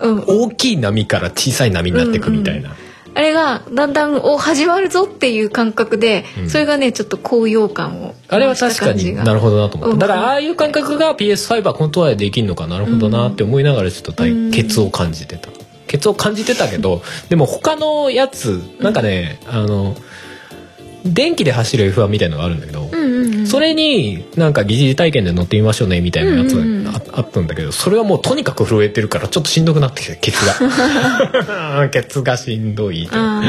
S2: うん
S1: 大きい波から小さい波になってくみたいな、
S2: あれがだんだんお始まるぞっていう感覚で、
S1: うん
S2: それがねちょっと高揚感を
S1: あれは確かになるほ
S2: ほ
S1: どなと思っ
S2: う
S1: た
S2: ん
S1: だからああいう感覚が PS5 はコントローラーでできるのかなるほどなって思いながらちょっと体
S2: うん
S1: ケツを感じてたケツを感じてたけどでも他のやつなんかねあの電気で走る F1 みたいのがあるんだけど
S2: ど、うんうんうん、
S1: それになんか疑似体験で乗ってみましょうねみたいなやつ
S2: うんうんうん
S1: がああったんだけどそれはもうとにかく震えてるからちょっとしんどくなってきてケツ がケツがしんどいと
S2: あ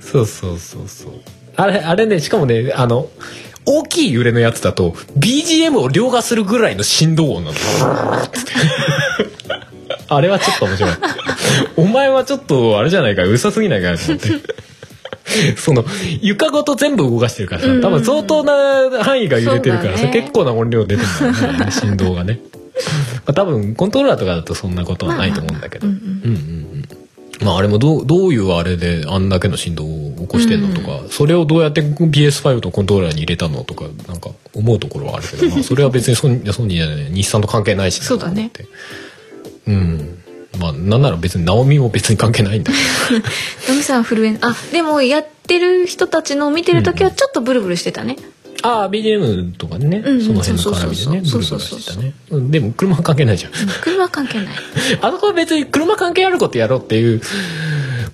S1: そうそうそうそう。あれ、あれね、しかもね、あの、大きい揺れのやつだと、BGM を凌駕するぐらいの振動音なの。 あれはちょっと面白い。お前はちょっと、あれじゃないか、うさすぎないかと思って。その床ごと全部動かしてるからさ
S2: うんうんうん
S1: 多分相当な範囲が揺れてるから
S2: そ
S1: さ、
S2: うだね
S1: 結構な音量出てるんだよね振動が ね、まあ、多分コントローラーとかだとそんなことはないと思うんだけど、
S2: まあまあま
S1: うんうんうんまああれもどうどういうあれであんだけの振動を起こしてんのとか、それをどうやって PS5 とコントローラーに入れたのとかなんか思うところはあるけど、まあ、それは別にソニーソニーじゃない日産と関係ないしな
S2: そうだね
S1: と思ってうんまあなんなら別にナオミも別に関係ないんだけ
S2: のみさん震えんあでもやってる人たちのを見てる時はちょっとブルブルしてたね、
S1: どああ BGM とかね、
S2: うん
S1: その辺の絡みでねブ
S2: そう
S1: ルブ
S2: そう
S1: ル
S2: そう
S1: して
S2: そう
S1: たねうんでも車は関係 ないじゃん
S2: うん、車は関係ない
S1: あそこは別に車関係あることやろうっていう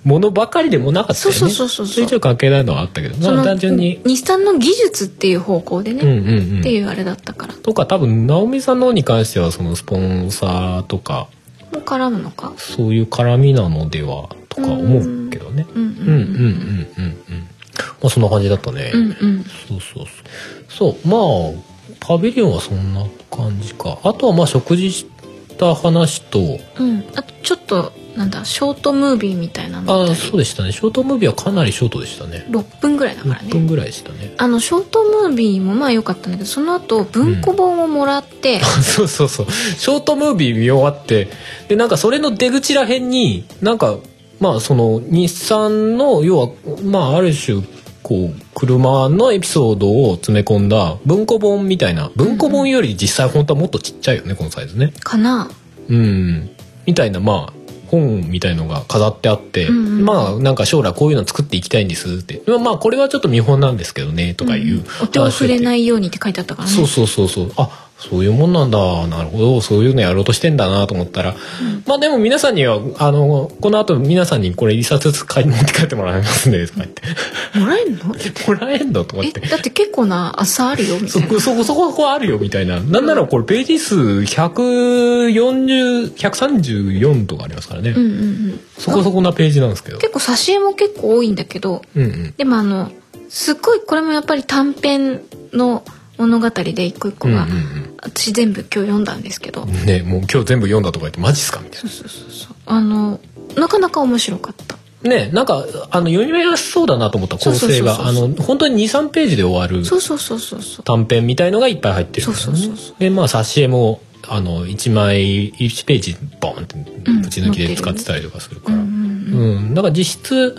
S1: ものばかりでもなかったよね
S2: そうそうそうそうそう
S1: れ以上関係ないのはあったけど
S2: そ
S1: ま
S2: の
S1: あ単純に
S2: 日産の技術っていう方向でね、
S1: うんうんうん
S2: っていうあれだったから
S1: とか多分直美さんの方に関してはそのスポンサーとか
S2: もう絡むのか
S1: そういう絡みなのではとか思うけどね。
S2: うん
S1: うんうんうんうんうん。まあそんな感じだったね。
S2: うんうん
S1: そうそうそう。そうまあパビリオンはそんな感じか。あとはまあ食事した話と
S2: うんあとちょっとなんだショートムービーみたいなの
S1: あそうでしたねショートムービーはかなりショートでしたね。
S2: 6分ぐらいだから
S1: 6分
S2: ね
S1: ぐらいでしたね。
S2: あのショートムービーもまあ良かったんだけどその後文庫本をもらって、
S1: そうそうそう。ショートムービー見終わって、で、なんかそれの出口らへんに、なんか、まあその日産の要はまあある種こう車のエピソードを詰め込んだ文庫本みたいな文庫本より実際本当はもっとちっちゃいよねこのサイズね。
S2: かな
S1: うん、みたいなまあ本みたいのが飾ってあって、
S2: うんうん
S1: まあなんか将来こういうの作っていきたいんですってまあまあこれはちょっと見本なんですけどねとかいう、
S2: お手を触れ
S1: い
S2: ないようにって書いてあったからね
S1: そうそうそうそうあそういうもんなんだなるほどそういうのやろうとしてんだなと思ったら、まあでも皆さんにはあのこの後皆さんにこれ一冊ずつ買い持って帰ってもらいますん でとか言って
S2: もらえんの
S1: もらえんのとかっ
S2: え
S1: て
S2: だって結構な朝あるよみた
S1: そ
S2: いな
S1: こそこそこそこあるよみたいななんならこれページ数140134とかありますからね、
S2: うんうんうん
S1: そこそこなページなんですけど
S2: 結構挿絵も結構多いんだけど
S1: うんうん
S2: でもあのすっごいこれもやっぱり短編の物語で一個一個が、
S1: うんうん
S2: 私全部今日読んだんですけど、
S1: うんねもう今日全部読んだとか言ってマジっすかみたい
S2: そうそうそうそうあのなかなか面白かった
S1: なねなんかあの読みやすそうだなと思った構成が
S2: そ
S1: あ
S2: うそうそうそう
S1: の本当に23ページで終わる
S2: そうそうそうそうそう
S1: 短編みたいのがいっぱい入ってるんだよね
S2: そうそうそうそ
S1: でまあ挿絵もあの1枚1ページボンってぶち抜きで使ってたりとかするから、
S2: うんう
S1: うん
S2: んうん
S1: だから実質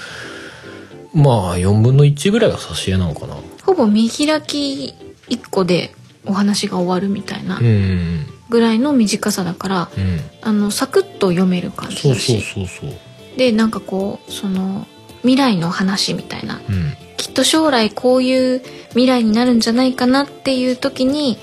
S1: まあ4分の1ぐらいが挿絵なのかな
S2: ほぼ見開き一個でお話が終わるみたいな
S1: うんうん
S2: ぐらいの短さだから、
S1: うんうん
S2: あのサクッと読める感じ
S1: そう
S2: だ
S1: そう
S2: し
S1: そうそう
S2: でなんかこうその未来の話みたいな
S1: うん
S2: きっと将来こういう未来になるんじゃないかなっていう時に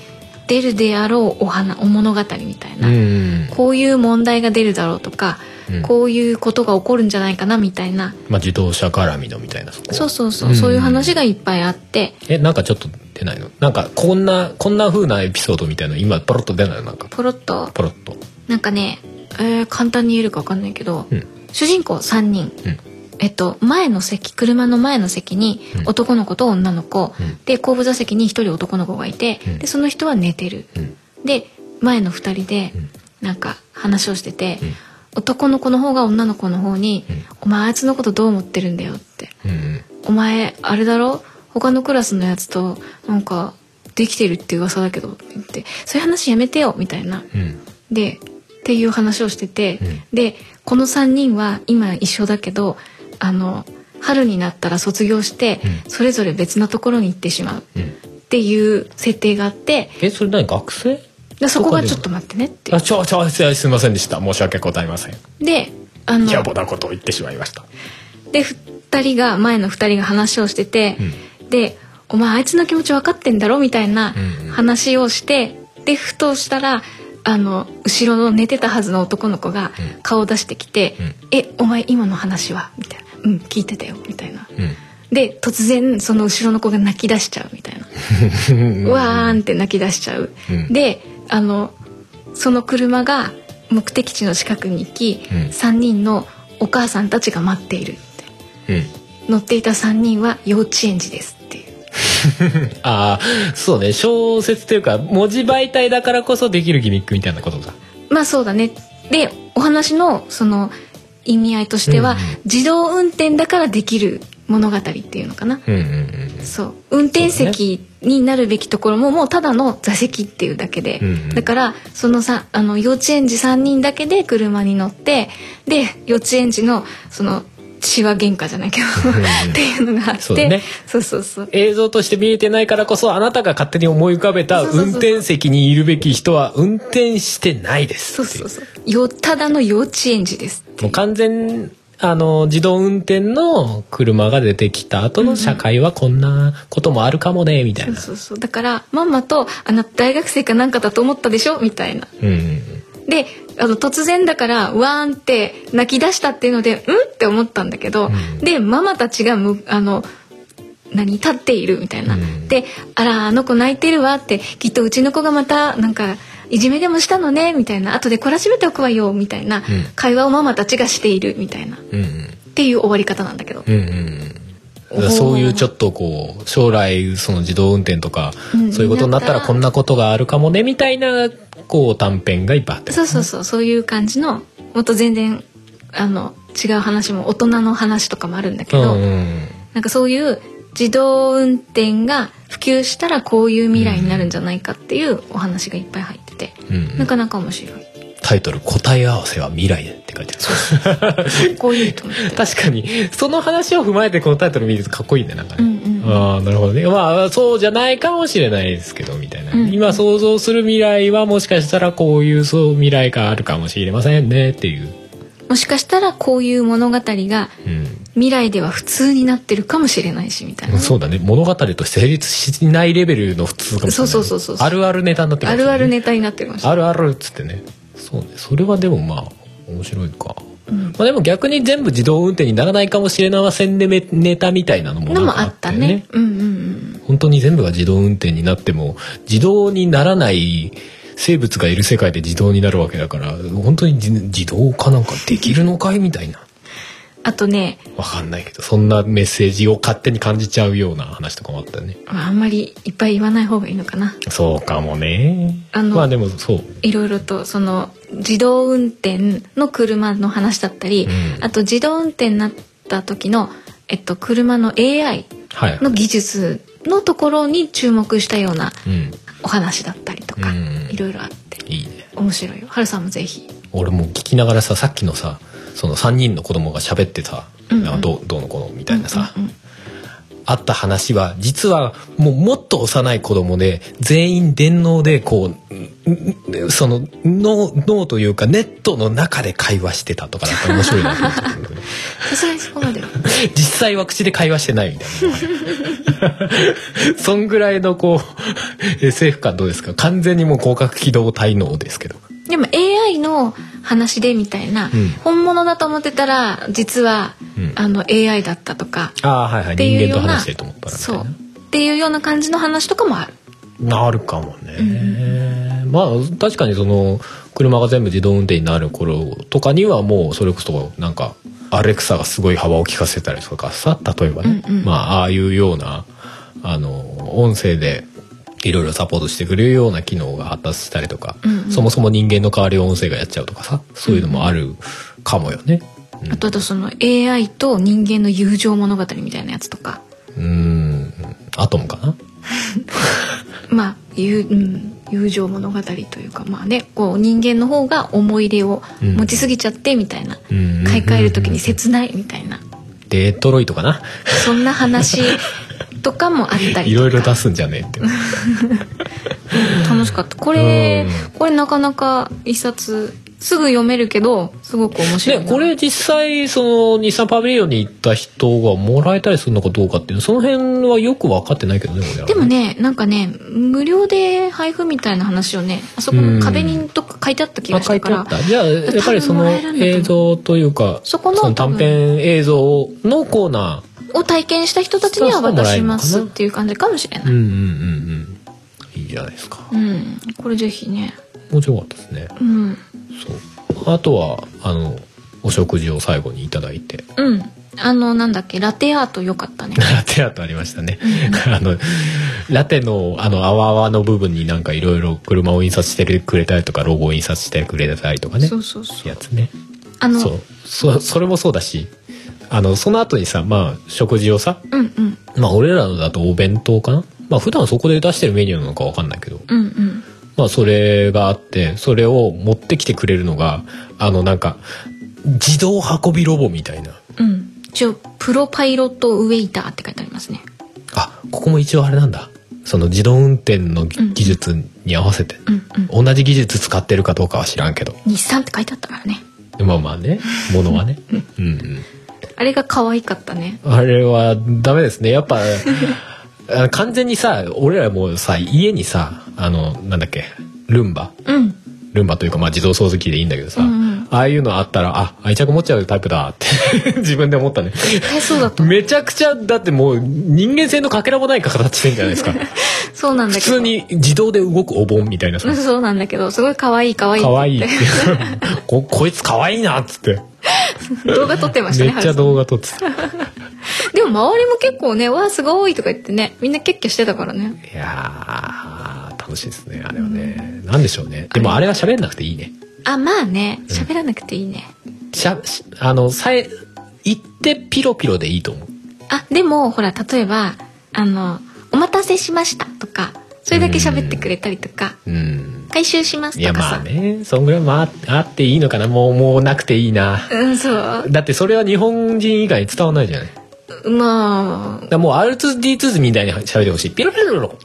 S2: 出るであろうお花お物語みたいな、
S1: うんうん
S2: こういう問題が出るだろうとか、
S1: うん
S2: こういうことが起こるんじゃないかなみたいな、
S1: まあ自動車絡みのみたいなそこ
S2: そうそうそう、
S1: うん
S2: そういう話がいっぱいあって
S1: えなんかちょっと出ないのなんかこんなこんな風なエピソードみたいなの今ポロッと出ないのなんか
S2: ポロッと
S1: ポロッと
S2: なんかね、えー簡単に言えるか分かんないけど、
S1: うん
S2: 主人公3人、
S1: うん
S2: えっと、前の席車の前の席に
S1: うん
S2: 男の子と女の子、
S1: うん
S2: で後部座席に1人男の子がいて、
S1: うん
S2: でその人は寝てる、
S1: うん
S2: で前の2人で
S1: うん
S2: なんか話をしてて、
S1: うん
S2: 男の子の方が女の子の方に「
S1: うん
S2: お前あいつのことどう思ってるんだよ」って
S1: うんうん
S2: 「お前あれだろ他のクラスのやつとなんかできてるって噂だけど」って言って「そういう話やめてよ」みたいな。
S1: うん
S2: でっていう話をしてて、
S1: うん
S2: でこの3人は今一緒だけどあの春になったら卒業して、
S1: うん
S2: それぞれ別なところに行ってしまう
S1: うん
S2: っていう設定があって
S1: えそれ何学生
S2: でそこ
S1: とか
S2: が
S1: でも
S2: ちょっと待ってねって
S1: あちょちょすいませんでした申し訳ございません
S2: であの
S1: 野暮なことを言ってしまいました
S2: で2人が前の2人が話をしてて、で「お前あいつの気持ち分かってんだろ」みたいな
S1: うんうん
S2: 話をして、でふとしたらあの後ろの寝てたはずの男の子が
S1: うん
S2: 顔を出してきて「
S1: うん
S2: えお前今の話は?」みたいな「うん聞いてたよ」みたいな。
S1: う
S2: で突然その後ろの子が泣き出しちゃうみたい な。
S1: ん
S2: うわーんって泣き出しちゃう、
S1: うん
S2: であのその車が目的地の近くに行き、
S1: うん
S2: 3人のお母さんたちが待っているって
S1: うん
S2: 乗っていた3人は幼稚園児ですっていう
S1: ああそうね小説というか文字媒体だからこそできるギミックみたいなことだ
S2: まあそうだねでお話のその意味合いとしては、
S1: うんうん
S2: 自動運転だからできる物語っていうのかな、
S1: うんうんうん
S2: そう運転席になるべきところももうただの座席っていうだけで、
S1: うんうん
S2: だからそのさあの幼稚園児3人だけで車に乗ってで幼稚園児のその血は喧嘩じゃないけどっていうのがあって
S1: そうだね
S2: そうそうそう
S1: 映像として見えてないからこそあなたが勝手に思い浮かべた
S2: そうそうそう
S1: 運転席にいるべき人は運転してないです
S2: そ
S1: っ
S2: う
S1: てい
S2: そうそうよただの幼稚園児ですって
S1: もう完全あの自動運転の車が出てきた後の社会はこんなこともあるかもねみたい
S2: そう
S1: な。
S2: そうそうだからママとあなた大学生かなんかだと思ったでしょみたいな
S1: うんうん
S2: であの突然だからわーんって泣き出したっていうのでうんって思ったんだけど、
S1: うん
S2: でママたちがむあの何立っているみたいな、
S1: うん
S2: で「あらあの子泣いてるわ」って「きっとうちの子がまたなんかいじめでもしたのね」みたいな「後で懲らしめておくわよ」みたいな、会話をママたちがしているみたいなっ
S1: うんうん
S2: ていう終わり方なんだけど。
S1: うんうんだからそういうちょっとこう将来その自動運転とか、
S2: うん
S1: そういうことになったらこんなことがあるかもねみたいなこう短編がいっぱいあって
S2: そうそうそうそういう感じのもっと全然あの違う話も大人の話とかもあるんだけ
S1: うん
S2: ど、
S1: うん
S2: なんかそういう自動運転が普及したらこういう未来になるんじゃないかっていうお話がいっぱい入ってて、
S1: うんうん
S2: なかなか面白い。
S1: タイトル「答え合わせは未来へ」って書いてある
S2: かっこいいと思って。
S1: 確かにその話を踏まえてこのタイトル見るとかっこいいんだよなんか
S2: う
S1: ね、
S2: んうんうん。
S1: ああなるほどねまあそうじゃないかもしれないですけどみたいな、
S2: うん
S1: 今想像する未来はもしかしたらこういうそう未来があるかもしれませんねっていう、
S2: もしかしたらこういう物語が
S1: うん
S2: 未来では普通になってるかもしれないしみたいな。
S1: そうだね物語として成立しないレベルの普通かもしれない
S2: そうそうそうそう
S1: あるあるネタになって
S2: あ
S1: ますよ
S2: るあるネタになってました。
S1: あるあるっつってねそうねそれはでもまあ面白いか、
S2: うん
S1: まあ、でも逆に全部自動運転にならないかもしれないせんでめネタみたいなのもな
S2: の
S1: ん
S2: も
S1: か
S2: あ
S1: あっ
S2: ったた
S1: よ
S2: ね。うんうんうん。
S1: 本当に全部が自動運転になっても自動にならない生物がいる世界で自動になるわけだから本当に自自動化なんかできるのかいみたいな
S2: あとね、
S1: わかんないけどそんなメッセージを勝手に感じちゃうような話とかもあったね
S2: まああんまりいっぱい言わない方がいいのかな。
S1: そうかもね
S2: あの
S1: まあでもそう
S2: いろいろとその自動運転の車の話だったり、
S1: うん
S2: あと自動運転になった時の、えっと、車の AI
S1: はい
S2: の技術のところに注目したような
S1: うん
S2: お話だったりとか、
S1: うん
S2: いろいろあって
S1: いいね
S2: 面白いよ。はるさんもぜひ。
S1: 俺もう聞きながらささっきのさその3人の子供が喋ってさ「
S2: うんうん
S1: なんかどうどうのこうの」みたいなさ、
S2: うんうん
S1: あった話は実はもうもっと幼い子供で全員電脳でこうんんその脳脳というかネットの中で会話してたとかだったら面白いなと思ったんだけど
S2: さすがにそこまでは。
S1: 実際は口で会話してないみたいな そんぐらいのこう SF 感どうですか完全にもう広角機動体能ですけど。
S2: でも AI の話でみたいな、
S1: うん
S2: 本物だと思ってたら実は、
S1: うん
S2: あの AI だったとか
S1: ああはいはい
S2: っていう
S1: 人間
S2: よ
S1: と
S2: うな
S1: 話してると思ったらみたい
S2: そう
S1: な
S2: っていうような感じの話とかもある。
S1: なるかもね、まあ確かにその車が全部自動運転になる頃とかにはもうそれこそなんかアレクサがすごい幅を利かせたりとかさ例えばね、
S2: うんうん
S1: まあああいうようなあの音声でいろいろサポートしてくれるような機能が発達したりとか、
S2: うんうん
S1: そもそも人間の代わりを音声がやっちゃうとかさそういうのもあるかもよね。うん
S2: あとあとその AI と人間の友情物語みたいなやつとか
S1: うんアトムかな
S2: まあ友,、うん、友情物語というかまあねこう人間の方が思い入れを
S1: うん
S2: 持ちすぎちゃってみたいな、
S1: うん
S2: 買い替える時に切ないみたいな、
S1: デトロイトかな
S2: そんな話とかもあったりとか
S1: いろいろ出すんじゃねえって。
S2: 楽しかったこれ
S1: う
S2: これなかなか一冊すぐ読めるけどすごく面白い
S1: ね、
S2: な
S1: これ実際その日産パビリオンに行った人がもらえたりするのかどうかっていうその辺はよく分かってないけどね俺らは
S2: でもねなんかね無料で配布みたいな話をねあそこの壁にどっか書いてあった気
S1: あ
S2: がし
S1: 書
S2: た
S1: い
S2: か
S1: てあ
S2: ら
S1: ったじゃあやっぱりその
S2: 多分もらえるんだと思う
S1: 映像というか
S2: そこの
S1: 短編映像のコーナ
S2: を体験した人たちには渡しますっていう感じかもしれ
S1: ーう
S2: なんい、
S1: うんうんうんいいじゃないですか
S2: うん、これぜひね
S1: 面白かったですね
S2: うん
S1: そうあとはあのお食事を最後にいただいて
S2: うんあのなんだっけラテアート良か ったね
S1: ラテアートありましたね あのラテのあの泡泡の部分になんかいろいろ車を印刷してくれたりとかロゴを印刷してくれたりとかね
S2: そうそうそう
S1: やつね
S2: あの
S1: そうそそれもそうだしあのその後にさまあ食事をさ
S2: うんうん
S1: まあ俺らのだとお弁当かなまあ普段そこで出してるメニューなのかわかんないけど
S2: うんうん
S1: まあそれがあってそれを持ってきてくれるのがあのなんか自動運びロボみたいな
S2: うん一応プロパイロットウェイターって書いてありますね
S1: あここも一応あれなんだその自動運転の
S2: うん
S1: 技術に合わせて、
S2: うんうん
S1: 同じ技術使ってるかどうかは知らんけど
S2: 日産って書いてあったからね
S1: まあまあねものはねうんうん
S2: あれが可愛かったね
S1: あれはダメですね。や っぱ、あ完全にさ、俺らもうさ、家にさ、あの、なんだっけ、ルンバ
S2: うん
S1: ルンバというか、まあ自動掃除機でいいんだけどさ、
S2: うんうん
S1: ああいうのあったら、あ、愛着持っちゃうタイプだって 自分で思ったね。
S2: 大そうだと
S1: めちゃくちゃ、だってもう人間性のかけらもない形してんじゃないですか。
S2: そうなんだ
S1: 普
S2: けど
S1: 通に自動で動くお盆みたいなさ
S2: う、ん そうなんだけどすごい可愛い可愛いって
S1: 可愛いってこ、こいつ可愛いなっつって。
S2: 動画撮ってました
S1: め
S2: ね
S1: っちゃ
S2: 春さん
S1: 動画撮ってた。
S2: でも周りも結構ね「わあすごい」とか言ってねみんなキャッキャしてたからね
S1: いやー楽しいですねあれはね、なんでしょうねでもあれは喋んなくていいね
S2: あまあね喋らなくていいね、
S1: しゃしあのさえ言ってピロピロでいいと思う
S2: あでもほら例えば「あのお待たせしました」とかそれだけ喋ってくれたりとか、
S1: うん
S2: 回収します
S1: い
S2: と
S1: や
S2: か
S1: ま
S2: さ
S1: あねそんぐらいまああっていいのかなもうもうなくていいな
S2: うんそう
S1: だってそれは日本人以外に伝わらないじゃないだか
S2: ま
S1: らもう R2D2 みたいに喋ってほしいピロピロピロ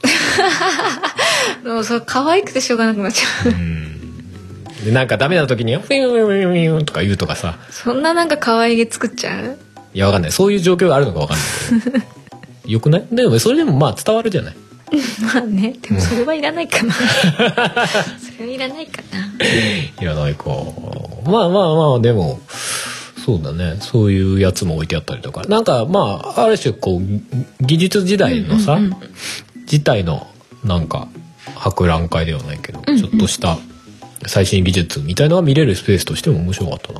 S2: あもうそれ可愛くてしょうがなくなっちゃ う
S1: でなんかダメな時に「フィューフィューフィュー」とか言うとかさ
S2: そんななんか可愛げ作っちゃう
S1: いやわかんないそういう状況があるのかわかんない けどよくないでもそれでもまあ伝わるじゃない
S2: まあねでもそれはいらな いかなそれはいらないかない
S1: らないかまあまあまあでもそうだねそういうやつも置いてあったりとかなんかまあある種こうぎ技術時代のさ、
S2: うんうんうん
S1: 自体のなんか博覧会ではないけど、
S2: うんうん
S1: ちょっとした最新技術みたいのが見れるスペースとしても面白かったな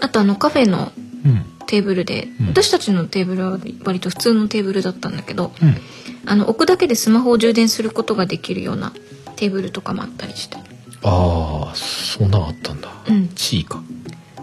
S2: あとあのカフェの
S1: うん
S2: テーブルで、
S1: うん
S2: 私たちのテーブルは割と普通のテーブルだったんだけど
S1: うん
S2: あの置くだけでスマホを充電することができるようなテーブルとかもあったりして
S1: ああそんなんあったんだ、
S2: うん
S1: 地位か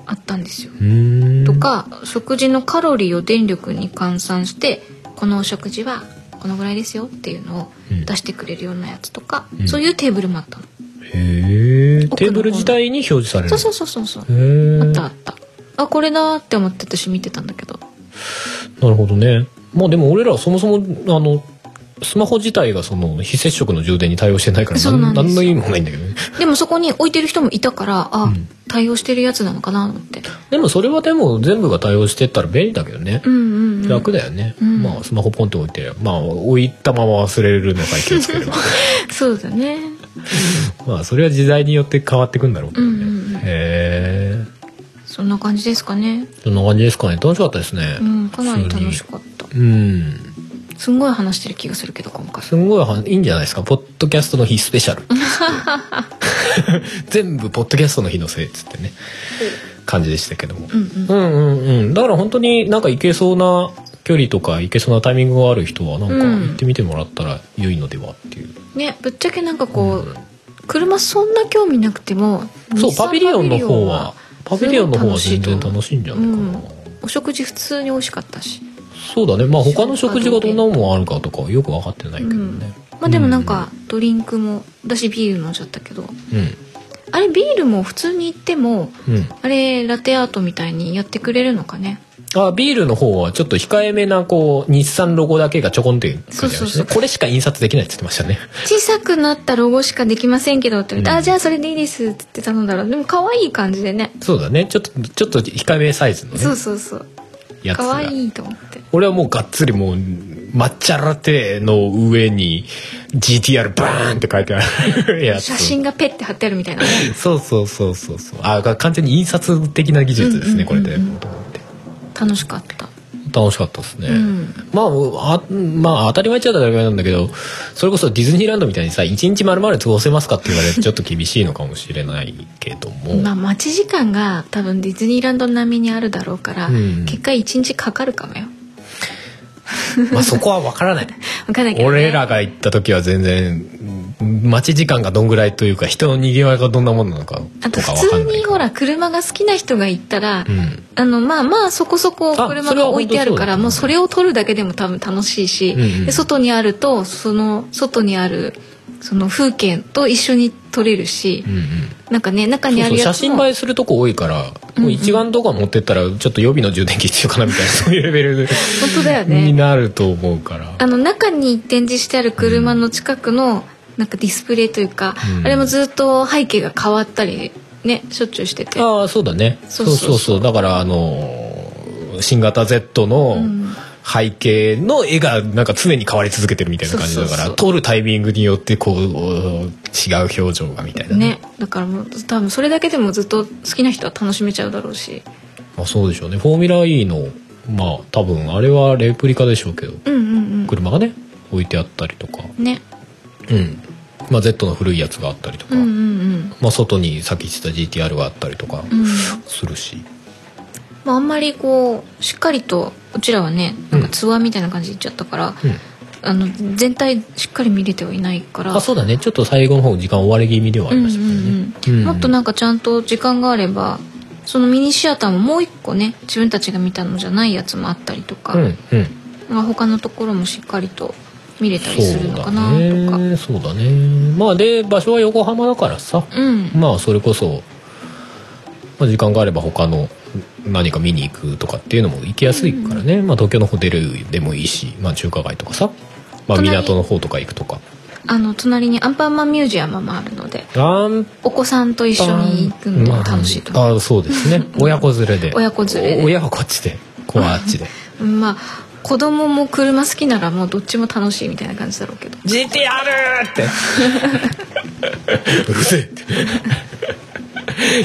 S2: あったんですよ
S1: うーん
S2: とか食事のカロリーを電力に換算してこのお食事はこのぐらいですよっていうのを
S1: うん
S2: 出してくれるようなやつとか、
S1: うん
S2: そういうテーブルもあったの、
S1: へえ
S2: 方
S1: テーブル自体に表示される
S2: そうそうそうそうそう
S1: へえ
S2: あったあったあこれだーって思って私見てたんだけど
S1: なるほどねまあでも俺らはそもそもあのスマホ自体がその非接触の充電に対応してないから
S2: そうなんですよ
S1: 何の意味もないんだけどね
S2: でもそこに置いてる人もいたからあ、
S1: うん
S2: 対応してるやつなのかなと思って
S1: でもそれはでも全部が対応してったら便利だけどね
S2: う、んうん、うん、
S1: 楽だよね、
S2: うん
S1: まあスマホポンって置いてりゃまあ置いたまま忘れるのさえ気をつけ れば
S2: そうだね
S1: まあそれは時代によって変わってくんだろうけどね、
S2: うんうんうん
S1: へえ
S2: そんな感じですかね
S1: そんな感じですかね楽しかったですね
S2: うんかなり楽しかった
S1: 普通にうん
S2: すんごい話してる気がするけど今回
S1: すんごいはいいんじゃないですかポッドキャストの日スペシ ャル全部ポッドキャストの日のせいっつってね感じでしたけども
S2: うんう
S1: う
S2: ん
S1: んうんうんだから本当になんか行けそうな距離とか行けそうなタイミングがある人はなんか
S2: うん
S1: 行ってみてもらったら良いのではっていう、
S2: ねぶっちゃけなんかこう、車そんな興味なくても
S1: そう
S2: 日産
S1: パビリオンの方はパビリオンの方は全然
S2: すごい
S1: 楽しいんじゃ
S2: と
S1: ない
S2: 思
S1: か
S2: う
S1: な、
S2: うんお食事普通に美味しかったし
S1: そうだねまあ他の食事がどんなもんあるかとかはよく分かってないけどね、
S2: まあでもなんかドリンクも私ビール飲んじゃったけど
S1: うん
S2: あれビールも普通に行っても
S1: うん
S2: あれラテアートみたいにやってくれるのかね
S1: あビールの方はちょっと控えめなこう日産ロゴだけがちょこんってくるじゃない
S2: そう
S1: で
S2: そうそ
S1: す
S2: う
S1: かこれしか印刷できないって言ってましたね
S2: 小さくなったロゴしかできませんけどって言われて、
S1: うん
S2: あじゃあそれでいいですって言って頼んだらでも可愛い感じでね
S1: そうだねちょっとちょっと控えめサイズのね
S2: そうそうそう
S1: やつ
S2: 可
S1: が
S2: 愛いと思って
S1: 俺はもうがっつりもう抹茶ラテの上に GTR バーンって書いてあるやつ
S2: 写真がペッて貼ってあるみたいなね
S1: そうそうそうそうそうあが完全に印刷的な技術ですね、
S2: うんうんうん
S1: これ
S2: うん
S1: でと思って
S2: 楽しかった
S1: 楽しかったですね、
S2: うん
S1: まああまあ当たり前っちゃ当たり前なんだけどそれこそディズニーランドみたいにさ一日丸々過ごせますかって言われ るとちょっと厳しいのかもしれないけども、
S2: まあ待ち時間が多分ディズニーランド並みにあるだろうから、
S1: うん
S2: 結果一日かかるかもよ
S1: まあそこは分からない
S2: 分 かんないけど、ね、
S1: 俺らが行った時は全然うん待ち時間がどんぐらいというか人のにぎわいがどんなものなのか
S2: あ
S1: と
S2: と
S1: か
S2: 普
S1: 分か
S2: 通
S1: んない
S2: に
S1: けど
S2: ほら車が好きな人が行ったら、
S1: うん
S2: あのまあまあそこそこ
S1: あ
S2: 車が置いてあるか
S1: それは本当
S2: ら
S1: そうだね
S2: もうそれを撮るだけでも多分楽しいし、
S1: うんうん
S2: で外にあるとその外にあるその風景と一緒に撮れるし、
S1: うんうん
S2: なんかね中
S1: そう
S2: にあ
S1: そ
S2: る
S1: う
S2: や
S1: 写
S2: つ
S1: 真
S2: も
S1: 映えするとこ多いから、もう一眼とか持ってったらちょっと予備の充電器必要かなみたいなそういうレベルで
S2: 本当だよ
S1: に
S2: ね
S1: なると思うから
S2: あの中に展示してある車の近くのなんかディスプレイというか、
S1: うん
S2: あれもずっと背景が変わったりねしょっちゅうしてて
S1: ああそうだね
S2: そ
S1: そうう
S2: そ
S1: そうう
S2: そ
S1: そううだからあのー新型 Z の
S2: ん
S1: 背景の絵がなんか常に変わり続けてるみたいな感じだから
S2: そうそうそう
S1: 撮るタイミングによってこう違う表情がみたいな
S2: ねだからもう多分それだけでもずっと好きな人は楽しめちゃうだろうし
S1: まあ、そうでしょうねフォーミュラ E のまあ多分あれはレプリカでしょうけど
S2: うんうん
S1: 車がね置いてあったりとか、
S2: うんね
S1: うんまあ、Z の古いやつがあったりとか、
S2: うんうんうん
S1: まあ、外にさっき言ってた GTR があったりとか
S2: うん
S1: するし、
S2: まあ、あんまりこうしっかりとうちらはねなんかツアーみたいな感じで行っちゃったから、
S1: うん
S2: あの全体しっかり見れてはいないから
S1: あそうだねちょっと最後の方時間追われ気味ではあ
S2: う
S1: り
S2: んう
S1: ましたけどね、
S2: ん
S1: う
S2: うん
S1: うんん
S2: もっとなんかちゃんと時間があればそのミニシアターももう一個ね自分たちが見たのじゃないやつもあったりとか、
S1: うんうん
S2: まあ、他のところもしっかりと見れたりするのかな
S1: そう
S2: と
S1: だ
S2: か。
S1: ねそうだねまあで場所は横浜だからさ、
S2: うん、
S1: まあそれこそ、まあ、時間があれば他の何か見に行くとかっていうのも行きやすいからね、まあ、東京のホテルでもいいし、まあ、中華街とかさ、まあ、
S2: 隣
S1: 港の方とか行くとか
S2: あの隣にアンパンマンミュージアムもあるので
S1: あん
S2: お子さんと一緒に行くのも楽しいと
S1: ま
S2: 思
S1: あ、あそうですね親子連れで
S2: 親子連れで
S1: お親はこっちで子はあっちで
S2: う、まあ子供も車好きならもうどっちも楽しいみたいな感じだろうけど
S1: GTR ってうるせえって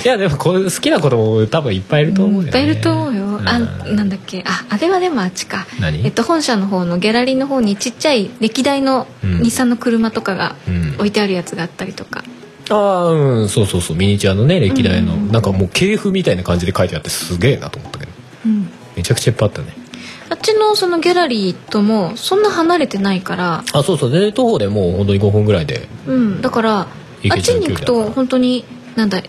S1: いやでもこう好きな子供多分いっぱいいると思うよ、
S2: い
S1: ね、
S2: っぱいいると思うよ、あ
S1: うん
S2: なんだっけああれはでもあっちか
S1: 何
S2: えっと、本社の方のギャラリーの方にちっちゃい歴代の
S1: うん
S2: 日産の車とかが
S1: うん
S2: 置いてあるやつがあったりとか、
S1: ああうんそうそうそうミニチュアのね歴代の、
S2: うんうんうん
S1: なんかもう系譜みたいな感じで書いてあってすげえなと思ったけど
S2: うん
S1: めちゃくちゃいっぱいあったね
S2: あっちのそのギャラリーともそんな離れてないから、
S1: あそうそうで徒歩でもう本当に5分ぐらいで
S2: うん、だからあ
S1: い
S2: っ
S1: け
S2: ち
S1: ちゃう
S2: に行くと本当になんだ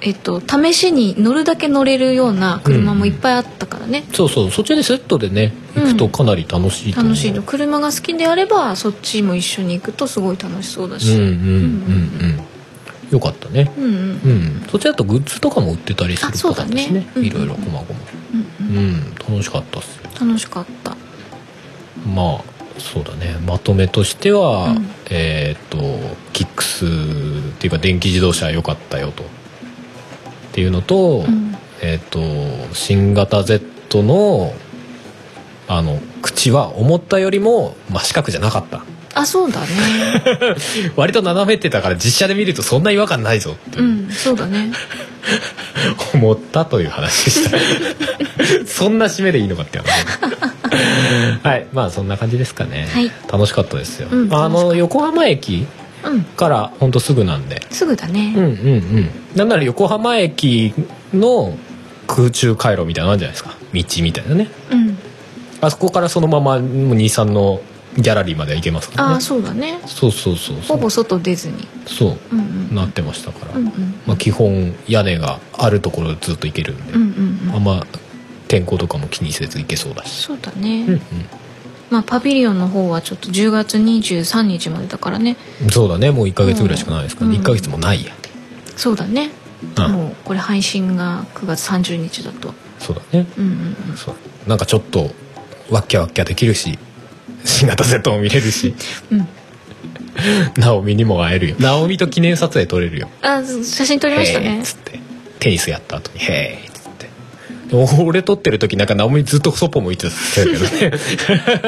S2: えっと試しに乗るだけ乗れるような車もいっぱいあったからね、
S1: そうそうそっちでセットでね行くとかなり楽しいと思う、
S2: 楽しいの車が好きであればそっちも一緒に行くとすごい楽しそうだ
S1: うんうん
S2: し、
S1: うんうんよかったね
S2: うん、うんうん
S1: うんそっちだとグッズとかも売ってたりする
S2: あそ
S1: と
S2: う
S1: か
S2: だ
S1: だ
S2: ね
S1: しね
S2: うん
S1: いろいろこまごま
S2: うん
S1: うん楽しかったっすよ
S2: 楽しかった
S1: まあそうだねまとめとしては、
S2: うん
S1: えーっとキックスっていうか電気自動車良かったよとっていうのと、
S2: うん
S1: えーっと新型 Z のあの口は思ったよりも真四角じゃなかった
S2: あそうだね
S1: 割と斜めってたから実写で見るとそんな違和感ないぞって
S2: うんそうだね
S1: 思ったという話でした そんな締めでいいのかって話はいまあそんな感じですかね、
S2: はい
S1: 楽しかったですよ、
S2: うん
S1: あ
S2: 楽しかっ
S1: の横浜駅
S2: うん
S1: からほんとすぐなんです
S2: ぐだね、
S1: うんうんうんなんなら横浜駅の空中回路みたいなのあるんじゃないですか道みたいなね
S2: うん、
S1: あそこからそのままもう23のギャラリーまで行けますから
S2: ああ
S1: ね
S2: そうだね
S1: そうそうそうそ
S2: ほ
S1: う
S2: ぼ外出ずに
S1: そう
S2: うんう
S1: なんってましたから、
S2: うんうん
S1: まあ、基本屋根があるところずっと行けるんで、
S2: うんうん
S1: あ
S2: うんん
S1: ま天候とかも気にせず行けそうだし、
S2: そうだね、
S1: うん
S2: まあパビリオンの方はちょっと10月23日までだからね
S1: うん、そうだねもう1ヶ月ぐらいしかないですから、
S2: うん
S1: 1ヶ月もないや、
S2: そうだね、
S1: うん
S2: もうこれ配信が9月30日だと
S1: そうだね
S2: うんうんうん
S1: そうなんかちょっとワッキャワッキャできるし 新型 Z も見れるし
S2: うん
S1: ナオミにも会えるよナオミと記念撮影撮れるよ
S2: あ写真撮りました
S1: へ
S2: ね
S1: ーっつってテニスやった後に「へーっつって。で俺撮ってる時なんかナオミずっとそっぽ向いてたけどね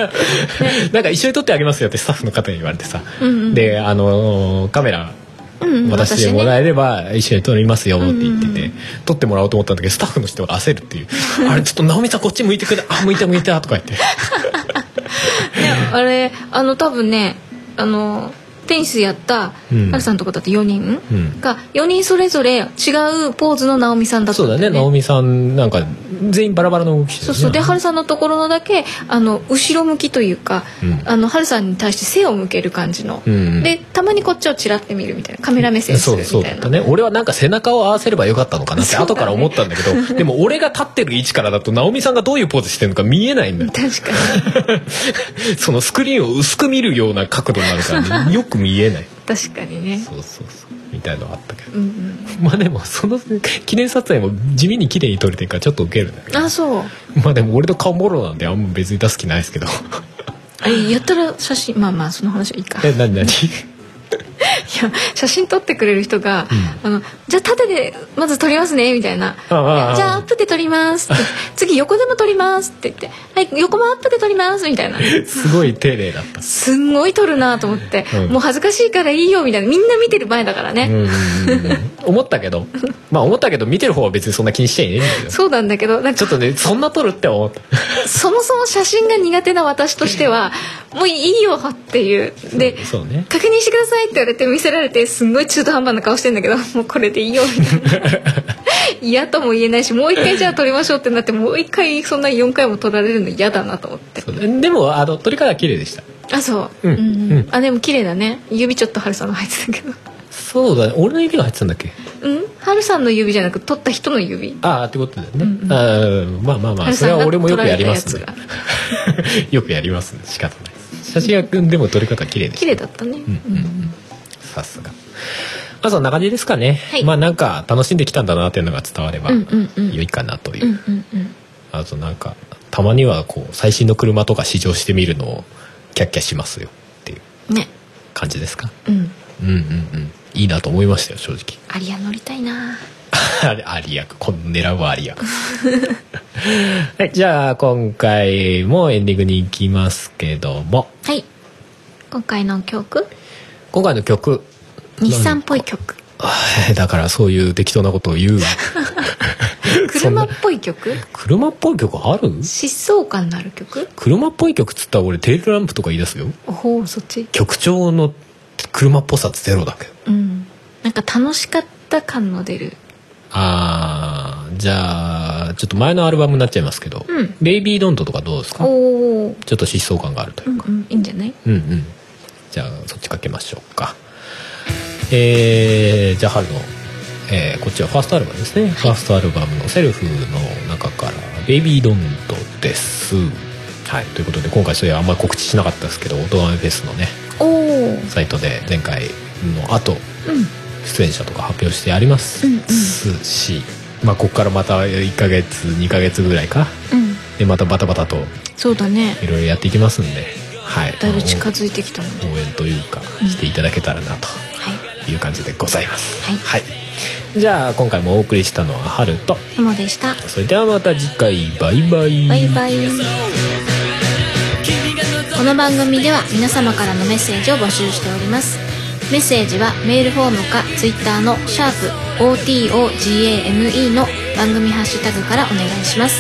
S1: なんか一緒に撮ってあげますよってスタッフの方に言われてさ、
S2: うんうん
S1: であのーカメラ
S2: うんうん
S1: 渡して
S2: ね
S1: もらえれば一緒に撮りますよって言ってて、
S2: うんうん
S1: 撮ってもらおうと思ったんだけどスタッフの人が焦るって いう「あれちょっと直美さんこっち向いてくれあ向いた向いた」とか言って
S2: ねあれあの多分ねあのテニスやった
S1: うん
S2: ハルさんとこだって4人、
S1: うん
S2: が4人それぞれ違うポーズの直美さんだった
S1: そ
S2: ん
S1: うだ
S2: だ
S1: ね
S2: よね
S1: 直美さんなんか全員バラバラの動きして
S2: そ
S1: る
S2: う
S1: ね
S2: そうでハルさんのところのだけあの後ろ向きというか、
S1: うん
S2: あのハルさんに対して背を向ける感じの、
S1: うんうん
S2: でたまにこっちをちらって見るみたいなカメラ目線す
S1: そ
S2: る
S1: う
S2: みた
S1: そ
S2: いうな
S1: だったね俺はなんか背中を合わせればよかったのかなって後から思ったんだけどでも俺が立ってる位置からだ と直美さんがどういうポーズしてるのか見えないんだよ
S2: 確かに
S1: そのスクリーンを薄く見るような角度になるから、 ね、よく見えない
S2: 確かにね
S1: そうそうそうみたいのがあったけど
S2: うんうん
S1: まあでもその記念撮影も地味に綺麗に撮れてるからちょっとウケるんだけど
S2: あそう
S1: まあでも俺の顔ボロなんであんま別に出す気ないですけ ど
S2: あやったら写真まあまあその話はいいか
S1: え何何
S2: いや写真撮ってくれる人が「あのじゃあ縦でまず撮りますね」みたいな「じ
S1: あああ
S2: ゃあアップで撮ります」って「次横でも撮ります」って言って「はい横もアップで撮ります」みたいな
S1: すごい丁寧だ った
S2: すんごい撮るなと思って、
S1: うん
S2: もう恥ずかしいからいいよみたいなみんな見てる前だから
S1: うん
S2: ね、
S1: うんうんうん思ったけどまあ思ったけど見てる方は別にそんな気にしちゃいねえんだよ
S2: そうなんだけどなん
S1: ちょ
S2: か
S1: っとねそんな撮るって思った
S2: そもそも写真が苦手な私としてはもういいよっていうで
S1: そうね
S2: 確認してくださいって言われて見せられてすんごい中途半端な顔してんだけど もうこれでいいよみたいな嫌とも言えないしもう一回じゃあ撮りましょうってなってもう一回そんな4回も撮られるの嫌だなと思って
S1: そうねでもあの撮り方は綺麗でした
S2: あそう
S1: うん
S2: うん
S1: うん
S2: あでも綺麗だね指ちょっとハルさんの入ってたけど
S1: そうだね俺の指が入ってたんだっけ
S2: うんハルさんの指じゃなく撮った人の指
S1: ああってことだよね、
S2: うんうん
S1: あーまあまあまあ
S2: 春
S1: そ
S2: さ
S1: れ
S2: んが
S1: は俺もよくやりますね
S2: 撮られ
S1: よくやりますね仕方ないです写真はでも撮り方綺麗でし
S2: 綺
S1: た
S2: 麗だったね、
S1: うんうんさすがまあそんな感じですかね、
S2: はい
S1: まあなんか楽しんできたんだなっていうのが伝われば
S2: うんうんうん
S1: 良いかなという、
S2: うんうんうん
S1: あとなんかたまにはこう最新の車とか試乗してみるのをキャッキャしますよっていう
S2: うんね
S1: 感じですか
S2: うん
S1: うんうんうんいいなと思いましたよ正直
S2: アリア乗りたいな
S1: あれアリアこの狙うはアリア はいじゃあ今回もエンディングに行きますけども
S2: はい今回の曲
S1: 今回の曲
S2: 日産っぽい曲
S1: はい だからそういう適当なことを言うわそんな
S2: 車っぽい曲
S1: 車っぽい曲ある
S2: 疾走感のある曲
S1: 車っぽい曲っつったら俺テールランプとか言い出すよ
S2: おほうそっち
S1: 曲調の車っぽさゼロだけど
S2: うんなんか楽しかった感の出る
S1: あーじゃあちょっと前のアルバムになっちゃいますけど
S2: うん
S1: 「ベイビー・ドント」とかどうです
S2: お
S1: か
S2: お
S1: ちょっと疾走感があるという
S2: うんうんいいんじゃない
S1: うんうんじゃあそっちかけましょうかえー、じゃあ春の、えーこっちはファーストアルバムですね、ファーストアルバムのセルフの中から「ベイビー・ドント」ですはいということで今回そういうあんまり告知しなかったですけど「オトガメフェス」のね
S2: おお
S1: サイトで前回の後
S2: うん
S1: 出演者とか発表してあります
S2: うんうん
S1: し、まあ、ここからまた1ヶ月2ヶ月ぐらいか
S2: うん
S1: でまたバタバタと
S2: そうだね
S1: いろいろやっていきますんで、はい、
S2: だいぶ近づいてきたの
S1: 応
S2: ね
S1: 援というかしていただけたらなと
S2: はい
S1: いう感じでございます
S2: はい
S1: はい、じゃあ今回もお送りしたのは春と
S2: ももでした
S1: それではまた次回バイバイ
S2: バイバイこの番組では皆様からのメッセージを募集しておりますメッセージはメールフォームかツイッターの「シャープ #OTOGAME」の番組ハッシュタグからお願いします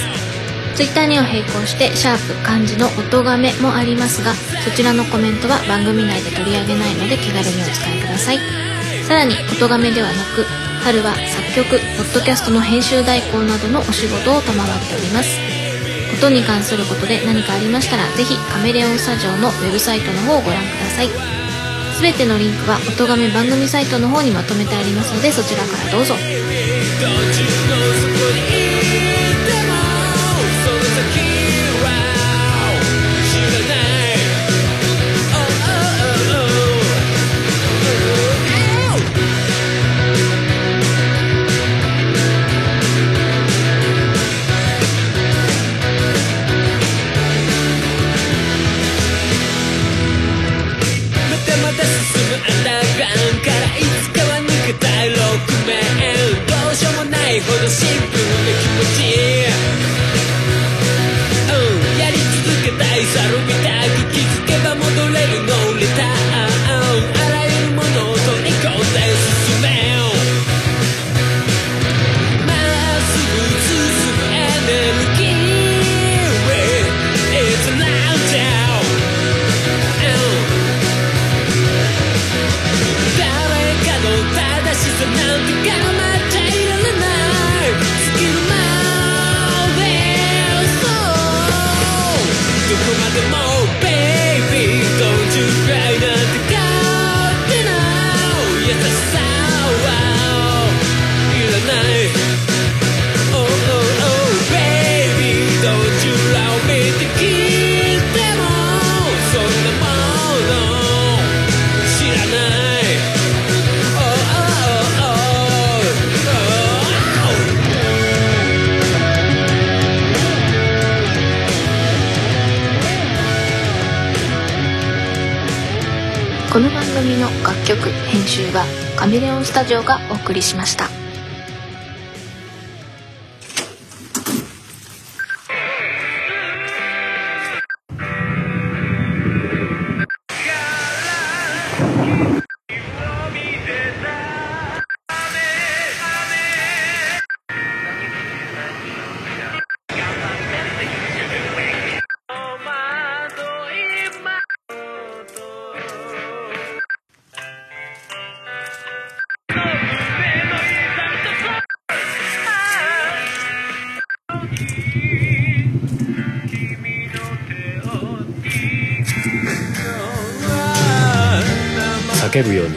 S2: ツイッターにを並行して「シャープ漢字の音がめ」もありますがそちらのコメントは番組内で取り上げないので気軽にお使いくださいさらに音がめではなく春は作曲ポッドキャストの編集代行などのお仕事を賜っております音に関することで何かありましたらぜひカメレオンスタジオのウェブサイトの方をご覧くださいすべてのリンクは音がめ番組サイトの方にまとめてありますのでそちらからどうぞ
S3: またまた進むアンダーグラウンドからいつかは抜けたい6面どうしようもないほどシンプルな気持ちうんやり続けたい猿みたく気づけば戻れるのリターンあらゆるものを取り込んで進めよまっすぐ進むエネルギー It is an angel うん誰かの正しさなんて構っちゃいられないスキルマウェそうどこまでも Baby don't you cry なんて勝手な優しさはいらない Oh oh oh baby don't you love me って聞いてもそんなもの知らない Oh, oh, oh, oh, oh.
S2: この番組の楽曲編集はカメレオンスタジオがお送りしました
S1: 叫ぶように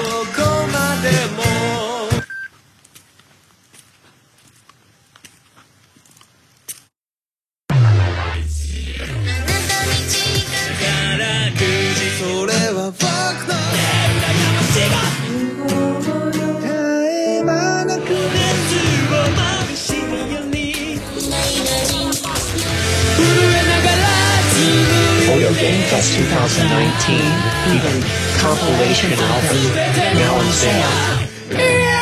S3: こまでも宝くじそれは僕の絶え間なく熱をまぶしたように震えながら紡い
S4: Oyo GameFest 2019 Vegan Compilation Album now on sale.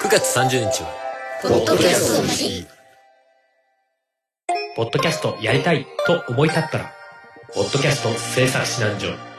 S5: 9月30日は
S1: ポッドキャストやりたいと思い立ったら「ポッドキャスト制作指南所」